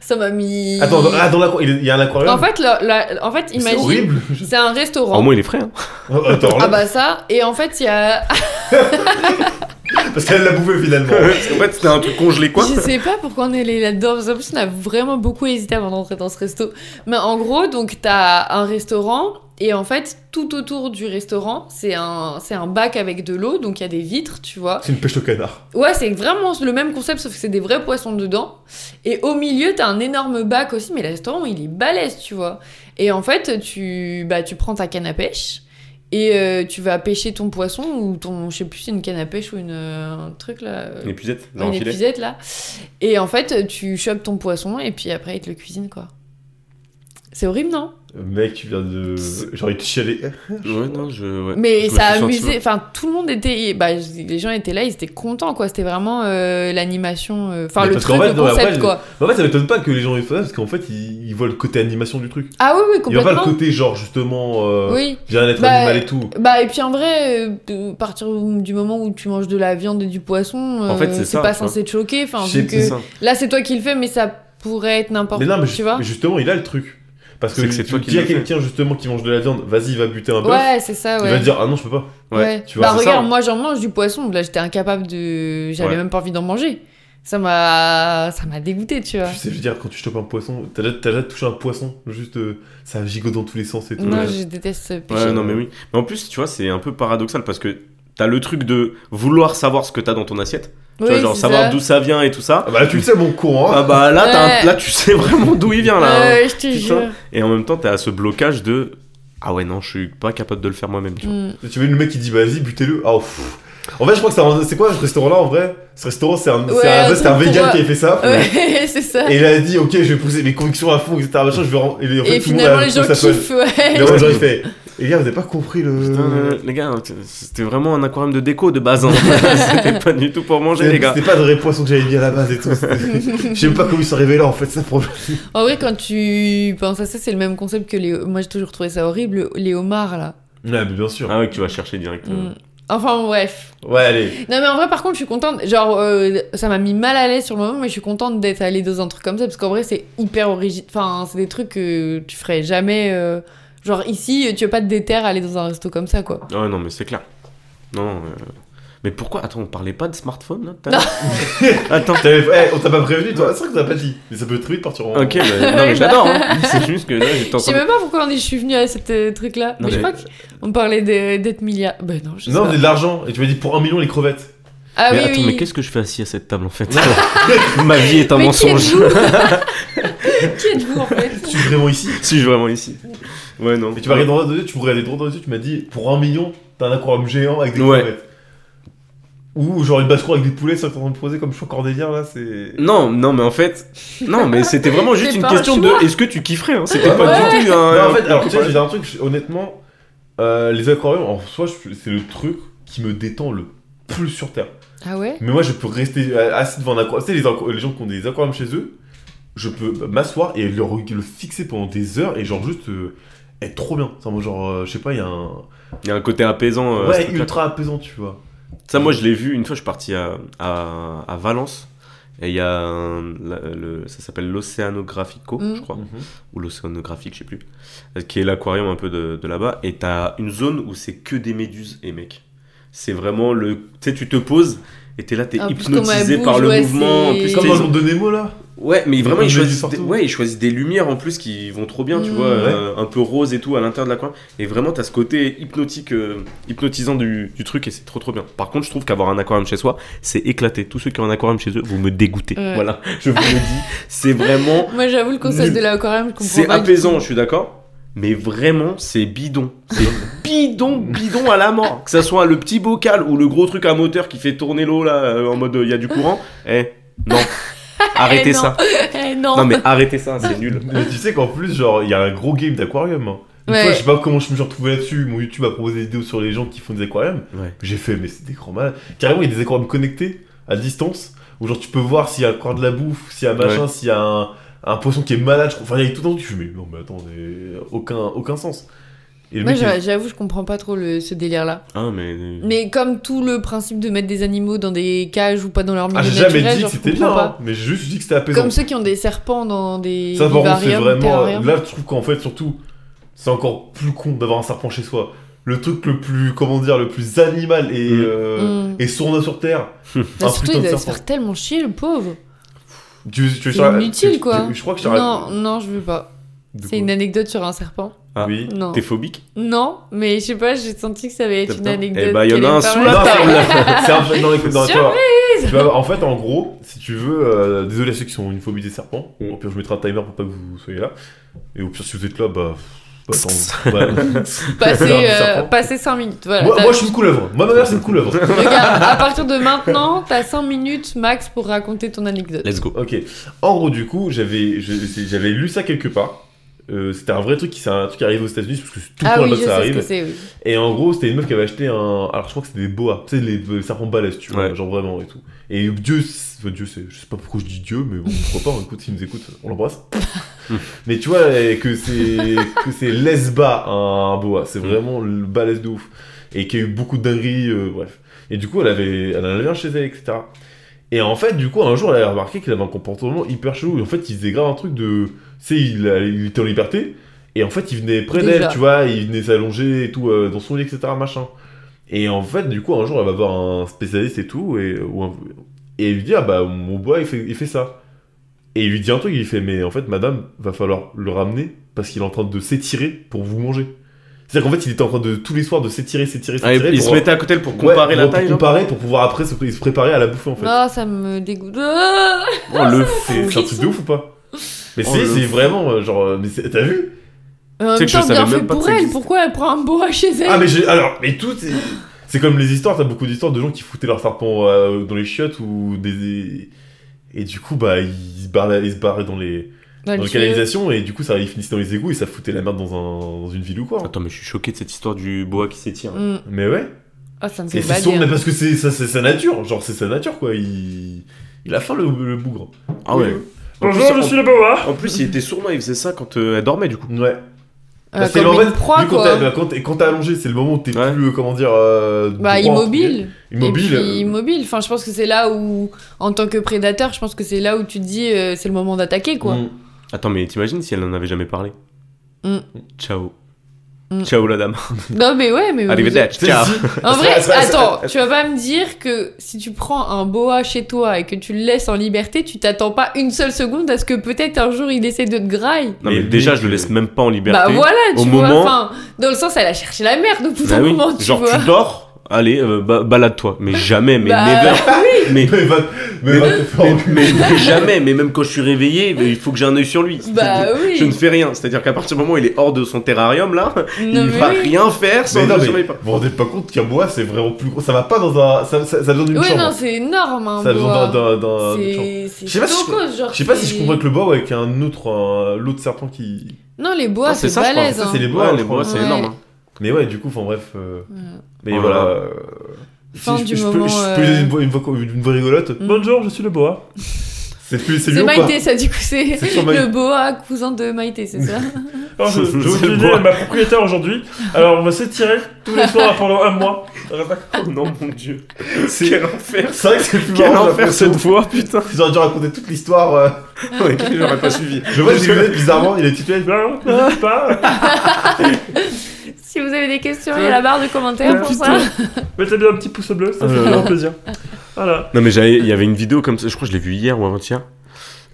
Ça m'a mis.
Attends, dans- ah, dans l'aquarium, il y a un aquarium.
En fait, la- la- en fait
c'est
imagine.
horrible.
C'est un restaurant.
Au moins il est frais. hein.
Oh, Attends, là,
Ah bah ça, et en fait il y a...
parce qu'elle l'a bouffé finalement.
en fait, c'était un truc congelé quoi.
je sais pas pourquoi on est allé là-dedans, parce qu'en plus on a vraiment beaucoup hésité avant d'entrer dans ce resto. Mais en gros, donc t'as un restaurant, et en fait tout autour du restaurant, c'est un, c'est un bac avec de l'eau, donc il y a des vitres, tu vois.
C'est une pêche au canard.
Ouais, c'est vraiment le même concept, sauf que c'est des vrais poissons dedans. Et au milieu, t'as un énorme bac aussi, mais le restaurant, il est balèze, tu vois. Et en fait, tu, bah, tu prends ta canne à pêche et euh, tu vas pêcher ton poisson ou ton, je sais plus, c'est une canne à pêche ou une, euh, un truc là. euh,
Une épuisette,
ouais,
genre un
une
filet.
épuisette là. Et en fait, tu chopes ton poisson et puis après, ils te le cuisinent, quoi. C'est horrible, non
Mec, tu viens de. J'ai envie de chialer.
Ouais, non, je. ouais.
Mais
Je me
ça a
suis senti-
amusé, enfin tout le monde était, bah, les gens étaient là, ils étaient contents quoi, c'était vraiment euh, l'animation, euh, enfin
Mais
le
parce qu'en
truc,
fait,
le
non, mais
concept
après,
quoi.
Mais en fait, ça m'étonne pas que les gens aient fait ça parce qu'en fait, ils, ils voient le côté animation du truc.
Ah oui, oui,
Ils voient pas le
complètement.
côté, genre, justement, euh,
Oui.
j'ai un être
Bah,
animal et tout.
Bah, et puis en vrai, euh, de- partir du moment où tu manges de la viande et du poisson, euh,
En fait, c'est ça,
pas
tu vois.
censé te choquer. Enfin,
Je sais
vu
plus
que...
ça.
Là, c'est toi qui le fais, mais ça pourrait être n'importe
Mais non,
quoi,
mais
tu
ju-
vois.
justement, il a le truc. Parce que,
C'est que c'est
tu
toi qui
dis à
le fais.
quelqu'un, justement, qui mange de la viande, vas-y, va buter un bœuf.
Ouais, c'est ça,
Il va
ouais.
dire, ah non, je peux pas.
ouais,
tu vois,
bah,
c'est ça,
regarde,
hein.
moi, j'en mange du poisson. Là, j'étais incapable de. J'avais
Ouais.
même pas envie d'en manger. Ça m'a. Ça m'a dégoûté, tu vois.
Tu sais, je veux dire, quand tu chopes un poisson, t'as déjà, t'as déjà touché un poisson, juste euh, ça gigote dans tous les sens et tout.
Non,
Ouais.
je déteste ce péché.
Ouais, non, mais oui. Mais en plus, tu vois, c'est un peu paradoxal parce que t'as le truc de vouloir savoir ce que t'as dans ton assiette.
Oui,
tu vois, genre
c'est
savoir
ça.
d'où ça vient et tout ça.
Ah bah là, tu le sais, mon con, hein.
Ah bah là, t'as un-
Ouais.
là, tu sais vraiment d'où il vient là.
Ouais, je te
Putain.
jure.
Et en même temps, t'as ce blocage de ah ouais, non, je suis pas capable de le faire moi-même. tu vois.
Mm.
Tu vois le mec qui dit, vas-y, butez-le. Ah, pff. En fait, je crois que c'est un- c'est quoi ce restaurant-là en vrai Ce restaurant, c'est un, c'est
Ouais,
un-
un
c'est un
truc
vegan
pour-
qui a fait ça.
Ouais, c'est ça.
Et il a dit, ok, je vais pousser mes convictions à fond, etc. machin, je vais rend- Et, en fait,
Et
tout le monde
finalement,
a-
les gens
ça folle.
kiffent, ouais.
Et ouais, genre, il fait, les gars, vous avez pas compris le.
Putain, euh, les gars, c'était vraiment un aquarium de déco de base. hein. c'était pas du tout pour manger, les gars.
C'était pas de vrai poisson que j'avais mis à la base et tout. c'était- Je sais même pas comment ils sont arrivés là en fait, ça problème.
En vrai, quand tu penses à ça, c'est le même concept que les. Moi, j'ai toujours trouvé ça horrible, les homards là.
Ouais, mais bien sûr.
Ah ouais, que tu vas chercher direct. euh.
Mm. Enfin, bref.
Ouais, allez.
Non, mais en vrai, par contre, je suis contente. Genre, euh, ça m'a mis mal à l'aise sur le moment, mais je suis contente d'être allée dans un truc comme ça, parce qu'en vrai, c'est hyper original. Enfin, c'est des trucs que tu ferais jamais. euh, Genre ici, tu veux pas te déterre à aller dans un resto comme ça, quoi.
Ah Ouais, non, mais c'est clair. Non. euh, Mais pourquoi Attends, on parlait pas de smartphone là tout à l'heure Attends.
T'avais- eh, on t'a pas prévenu, toi. C'est vrai que t'as pas dit. Mais ça peut très vite partir en.
Ok, bah, non, mais j'adore. hein. C'est juste que là, j'étais en
Je sais
train de-
même pas pourquoi on est, je suis venue à ce truc-là.
Non,
mais, je
mais-
crois qu'on parlait de- d'être milliard. Bah non, je sais
Non,
pas.
mais de l'argent. Et tu m'as dit pour un million les crevettes.
Ah
mais
oui,
attends,
oui.
mais qu'est-ce que je fais assis à cette table en fait Ma vie est un
Mais qui
mensonge.
êtes-vous Qui êtes-vous en fait
Tu es vraiment ici.
si je suis vraiment ici. Ouais, non.
Et tu m'as regardé droit dans les yeux, tu me regardais droit dans les yeux, tu m'as dit pour un million, t'as un aquarium géant avec des
Ouais.
crevettes. Ou genre une basse-cour avec des poulets sur train de poser comme choix cordélien là, c'est.
Non, non, mais en fait, non, mais c'était vraiment juste
C'est
une
pas un
question de
choix.
est-ce que tu kifferais hein C'était pas du tout
Non,
un.
en fait, alors tu sais, j'ai un truc, je- honnêtement, euh, les aquariums, en soi, je- c'est le truc qui me détend le plus sur Terre.
Ah ouais
Mais moi, je peux rester euh, assis devant un aquarium. Tu sais, les, aqua- les gens qui ont des aquariums chez eux, je peux m'asseoir et le, re- le fixer pendant des heures et genre juste euh, être trop bien. C'est en mode genre, euh, je sais pas, il y a un.
Il y a un côté apaisant. euh, ce
ouais,
truc-là.
ultra apaisant, tu vois.
Ça, moi, je l'ai vu une fois, je suis parti à, à, à Valence. Et il y a un- la- le, ça s'appelle l'Océanographico,
Mm.
je crois, ou l'Océanographique, je sais plus, euh, qui est l'aquarium un peu de, de là-bas. Et t'as une zone où c'est que des méduses, et mec, c'est vraiment le. Tu sais, tu te poses et t'es là, t'es
Ah, En plus, comme
hypnotisé
elle
par le
bouge, ouais,
mouvement. En
c'est-
plus,
Comme
t'es-
dans le monde de Nemo là.
Ouais, mais vraiment,
Comme
ils
des
choisissent,
partout.
des, ouais, ils choisissent des lumières en plus qui vont trop bien, tu
Mm.
vois, euh, un peu rose et tout à l'intérieur de l'aquarium. Et vraiment, t'as ce côté hypnotique, euh, hypnotisant du, du truc et c'est trop trop bien. Par contre, je trouve qu'avoir un aquarium chez soi, c'est éclaté. Tous ceux qui ont un aquarium chez eux, vous me dégoûtez.
Ouais.
Voilà, je vous le dis, c'est vraiment,
Moi j'avoue, le concept
Nul.
de l'aquarium, je comprends
c'est
pas.
apaisant, je suis d'accord. Mais vraiment, c'est bidon. C'est bidon, bidon à la mort. Que ça soit le petit bocal ou le gros truc à moteur qui fait tourner l'eau là, euh, en mode il y a du courant. Eh, non. Arrêtez
non.
ça.
Eh non,
Non mais arrêtez ça, c'est nul.
Mais tu sais qu'en plus, genre, il y a un gros game d'aquarium. hein. Une
Ouais.
fois, je sais pas comment je me suis retrouvé là-dessus. Mon YouTube a proposé des vidéos sur les gens qui font des aquariums.
Ouais.
J'ai fait, mais c'est des grands malades. Carrément, il y a des aquariums connectés à distance où, genre, tu peux voir s'il y a encore de la bouffe, s'il y a machin, s'il y a un, un poisson qui est malade. je crois. Enfin, il y a tout dans tu fais, mais non, mais attends, mais aucun, aucun sens. Et le
Moi
mec, il-
j'a- j'avoue, je comprends pas trop le, ce délire là.
Ah, mais.
Mais comme tout le principe de mettre des animaux dans des cages ou pas dans leur milieu
Ah, j'ai
naturel,
jamais dit que
genre, je
c'était bien,
comprends
hein, mais j'ai juste dit que c'était
pas.
apaisant.
Comme ceux qui ont des serpents dans des
Ça, par contre, c'est
vivariums,
vraiment. euh,
terrariums.
Là, je trouve qu'en fait, surtout, c'est encore plus con d'avoir un serpent chez soi. Le truc le plus, comment dire, le plus animal et,
Mm.
euh,
Mm.
et sournois sur Terre.
Bah,
un
surtout,
putain
il
de
doit se
serpent.
faire tellement chier, le pauvre.
Tu, tu- tu-
C'est
tu-
inutile,
tu-
quoi.
tu- Je crois que je t'aurais-
Non, non, je veux pas.
De quoi
C'est une anecdote sur un serpent.
Ah.
Oui.
Non.
T'es phobique
Non, mais je sais pas, j'ai senti que ça allait être une
Putain.
anecdote.
ben,
Eh bah, y en
qui
a un
allait
sous
parler.
la
Non,
table.
c'est- c'est un peu- non, écoute, non, tu vois,
Surprise
tu vois, en fait, en gros, si tu veux, euh, désolé à ceux qui ont une phobie des serpents.
Mm.
Au pire, je mettrai un timer pour pas que vous soyez là. Et au pire, si vous êtes là, bah. bah, attends, ouais.
Passer,
Non, du
euh,
serpent.
passer 5 minutes, voilà.
moi,
T'as-
moi, je suis une couleuvre. Moi, ma mère, c'est une couleuvre.
Regarde, à partir de maintenant, t'as 5 minutes max pour raconter ton anecdote.
Let's go.
Ok. En gros, du coup, j'avais je- c'est- j'avais lu ça quelque part. Euh, c'était un vrai truc qui c'est un truc qui arrive aux États-Unis parce que c'est tout le
Ah
temps
oui,
là-bas
je
que
sais
ça
ce que c'est,
arrive.
oui.
Et en gros, c'était une meuf qui avait acheté un alors je crois que c'était des boas, tu sais les, les serpents balèzes, tu vois,
Ouais.
genre vraiment et tout. Et Dieu, c'est- enfin, Dieu c'est je sais pas pourquoi je dis Dieu mais bon, pourquoi pas, écoute, s'il nous écoute, on l'embrasse. mais tu vois eh, que c'est que c'est lesba un boa, c'est vraiment le balèze de ouf et qui a eu beaucoup de dingueries, euh, bref. Et du coup, elle avait, elle en avait un chez elle, etc. Et en fait, du coup, un jour, elle a remarqué qu'il avait un comportement hyper chelou. Et en fait, il faisait grave un truc de. Tu sais, il, il était en liberté. Et en fait, il venait près
Déjà.
d'elle, tu vois, il venait s'allonger et tout, euh, dans son lit, etc., machin. Et en fait, du coup, un jour, elle va voir un spécialiste et tout, et, ou un- et elle lui dit, ah bah, mon bois, il fait, il fait ça. Et il lui dit un truc, il lui fait, mais en fait, madame, va falloir le ramener parce qu'il est en train de s'étirer pour vous manger. C'est-à-dire qu'en fait, il était en train de tous les soirs de s'étirer, s'étirer,
Ah,
s'étirer.
il
pour-
se mettait à côté pour comparer
Ouais,
la
pour-
taille.
pour comparer pour pouvoir après se, se préparer à la bouffer en fait.
Non, ça me dégoûte. Ah
Oh, le
C'est c'est un truc de ouf ou pas Mais
Oh,
c'est
le
c'est
fou.
vraiment euh, genre euh, mais c'est- t'as vu
Mais en
Tu sais
même
que je
temps, Euh, bien
savais
fait
même pas que
pour
ça
elle.
existait.
Pourquoi elle prend un boa chez elle
Ah mais j'ai- alors mais tout est- c'est comme les histoires t'as beaucoup d'histoires de gens qui foutaient leurs serpents euh, dans les chiottes ou des et du coup bah ils se barraient, ils se barraient dans les
Dans
dans
le
les
tuyau.
canalisations et du coup ça ils finissaient dans les égouts et ça foutait la merde dans un dans une ville ou quoi.
Attends, mais je suis choqué de cette histoire du boa qui s'étire.
Mm.
Mais ouais.
Ah, ça me fait
Et c'est
mal.
son mais parce que c'est ça c'est sa nature genre c'est sa nature quoi il il a faim le, le bougre.
Ah ouais. En plus, en-
le boa.
En plus, il était sournois, il faisait ça quand euh, elle dormait du coup.
Ouais.
Euh,
Bah, c'est
comme
en fait,
une proie,
vu quand
quoi.
t'es- bah, quand t'es- quand t'es allongé, c'est le moment où t'es
Ouais.
plus, euh, comment dire, euh, droit,
Bah,
entre
immobile.
guillemets. Immobile.
Et puis,
euh,
immobile. Enfin, je pense que c'est là où, en tant que prédateur, je pense que c'est là où tu te dis euh, c'est le moment d'attaquer, quoi.
mm.
Attends, mais t'imagines si elle n'en avait jamais parlé
Mm.
Ciao.
Mm.
Ciao la dame.
Non, mais ouais, mais.
Arrivederci. Ciao.
En
C'est
vrai,
pas- c'est pas- c'est pas-
attends, tu vas pas me dire que si tu prends un boa chez toi et que tu le laisses en liberté, tu t'attends pas une seule seconde à ce que peut-être un jour il essaie de te graille.
Non mais
Mais
déjà
mec,
je le laisse
euh,
même pas en
Bah
liberté.
voilà, tu
au
vois,
moment-
enfin, dans le sens, elle a cherché la merde au bout d'un
Ah oui,
moment, tu
Genre
vois.
tu dors, allez euh, ba- balade-toi, mais jamais, mais
Bah,
never, mais
Mais va, mais va te faire
mais,
enculer.
mais- mais jamais, mais même quand je suis réveillé, mais il faut que j'ai un œil sur lui.
Bah
je,
oui.
je ne fais rien. C'est-à-dire qu'à partir du moment où il est hors de son terrarium là,
Non,
il
mais
va
oui.
rien faire sans
Mais non,
le
mais
surveiller
vous vous rendez pas compte qu'un bois c'est vraiment plus gros. Ça va pas dans un. Ça, ça, ça vient d'une
Ouais,
chambre.
non, c'est énorme, hein,
ça vient
boa.
d'un- d'un- d'un- d'une chambre.
C'est. c'est
Je sais pas si je-
tocos, genre,
Je sais pas si
c'est-
je comprends avec le bois ou avec un autre, un- l'autre serpent qui.
Non, les bois,
Non, c'est
c'est
ça, je pense.
balèze.
Ça, c'est
hein.
les
pas.
bois,
Ouais,
je
les
crois.
bois, c'est
Ouais.
énorme. hein.
Mais ouais, du coup, enfin bref. euh,
Voilà.
Mais
Oh là
voilà.
là.
euh,
Fin
si je,
du
je
moment,
peux, je
euh,
peux donner une voix- une, voix, une voix rigolote.
Mm.
Bonjour, je suis le boa. C'est plus, c'est
C'est
mieux ou pas
Maïté, ça, du coup, c'est
C'est sur Maï-
le boa cousin de Maïté, c'est ça
Alors, je, je vais
C'est
vous
bon.
donner ma propriétaire aujourd'hui. Alors, on va s'étirer tous les soirs pendant un mois.
Oh non mon dieu. Quel enfer.
C'est vrai que c'est plus
Quel
marrant. j'ai
enfer
l'impression.
cette voix, putain.
Ils auraient dû raconter toute l'histoire. euh,
Ouais, que j'aurais pas suivi.
Je vois des lunettes bizarrement, il est titulaire.
Non, n'hésite pas.
Si vous avez des questions, il y a la barre de commentaires
Oh,
pour ça.
putain. Mettez bien un petit pouce bleu, ça fait
Euh,
vraiment plaisir. Voilà.
Non mais j'avais- il y avait une vidéo comme ça, je crois que je l'ai vue hier ou avant-hier.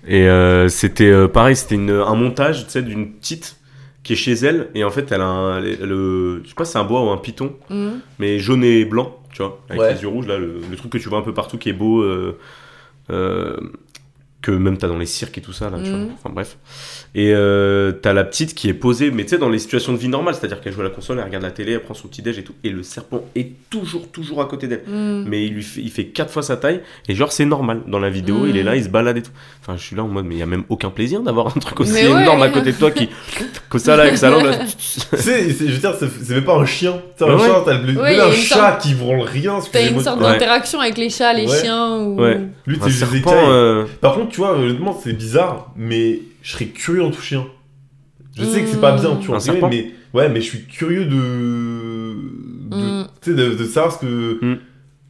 Et euh, c'était euh, pareil, c'était une- un montage, tu sais, d'une petite qui est chez elle et en fait elle a un, le, le- je sais pas si c'est un bois ou un python,
Mm.
mais jaune et blanc, tu vois, avec
Ouais.
les yeux rouges là, le, le truc que tu vois un peu partout qui est beau, euh, euh, que même t'as dans les cirques et tout ça là, tu vois.
Mhm.
Enfin bref. Et euh, t'as la petite qui est posée, mais tu sais dans les situations de vie normales, c'est-à-dire qu'elle joue à la console, elle regarde la télé, elle prend son petit déj et tout, et le serpent est toujours toujours à côté d'elle
Mm.
mais il, lui fait, il fait 4 fois sa taille et genre c'est normal dans la vidéo il est
Mm.
là il se balade et tout enfin je suis là en mode mais il y a même aucun plaisir d'avoir un truc aussi
Mais ouais.
énorme à côté de toi qui comme ça là avec sa langue là.
Tu sais, c'est- je veux dire, c'est c'est même pas un chien. C'est
Ouais,
un
ouais.
chien, t'as le-
Ouais,
même
il y a
un
une
chat qui branle rien.
T'as une
excusez-moi.
sorte
Ouais.
d'interaction avec les chats, les
Ouais.
chiens ou.
Ouais.
Lui,
un
t'es juste des
serpent
écailles.
euh,
Par contre, tu vois, honnêtement, c'est bizarre, mais je serais curieux en tout chien. Je sais que c'est
Mm.
pas bien, tu vois,
Un
entre guillemets,
serpent
mais ouais, mais je suis curieux de, de
Mm.
tu sais, de, de savoir ce que
Mm.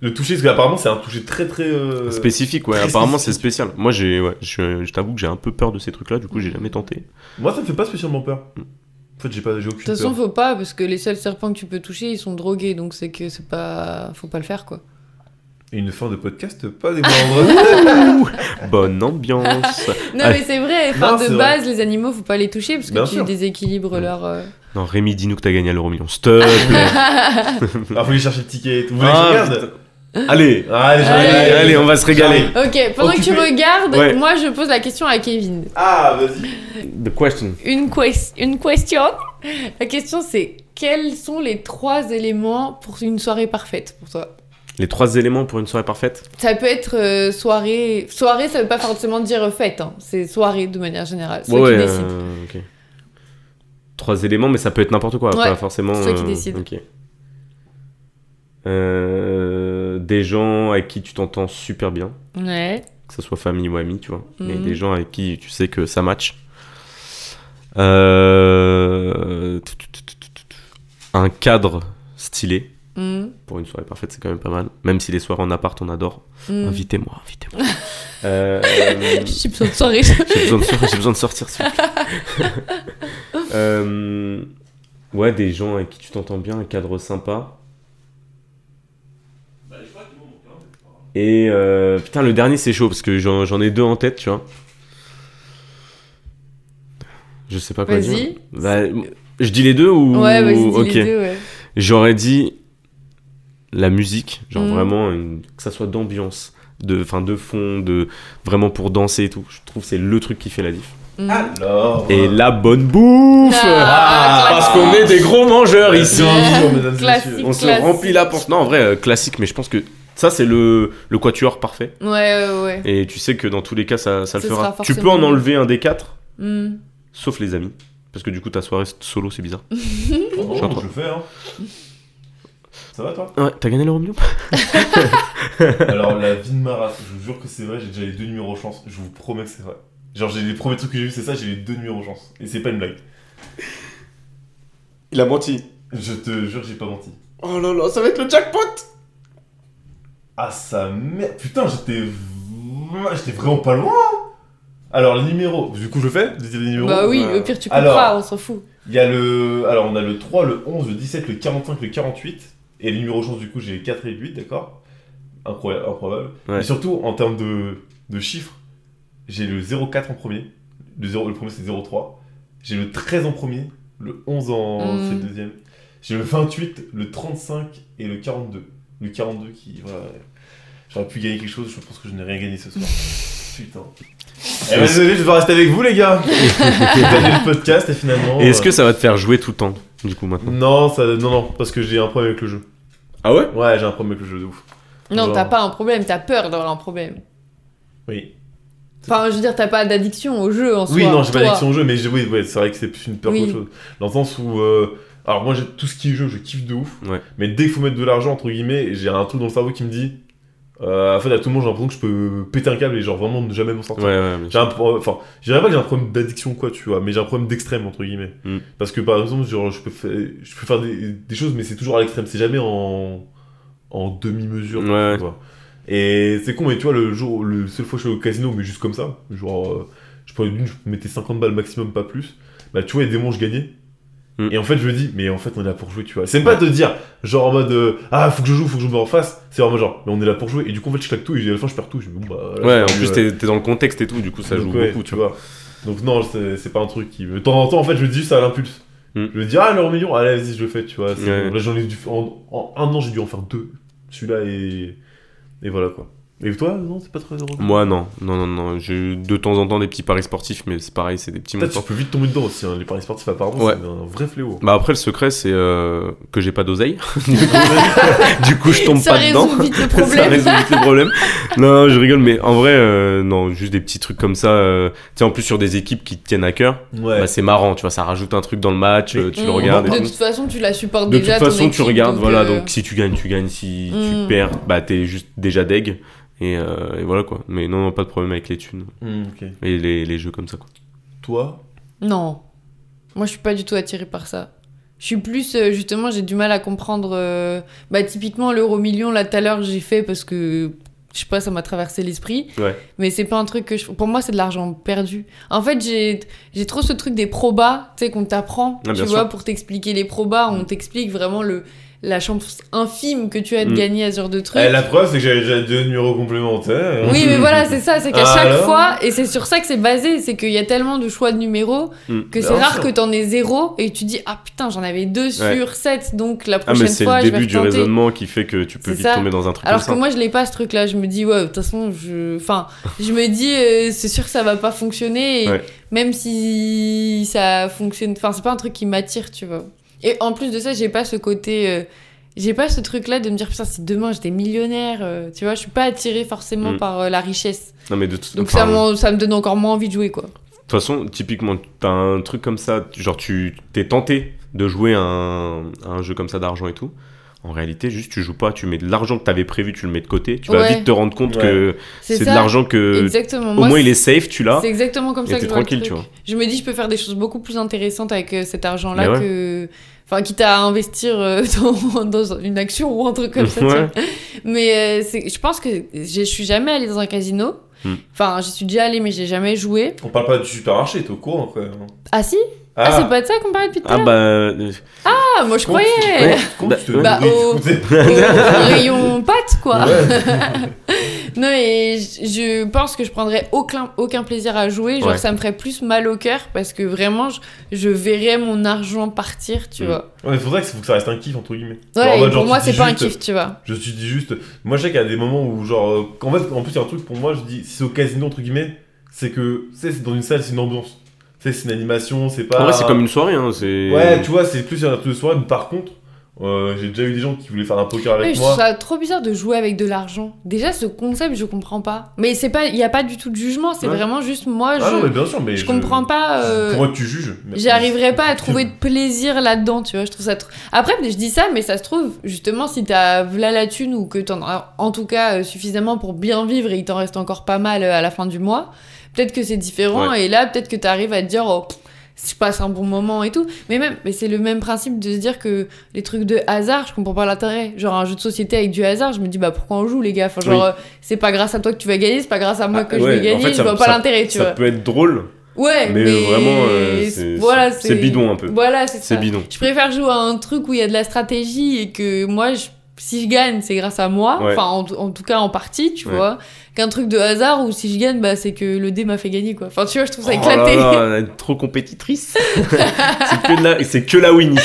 le toucher, parce qu'apparemment c'est un toucher très très euh,
spécifique ouais
très
apparemment c'est spécial moi j'ai ouais, je, je t'avoue que j'ai un peu peur de ces trucs là du coup j'ai jamais tenté
Moi, ça me fait pas spécialement peur. En fait, j'ai pas, j'ai aucune
De toute façon,
peur.
faut pas, parce que les seuls serpents que tu peux toucher, ils sont drogués, donc c'est que c'est pas. Faut pas le faire, quoi.
Et une fin de podcast pas des moindres.
bonne ambiance
Non,
Ah.
mais c'est vrai, enfin,
Non,
de
c'est
base, les animaux, faut pas les toucher, parce que
Bien
tu
sûr.
déséquilibres leur. euh,
non Rémi dis nous que t'as gagné à l'euro million s'il te plaît
Ah, faut aller chercher le ticket. et tout. Vous voulez que je
Ah,
regarde
putain. allez
Ah, Allez,
allez,
j'arrive.
allez, on va se régaler
Ok, pendant que tu
Occupé.
regardes,
Ouais.
moi je pose la question à Kevin.
Ah, vas-y.
the question
Une, ques- une question. La question c'est quels sont les trois éléments pour une soirée parfaite pour toi
les trois éléments pour une soirée parfaite
Ça peut être euh, soirée. Soirée, ça veut pas forcément dire euh, fête, hein. c'est soirée de manière générale. C'est qui décide.
euh, ok. Trois éléments, mais ça peut être n'importe quoi,
Ouais,
pas forcément.
c'est toi qui
euh,
décides.
ok. Euh, des gens avec qui tu t'entends super bien,
Ouais.
que ce soit famille ou amis, tu vois. Mais
Mhm.
des gens avec qui tu sais que ça match. Euh, tout, tout, tout, tout, tout, tout. Un cadre stylé.
Mm,
Pour une soirée parfaite, c'est quand même pas mal. Même si les soirées en appart, on adore.
mm.
Invitez-moi, invitez-moi. Euh, euh,
Je suis besoin de soirée.
j'ai besoin de, sor- j'ai besoin de sortir, s'il vous plaît. Euh, ouais, des gens avec qui tu t'entends bien, un cadre sympa. Et euh, putain, le dernier c'est chaud parce que j'en j'en ai deux en tête, tu vois. Je sais pas quoi
Vas-y.
dire. Bah, je dis les deux ou.
Ouais, vas-y, dis
Ok.
les deux, ouais.
J'aurais dit la musique, genre
Mm.
vraiment une- que ça soit d'ambiance, de fin de fond, de vraiment pour danser et tout. Je trouve que c'est le truc qui fait la diff.
Mm.
Ah. Alors.
Et la bonne bouffe
Ah,
Parce qu'on est des gros mangeurs ici.
Bien sûr, mesdames et
Classique.
messieurs.
On se
Classique.
remplit la panse. Non, en vrai, euh, classique, mais je pense que ça c'est le le quatuor parfait.
Ouais, ouais, ouais.
Et tu sais que dans tous les cas, ça, ça le
Ce
fera.
sera
Tu peux en
forcément-
enlever un des quatre,
Mm.
sauf les amis, parce que du coup ta soirée solo c'est bizarre.
Oh,
J'entends.
je le fais, hein. Ça va,
Mm.
toi
Ouais, t'as gagné l'euro million
Alors la vie de ma race, je vous jure que c'est vrai, j'ai déjà les deux numéros chance, je vous promets que c'est vrai. Genre j'ai les premiers trucs que j'ai vu c'est ça, j'ai les deux numéros chance. Et c'est pas une blague.
Il a menti.
Je te jure que j'ai pas menti.
Oh là là, ça va être le jackpot.
Ah sa merde, putain j'étais... v- J'étais vraiment pas loin hein. Alors les numéros, du coup je le fais, je dis les numéros.
Bah oui,
euh,
au pire tu
alors-
comprends, on s'en fout.
Il y a le. Alors, on a le 3, le 11, le 17, le 45, le 48. Et le numéro chance, du coup, j'ai 4 et 8, d'accord Incroyable. improbable.
Ouais.
Et surtout, en termes de, de chiffres, j'ai le 04 en premier. Le, 0, le premier, c'est 03. J'ai le 13 en premier. Le 11 en.
Mm.
C'est le deuxième. J'ai le 28, le 35 et le 42. Le 42 qui. Voilà. ouais. J'aurais pu gagner quelque chose, je pense que je n'ai rien gagné ce soir. Putain. Eh ben, désolé, je vais rester avec vous, les gars. J'ai gagné le podcast et finalement.
Et est-ce
euh,
que ça va te faire jouer tout le temps, du coup, maintenant
non, ça, non, non, parce que j'ai un problème avec le jeu.
Ah ouais
Ouais, j'ai un problème avec le jeu de ouf.
Non,
Genre-
t'as pas un problème, t'as peur d'avoir un problème.
Oui.
Enfin, je veux dire, t'as pas d'addiction au jeu en soi.
Oui, non, j'ai pas
toi.
d'addiction au jeu, mais j'ai- oui, ouais, c'est vrai que c'est plus une peur
Oui.
qu'autre chose. Dans le sens où. euh, alors, moi, j'ai tout ce qui est jeu, je kiffe de ouf.
Ouais.
Mais dès qu'il faut mettre de l'argent, entre guillemets, j'ai un truc dans le cerveau qui me dit. Euh, en fait, à tout le monde, j'ai l'impression que je peux péter un câble et genre vraiment ne jamais m'en
Ouais,
sortir.
ouais, bien
J'ai
sûr.
un pro- Enfin, je dirais pas que j'ai un problème d'addiction, quoi, tu vois, mais j'ai un problème d'extrême, entre guillemets.
Mm.
Parce que par exemple, genre, je peux faire, je peux faire des, des choses, mais c'est toujours à l'extrême, c'est jamais en, en demi-mesure.
Ouais, ouais.
tu vois. Et c'est con, mais tu vois, le jour, le seul fois que je suis au casino, mais juste comme ça, genre, euh, je prenais une, je mettais 50 balles maximum, pas plus, bah tu vois, il y a des moments, je gagnais.
Mm.
Et en fait, je me dis, mais en fait, on est là pour jouer, tu vois. C'est même pas de dire, genre en mode, euh, ah, faut que je joue, faut que je me refasse. C'est vraiment genre, mais on est là pour jouer. Et du coup, en fait, je claque tout, et à la fin, je perds tout. Je dis, bon, bah,
Ouais,
là, j'ai
en
perdu,
plus,
euh,
t'es t'es dans le contexte et tout, du coup, ça
donc
joue
ouais,
beaucoup, tu vois.
Donc non, c'est c'est pas un truc qui... De temps en temps, en fait, je me dis juste à l'impulse.
Mm.
Je me dis, ah, l'euro million, allez, vas-y, je le fais, tu vois. c'est
Ouais.
bon. Là, j'en ai dû... En, en un an, j'ai dû en faire deux. Celui-là et... Et voilà, quoi. Et toi, non, c'est pas très heureux
Moi, non, non, non, non. J'ai eu de temps en temps des petits paris sportifs, mais c'est pareil, c'est des petits
Peut-être tu
montants.
peux vite tomber dedans aussi, hein. les paris sportifs, apparemment,
Ouais.
c'est un vrai fléau.
Bah après, le secret, c'est euh, que j'ai pas d'oseille. du, coup, du coup, je tombe
Ça
pas dedans.
résout vite
ça
le problème.
résout vite le problème. Non, non, je rigole, mais en vrai, euh, non, juste des petits trucs comme ça. euh, tu sais, en plus, sur des équipes qui te tiennent à cœur,
Ouais.
bah, c'est marrant, tu vois, ça rajoute un truc dans le match, euh, tu
Mm.
le regardes. et
De
tout.
toute façon, tu la supportes
De toute
déjà. ton
façon, tu
équipe,
regardes, voilà,
euh,
donc si tu gagnes, tu gagnes, si
Mm.
tu perds, bah t'es juste déjà deg. Et, euh, et voilà quoi. Mais non, non, pas de problème avec les thunes
Hmm, ok.
et les, les jeux comme ça quoi.
Toi
Non. Moi, je suis pas du tout attirée par ça. Je suis plus, euh, justement, j'ai du mal à comprendre. euh, Bah, typiquement, l'euro million, là, tout à l'heure, j'ai fait parce que. Je sais pas, ça m'a traversé l'esprit.
Ouais.
Mais c'est pas un truc que je. Pour moi, c'est de l'argent perdu. En fait, j'ai j'ai trop ce truc des probas, tu sais, qu'on t'apprend.
Ah,
tu
bien
vois,
sûr. Mm.
pour t'expliquer les probas, on t'explique vraiment le la chance infime que tu as de
Mm.
gagner à ce genre de truc.
Eh, La preuve, c'est que j'avais déjà deux numéros complémentaires.
Oui, mais voilà, c'est ça, c'est
Ah,
qu'à chaque
Alors
fois, et c'est sur ça que c'est basé, c'est qu'il y a tellement de choix de numéros
Mm.
que c'est
Bien
rare
sûr.
que t'en aies zéro et tu dis ah putain j'en avais deux sur
Ouais.
sept donc la
Ah
prochaine
mais c'est
fois
le
je vais
début du
retenter.
raisonnement qui fait que tu peux
C'est
vite
ça.
tomber dans un truc
Alors que
comme ça.
moi je l'ai pas ce truc là, je me dis ouais de toute façon je, enfin je me dis euh, c'est sûr que ça va pas fonctionner et
Ouais.
même si ça fonctionne, enfin c'est pas un truc qui m'attire tu vois. Et en plus de ça j'ai pas ce côté, euh, j'ai pas ce truc là de me dire putain si demain j'étais millionnaire, euh, tu vois je suis pas attirée forcément
Mm.
par euh, la richesse.
Non mais de toute
Donc
enfin,
ça, m'en- ça me donne encore moins envie de jouer, quoi.
de toute façon, typiquement, t'as un truc comme ça, genre tu t'es tenté de jouer à un, à un jeu comme ça d'argent et tout. En réalité, juste tu joues pas, tu mets de l'argent que t'avais prévu, tu le mets de côté. Tu vas
Ouais.
vite te rendre compte
Ouais.
que c'est
ça.
de l'argent que
Exactement.
au
Moi,
moins il est safe, tu l'as.
C'est exactement comme
et
ça que
t'es
je vois le
tranquille,
truc.
tu vois.
Je me dis, je peux faire des choses beaucoup plus intéressantes avec euh, cet argent-là
Mais ouais.
que. Enfin, quitte à investir euh, dans, dans une action ou un truc comme ça. tu
Ouais.
vois. Mais euh, c'est- je pense que je suis jamais allée dans un casino.
Hmm.
Enfin, j'y suis déjà allée, mais j'ai jamais joué.
On parle pas du supermarché, t'es au courant, quand même. hein.
Ah si Ah, c'est pas de ça qu'on parlait depuis tout à
Ah
l'heure
bah euh,
Ah, moi je
Comment tu-
croyais
comment tu te
Bah,
bah,
nourris,
oh.
du coup, t'es-
Au rayon pâtes, quoi
Ouais.
Non, et je- je pense que je prendrais aucun, aucun plaisir à jouer. Genre,
Ouais.
ça me ferait plus mal au cœur parce que vraiment, je, je verrais mon argent partir, tu
Mm.
vois.
Ouais, mais c'est pour ça que faut que ça reste un kiff entre guillemets. Genre, en
Ouais, et
mode, genre,
pour
tu
moi,
dis
c'est pas un
juste-
kiff, tu vois.
Je suis dit juste. Moi, je sais qu'il y a des moments où, genre. euh, En fait, en plus, il y a un truc pour moi, je dis, si c'est au casino, entre guillemets, c'est que. Tu sais, c'est dans une salle, c'est une ambiance. Tu sais, c'est une animation, c'est pas.
en vrai c'est comme une soirée hein, c'est
Ouais, tu vois, c'est plus un truc de soirée, mais par contre, euh, j'ai déjà eu des gens qui voulaient faire un poker
Ouais,
avec
je
moi.
trouve ça trop bizarre de jouer avec de l'argent. Déjà, ce concept, je comprends pas. Mais c'est pas, il y a pas du tout de jugement. C'est
Ouais.
vraiment juste moi,
Ah non,
je,
mais bien sûr, mais.
je comprends pas. euh,
Pour moi, tu juges. mais-
J'y arriverai pas à trouver
hein.
de plaisir là-dedans, tu vois. Je trouve ça trop- Après, je dis ça, mais ça se trouve, justement, si t'as v'là la thune ou que t'en as en tout cas euh, suffisamment pour bien vivre et il t'en reste encore pas mal euh, à la fin du mois, peut-être que c'est différent et là, peut-être que t'arrives à te dire, oh, pff, je passe un bon moment et tout. Mais même, mais c'est le même principe de se dire que les trucs de hasard, je comprends pas l'intérêt. Genre un jeu de société avec du hasard, je me dis, bah pourquoi on joue, les gars Enfin, genre,
Oui.
euh, c'est pas grâce à toi que tu vas gagner, c'est pas grâce à moi
Ah,
que je
ouais,
vais
en
gagner,
fait,
je
ça-
vois pas
ça-
l'intérêt, tu
ça
vois.
peut être drôle
Ouais,
Mais,
mais,
vraiment, euh, c'est-
voilà,
c'est- c'est bidon un peu.
Voilà, c'est
C'est
ça.
bidon.
Je préfère jouer à un truc où il y a de la stratégie et que moi, je- si je gagne, c'est grâce à moi.
Ouais.
Enfin, en, tout- en tout cas, en partie, tu
Ouais.
vois. Qu'un truc de hasard où si je gagne, bah, c'est que le dé m'a fait gagner, quoi. Enfin, tu vois, je trouve ça
Oh
éclaté.
là là, elle est trop compétitrice. c'est que de la, c'est que la win ici.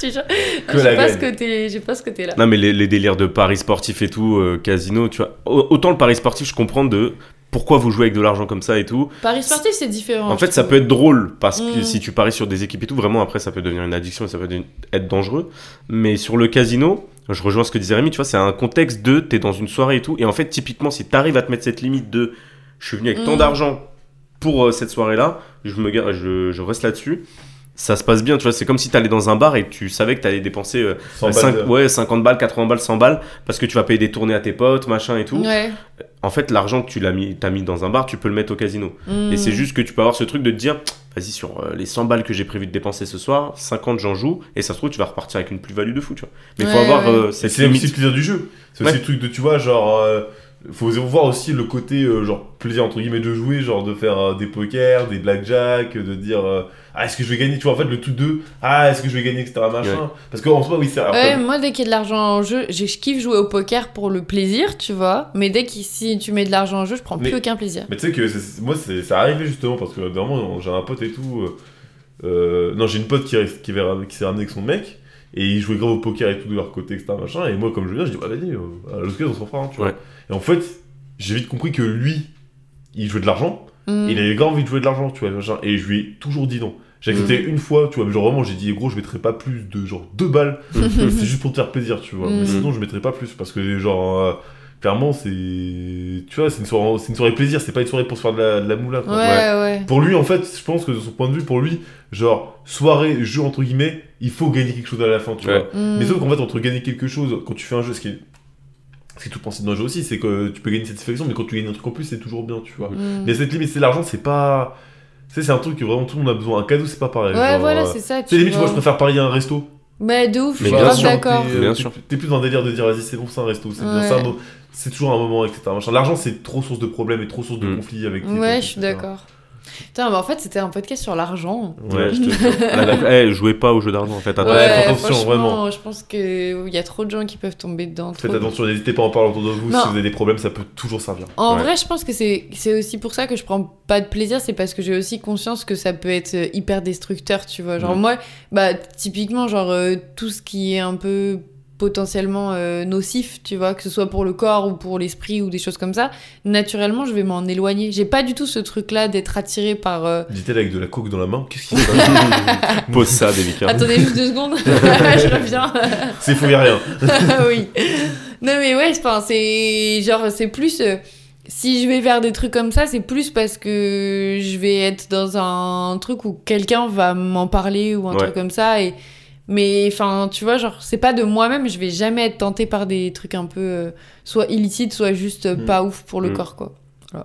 je te jure.
Que la
J'ai pas,
gagne.
ce côté- j'ai pas ce côté-là.
non mais les, les délires de paris sportif et tout, euh, casino, tu vois. Au- Autant le paris sportif, je comprends de pourquoi vous jouez avec de l'argent comme ça et tout.
Paris sportif, c'est différent.
En fait,
je
ça peut
trouve.
être drôle parce que
Mm.
si tu paries sur des équipes et tout, vraiment après, ça peut devenir une addiction et ça peut devenir- être dangereux. Mais sur le casino, je rejoins ce que disait Rémi, tu vois, c'est un contexte de t'es dans une soirée et tout. Et en fait, typiquement, si t'arrives à te mettre cette limite de je suis venu avec tant
Mm.
d'argent pour euh, cette soirée-là, je me gar- je, je reste là-dessus. Ça se passe bien, tu vois. C'est comme si t'allais dans un bar et tu savais que t'allais dépenser euh,
100 balles
cinq-
de-
ouais, 50 balles, 80 balles, 100 balles parce que tu vas payer des tournées à tes potes, machin et tout.
Ouais.
En fait, l'argent que tu l'as mis, t'as mis dans un bar, tu peux le mettre au casino. Et
Mm.
c'est juste que tu peux avoir ce truc de te dire, vas-y, sur euh, les 100 balles que j'ai prévu de dépenser ce soir, 50 j'en joue, et ça se trouve, tu vas repartir avec une plus-value de fou, tu vois. Mais il faut
Ouais,
avoir
ouais.
euh,
Et
cette
C'est aussi le
limite.
plaisir du jeu. C'est aussi
Ouais.
le truc de, tu vois, genre. euh, faut voir aussi le côté, euh, genre, plaisir entre guillemets de jouer, genre de faire euh, des pokers, des blackjack, euh, de dire. euh, ah, est-ce que je vais gagner Tu vois, en fait, le tout deux. Ah, est-ce que je vais gagner, etc. Machin.
Ouais.
Parce qu'en soi, oui, c'est.
Ouais,
après,
moi, dès qu'il y a de l'argent en jeu, j'ai- je kiffe jouer au poker pour le plaisir, tu vois. Mais dès que si tu mets de l'argent en jeu, je prends
Mais-
plus aucun plaisir.
Mais tu sais que c'est- moi, c'est- ça arrivait justement parce que normalement, j'ai un pote et tout. euh, euh, non, j'ai une pote qui, reste- qui, verra- qui s'est ramenée avec son mec et ils jouaient grave au poker et tout de leur côté, etc. Machin, et moi, comme je viens, je dis, bah vas-y, euh, à l'occasion, on s'en fera un, tu vois.
Ouais.
Et en fait, j'ai vite compris que lui, il jouait de l'argent,
Mm.
et il avait grave envie de jouer de l'argent, tu vois, machin, et je lui ai toujours dit non. J'ai accepté une fois, tu vois, mais genre vraiment, j'ai dit, gros, je mettrai pas plus de genre deux balles, c'est juste pour te faire plaisir, tu vois,
Mhm.
mais sinon, je mettrai pas plus parce que, genre. euh, Clairement, c'est. Tu vois, c'est une, soirée- c'est une soirée plaisir, c'est pas une soirée pour se faire de la, de la moula.
Ouais,
quoi.
ouais.
Pour lui, en fait, je pense que de son point de vue, pour lui, genre, soirée, jeu entre guillemets, il faut gagner quelque chose à la fin, tu
Ouais.
vois.
Mm.
Mais sauf qu'en fait, entre gagner quelque chose, quand tu fais un jeu, ce qui est, ce qui est tout le principe d'un jeu aussi, c'est que tu peux gagner une satisfaction, mais quand tu gagnes un truc en plus, c'est toujours bien, tu vois.
Mm.
Mais cette limite, c'est l'argent, c'est pas. Tu sais, c'est un truc que vraiment tout le monde a besoin. Un cadeau, c'est pas pareil.
Ouais,
genre,
voilà,
euh,
c'est ça.
tu sais,
Tu
limite, moi,
vois.
je préfère parier à un resto.
Mais de ouf, je
Mais
suis
bien
grave
sûr.
d'accord.
T'es, euh,
Bien
t'es-
sûr.
T'es plus dans le délire de dire, vas-y, c'est bon, c'est un resto, c'est bien,
Ouais.
c'est un mo- C'est toujours un moment, etc. machin. L'argent, c'est trop source de problèmes et trop source de
Mm.
conflits avec. tes
Ouais,
potes,
je suis
etc.
d'accord. Putain, mais en fait, c'était un podcast sur l'argent.
Ouais,
Ouais,
je te jure. Eh, jouez pas au jeu d'argent, en fait, attention.
Ouais. attention,
franchement,
vraiment.
Je pense qu'il y a trop de gens qui peuvent tomber dedans.
Faites
trop.
attention, n'hésitez pas à en parler autour de vous.
Non.
Si vous avez des problèmes, ça peut toujours servir.
En
Ouais.
vrai, je pense que c'est c'est aussi pour ça que je prends pas de plaisir, c'est parce que j'ai aussi conscience que ça peut être euh, hyper destructeur, tu vois. Genre
Mm.
moi, bah typiquement genre euh, tout ce qui est un peu potentiellement euh, nocif, tu vois, que ce soit pour le corps ou pour l'esprit ou des choses comme ça, naturellement, je vais m'en éloigner. J'ai pas du tout ce truc là d'être attiré par euh,
Dit-elle avec de la coke dans la main. Qu'est-ce qui se passe
Pose ça, délicat.
Attendez juste deux secondes, je reviens.
C'est faux, y a rien.
oui. Non mais ouais, enfin, c'est genre c'est plus euh, si je vais vers des trucs comme ça, c'est plus parce que je vais être dans un truc où quelqu'un va m'en parler ou un
Ouais.
truc comme ça et mais enfin, tu vois, genre c'est pas de moi-même, je vais jamais être tentée par des trucs un peu euh, soit illicites, soit juste euh,
Mm.
pas ouf pour le
Mm.
corps quoi.
Ouais.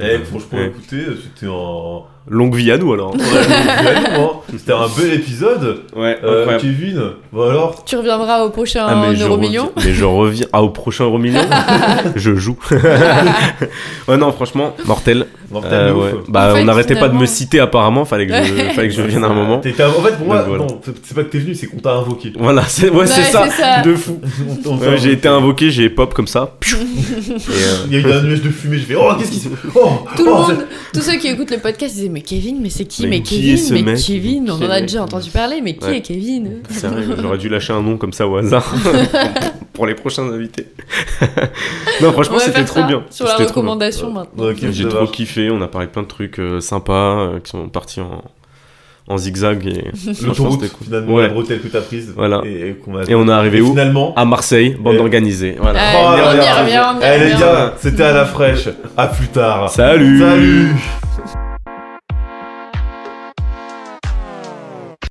Eh, franchement,
Ouais.
écoutez, c'était un.
Longue vie à nous, alors.
Vraiment, hein. C'était un bel épisode.
Ouais,
Euh,
incroyable.
Kevin, bah alors.
Tu reviendras au prochain
Ah, mais, je
euro
reviens,
million.
mais je reviens. Ah, au prochain euro million Je joue. ouais, non, franchement, mortel.
mortel
Euh,
de ouf.
ouais. Bah,
En fait,
on n'arrêtait pas de
finalement-
me citer, apparemment. Fallait que je, fallait que je
Euh,
vienne à un moment.
T'étais- En fait, pour moi,
Donc, voilà.
non, c'est c'est pas que t'es venu, c'est qu'on t'a invoqué.
Voilà, c'est ouais, c'est
Ouais,
ça,
c'est ça.
de fou.
On- on t'a
Ouais, j'ai
invoqué.
été invoqué, j'ai pop comme ça. Piou. Et, euh,
Il y a eu un nuage de fumée, j'ai fait Oh, qu'est-ce qui se. Oh,
Tout le
oh,
monde, tous ceux qui écoutent le podcast ils disaient mais Kevin, mais c'est qui
Mais
Mais,
qui est
Kevin,
ce
mais
mec
Kevin, on
Qui est
en
ce
a
mec
déjà entendu parler, mais qui
Ouais.
est Kevin
C'est vrai, j'aurais dû lâcher un nom comme ça au hasard pour les prochains invités. non, franchement,
On va
c'était
faire
trop
ça
bien.
Sur la
C'était trop bien.
recommandation
bien.
maintenant.
Ok.
J'ai
Ça
trop
marche.
kiffé, on a parlé de plein de trucs euh, sympas euh, qui sont partis en, en zigzag. Et,
c'est-
franchement,
L'autoroute,
c'était cool.
finalement,
Ouais.
la bretelle que t'as prise.
Voilà.
Et, et qu'on a.
Et on est arrivé
et
où Ah.
finalement,
À Marseille, bande
Et-
organisée. Voilà.
Ouais.
Oh,
on y
là, là,
revient,
là.
on y
Eh, les
revient.
gars, c'était à la fraîche. À plus tard.
Salut
Salut